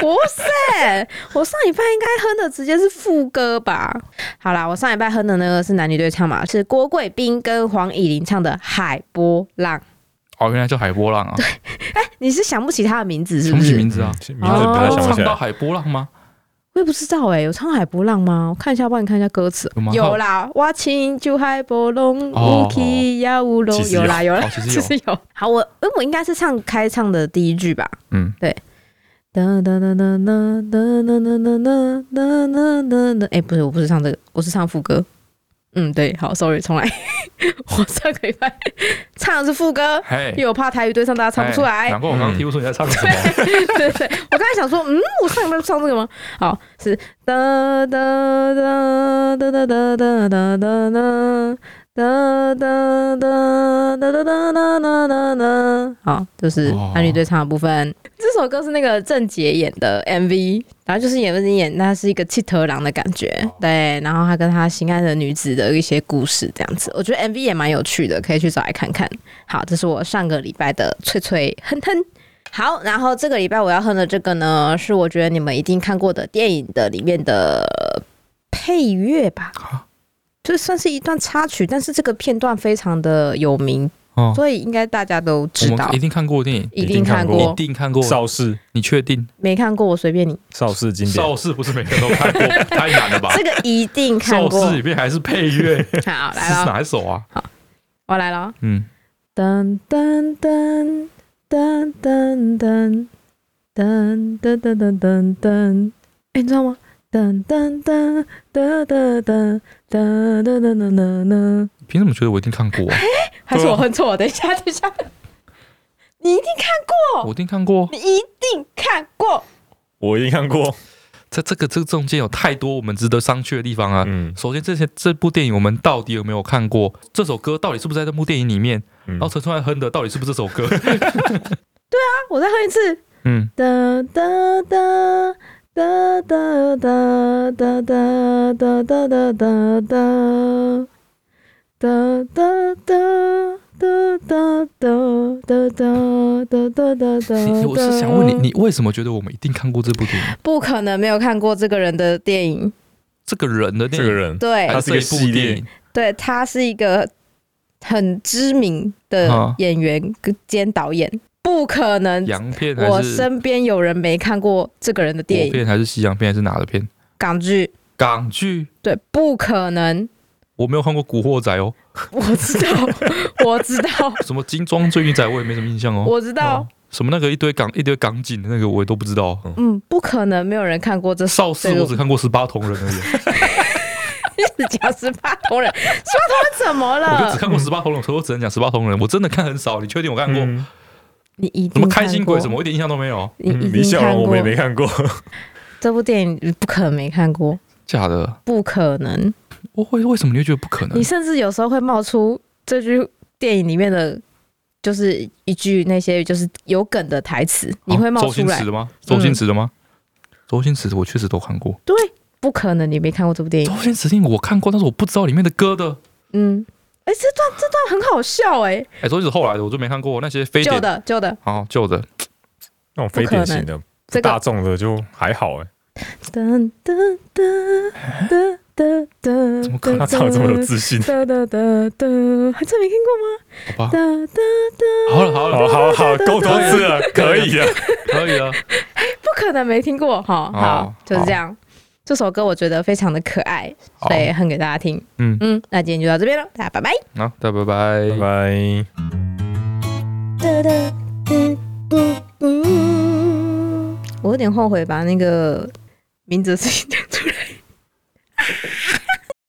[SPEAKER 1] 不是，我上礼拜应该哼的直接是副歌吧？好啦，我上礼拜哼的那个是男女对唱嘛，是郭贵宾跟黄以玲唱的《海波浪》。
[SPEAKER 2] 哦，原来叫海波浪啊，
[SPEAKER 1] 你是想不起他的名字是
[SPEAKER 2] 想
[SPEAKER 1] 不
[SPEAKER 2] 不起
[SPEAKER 1] 是？哦
[SPEAKER 2] 名字啊。
[SPEAKER 3] 嗯名字不太想不起
[SPEAKER 2] 唱到
[SPEAKER 3] 来。
[SPEAKER 2] 海波浪吗？
[SPEAKER 1] 我也不知道哎、有唱《海波浪》吗？我看一下，帮你看一下歌词
[SPEAKER 2] 有吗。
[SPEAKER 1] 有啦，我亲就海波浪，
[SPEAKER 2] 哦
[SPEAKER 1] 乌起呀乌龙
[SPEAKER 3] 其，实有
[SPEAKER 1] 有啦有啦
[SPEAKER 2] 哦，其实
[SPEAKER 1] 其
[SPEAKER 2] 有
[SPEAKER 1] 实有。好，我我应该是唱开唱的第一句吧。
[SPEAKER 2] 嗯，
[SPEAKER 1] 哒哒哒哒哒哒哒哒哒哒哒哒哒哒。哎，不是，我不是唱这个，我是唱副歌。嗯，对，好，sorry，重来。我上个礼拜唱的是副歌，
[SPEAKER 2] 嘿
[SPEAKER 1] 因，为我怕台语对上大家唱不出来
[SPEAKER 2] 哎。难怪我刚刚听不出你在唱什么。
[SPEAKER 1] 对对，我刚才想说，嗯，我上礼拜不唱这个吗？好，是哒哒哒哒哒哒哒哒哒哒哒哒哒哒哒哒哒哒哒哒。好，就是男女对唱的部分。这首歌是那个郑杰演的 MV，然后就是演不是演，那是一个气头狼的感觉，对。然后他跟他心爱的女子的一些故事这样子，我觉得 MV 也蛮有趣的，可以去找来看看。好，这是我上个礼拜的脆脆哼哼。好，然后这个礼拜我要哼的这个呢，是我觉得你们一定看过的电影的里面的配乐吧，就算是一段插曲，但是这个片段非常的有名，
[SPEAKER 2] 哦，
[SPEAKER 1] 所以应该大家都知
[SPEAKER 2] 我
[SPEAKER 1] 道
[SPEAKER 2] 们一，定看过电影，
[SPEAKER 1] 一
[SPEAKER 3] 定
[SPEAKER 1] 定看
[SPEAKER 3] 看
[SPEAKER 2] 一
[SPEAKER 1] 过
[SPEAKER 3] 过，
[SPEAKER 2] 定看过。
[SPEAKER 3] 邵氏
[SPEAKER 2] 你确定？
[SPEAKER 1] 没看过我随便你，
[SPEAKER 3] 邵氏经典
[SPEAKER 2] 邵氏不是每个人都 看过，太难了吧？
[SPEAKER 1] 这个一定看
[SPEAKER 2] 邵
[SPEAKER 1] 过。
[SPEAKER 2] 氏里面还是配乐， 是
[SPEAKER 1] 好，来了，
[SPEAKER 2] 哪一首啊？
[SPEAKER 1] 我来了。
[SPEAKER 2] 嗯，
[SPEAKER 1] 噔噔噔噔噔噔噔噔噔噔噔噔，哎，你知道吗？噔噔噔噔噔噔噔噔噔噔噔噔，
[SPEAKER 2] 凭什么觉得我一定看过啊？
[SPEAKER 1] 还是我哼错？等一下，等一下，你一定看
[SPEAKER 2] 我一定看过。
[SPEAKER 1] 过，你一定看过。
[SPEAKER 3] 我也看过，
[SPEAKER 2] 在这个这中间有太多我们值得商榷的地方啊。
[SPEAKER 3] 嗯
[SPEAKER 2] 首先，这些这部电影我们到底有没有看过？这首歌到底是不是在这部电影里面？
[SPEAKER 3] 嗯
[SPEAKER 2] 然后陈川哼的到底是不是这首歌？
[SPEAKER 1] 啊，我再哼一次。
[SPEAKER 2] 嗯，
[SPEAKER 1] 哒哒哒哒哒哒哒哒哒哒哒哒哒哒哒哒哒哒哒哒哒哒哒哒。
[SPEAKER 2] 你我是想问你，你为什么觉得我们一定看过这部电影？
[SPEAKER 1] 不可能没有看过这个人的电影，
[SPEAKER 2] 这个人的
[SPEAKER 3] 这
[SPEAKER 2] 电
[SPEAKER 3] 个
[SPEAKER 2] 影，
[SPEAKER 3] 人
[SPEAKER 1] 对
[SPEAKER 2] 还
[SPEAKER 3] 他
[SPEAKER 2] 是这
[SPEAKER 3] 是个
[SPEAKER 2] 一部
[SPEAKER 3] 系
[SPEAKER 2] 电
[SPEAKER 3] 列
[SPEAKER 2] 影，
[SPEAKER 1] 对，他是一个很知名的
[SPEAKER 2] 啊
[SPEAKER 1] 演员兼导演，不可能。
[SPEAKER 2] 洋片
[SPEAKER 1] 我
[SPEAKER 2] 还是
[SPEAKER 1] 身边有人没看过这个人的电
[SPEAKER 2] 国
[SPEAKER 1] 影，
[SPEAKER 2] 片还是西洋片还是哪的片？
[SPEAKER 1] 港剧，
[SPEAKER 2] 港剧
[SPEAKER 1] 对，不可能。
[SPEAKER 2] 我没有看过《古惑仔》哦，
[SPEAKER 1] 我知 道，我知道，
[SPEAKER 2] 什么《金装追女仔》我也没什么印象哦。
[SPEAKER 1] 我知道
[SPEAKER 2] 哦，什么那个一堆港一堆港警的那个我也都不知道哦。
[SPEAKER 1] 嗯，不可能没有人看过这
[SPEAKER 2] 邵氏
[SPEAKER 1] 这个
[SPEAKER 2] 我只看过十八铜人 而已，
[SPEAKER 1] 是讲十八铜 人，十八铜人怎么
[SPEAKER 2] 我就只
[SPEAKER 1] 了？
[SPEAKER 2] 看过十八铜人，所以我只能讲十八铜人。我真的看很少，你确定我看过？
[SPEAKER 3] 嗯
[SPEAKER 1] 你一定
[SPEAKER 2] 什么
[SPEAKER 1] 看
[SPEAKER 2] 开心鬼
[SPEAKER 1] 过
[SPEAKER 2] 什么，我一点印象都没有。
[SPEAKER 1] 嗯你一
[SPEAKER 3] 李
[SPEAKER 1] 定
[SPEAKER 3] 小
[SPEAKER 1] 看
[SPEAKER 3] 龙我
[SPEAKER 1] 过
[SPEAKER 3] 们也没看过，
[SPEAKER 1] 这部电影，不可能没看过，
[SPEAKER 2] 假的？
[SPEAKER 1] 不可能。
[SPEAKER 2] 我会为什么你会觉得不可能
[SPEAKER 1] 你？甚至有时候会冒出这句电影里面的，就是一句那些就是有梗的台词，你会
[SPEAKER 2] 啊
[SPEAKER 1] 冒
[SPEAKER 2] 周
[SPEAKER 1] 出
[SPEAKER 2] 星
[SPEAKER 1] 来嗯
[SPEAKER 2] 驰。的吗？周星驰的吗？周星驰的我确实都看过，
[SPEAKER 1] 对，不可能你没看过这部电影
[SPEAKER 2] 周。星驰的电影我看过，但是我不知道里面的歌的。
[SPEAKER 1] 嗯，哎，这段这段很好笑哎，
[SPEAKER 2] 哎，周星驰后来的我就没看过那些非
[SPEAKER 1] 旧
[SPEAKER 2] 典。
[SPEAKER 1] 的旧的，
[SPEAKER 2] 哦，旧的，
[SPEAKER 3] 那种非典型的
[SPEAKER 1] 这个
[SPEAKER 3] 大众的就还好哎，
[SPEAKER 1] 噔噔噔噔噔噔，
[SPEAKER 2] 怎么可能
[SPEAKER 3] 他唱的这么有 自信。
[SPEAKER 1] 哒哒哒哒，还真没听过吗？
[SPEAKER 2] 好吧，
[SPEAKER 1] 哒哒哒，
[SPEAKER 2] 好了好
[SPEAKER 3] 好
[SPEAKER 2] 了，
[SPEAKER 3] 好好，够多次了，可以了。
[SPEAKER 2] 可以了。
[SPEAKER 1] 不可能没听过哈。好
[SPEAKER 2] 好，
[SPEAKER 1] 就是这样。这首歌我觉得非常的可爱，
[SPEAKER 2] 好
[SPEAKER 1] 所，以哼给大家听。
[SPEAKER 2] 嗯，
[SPEAKER 1] 嗯，那今天就到这边了，大家拜拜。
[SPEAKER 2] 好，大家拜拜
[SPEAKER 3] 拜。拜。
[SPEAKER 1] 我有点后悔把那个名字自己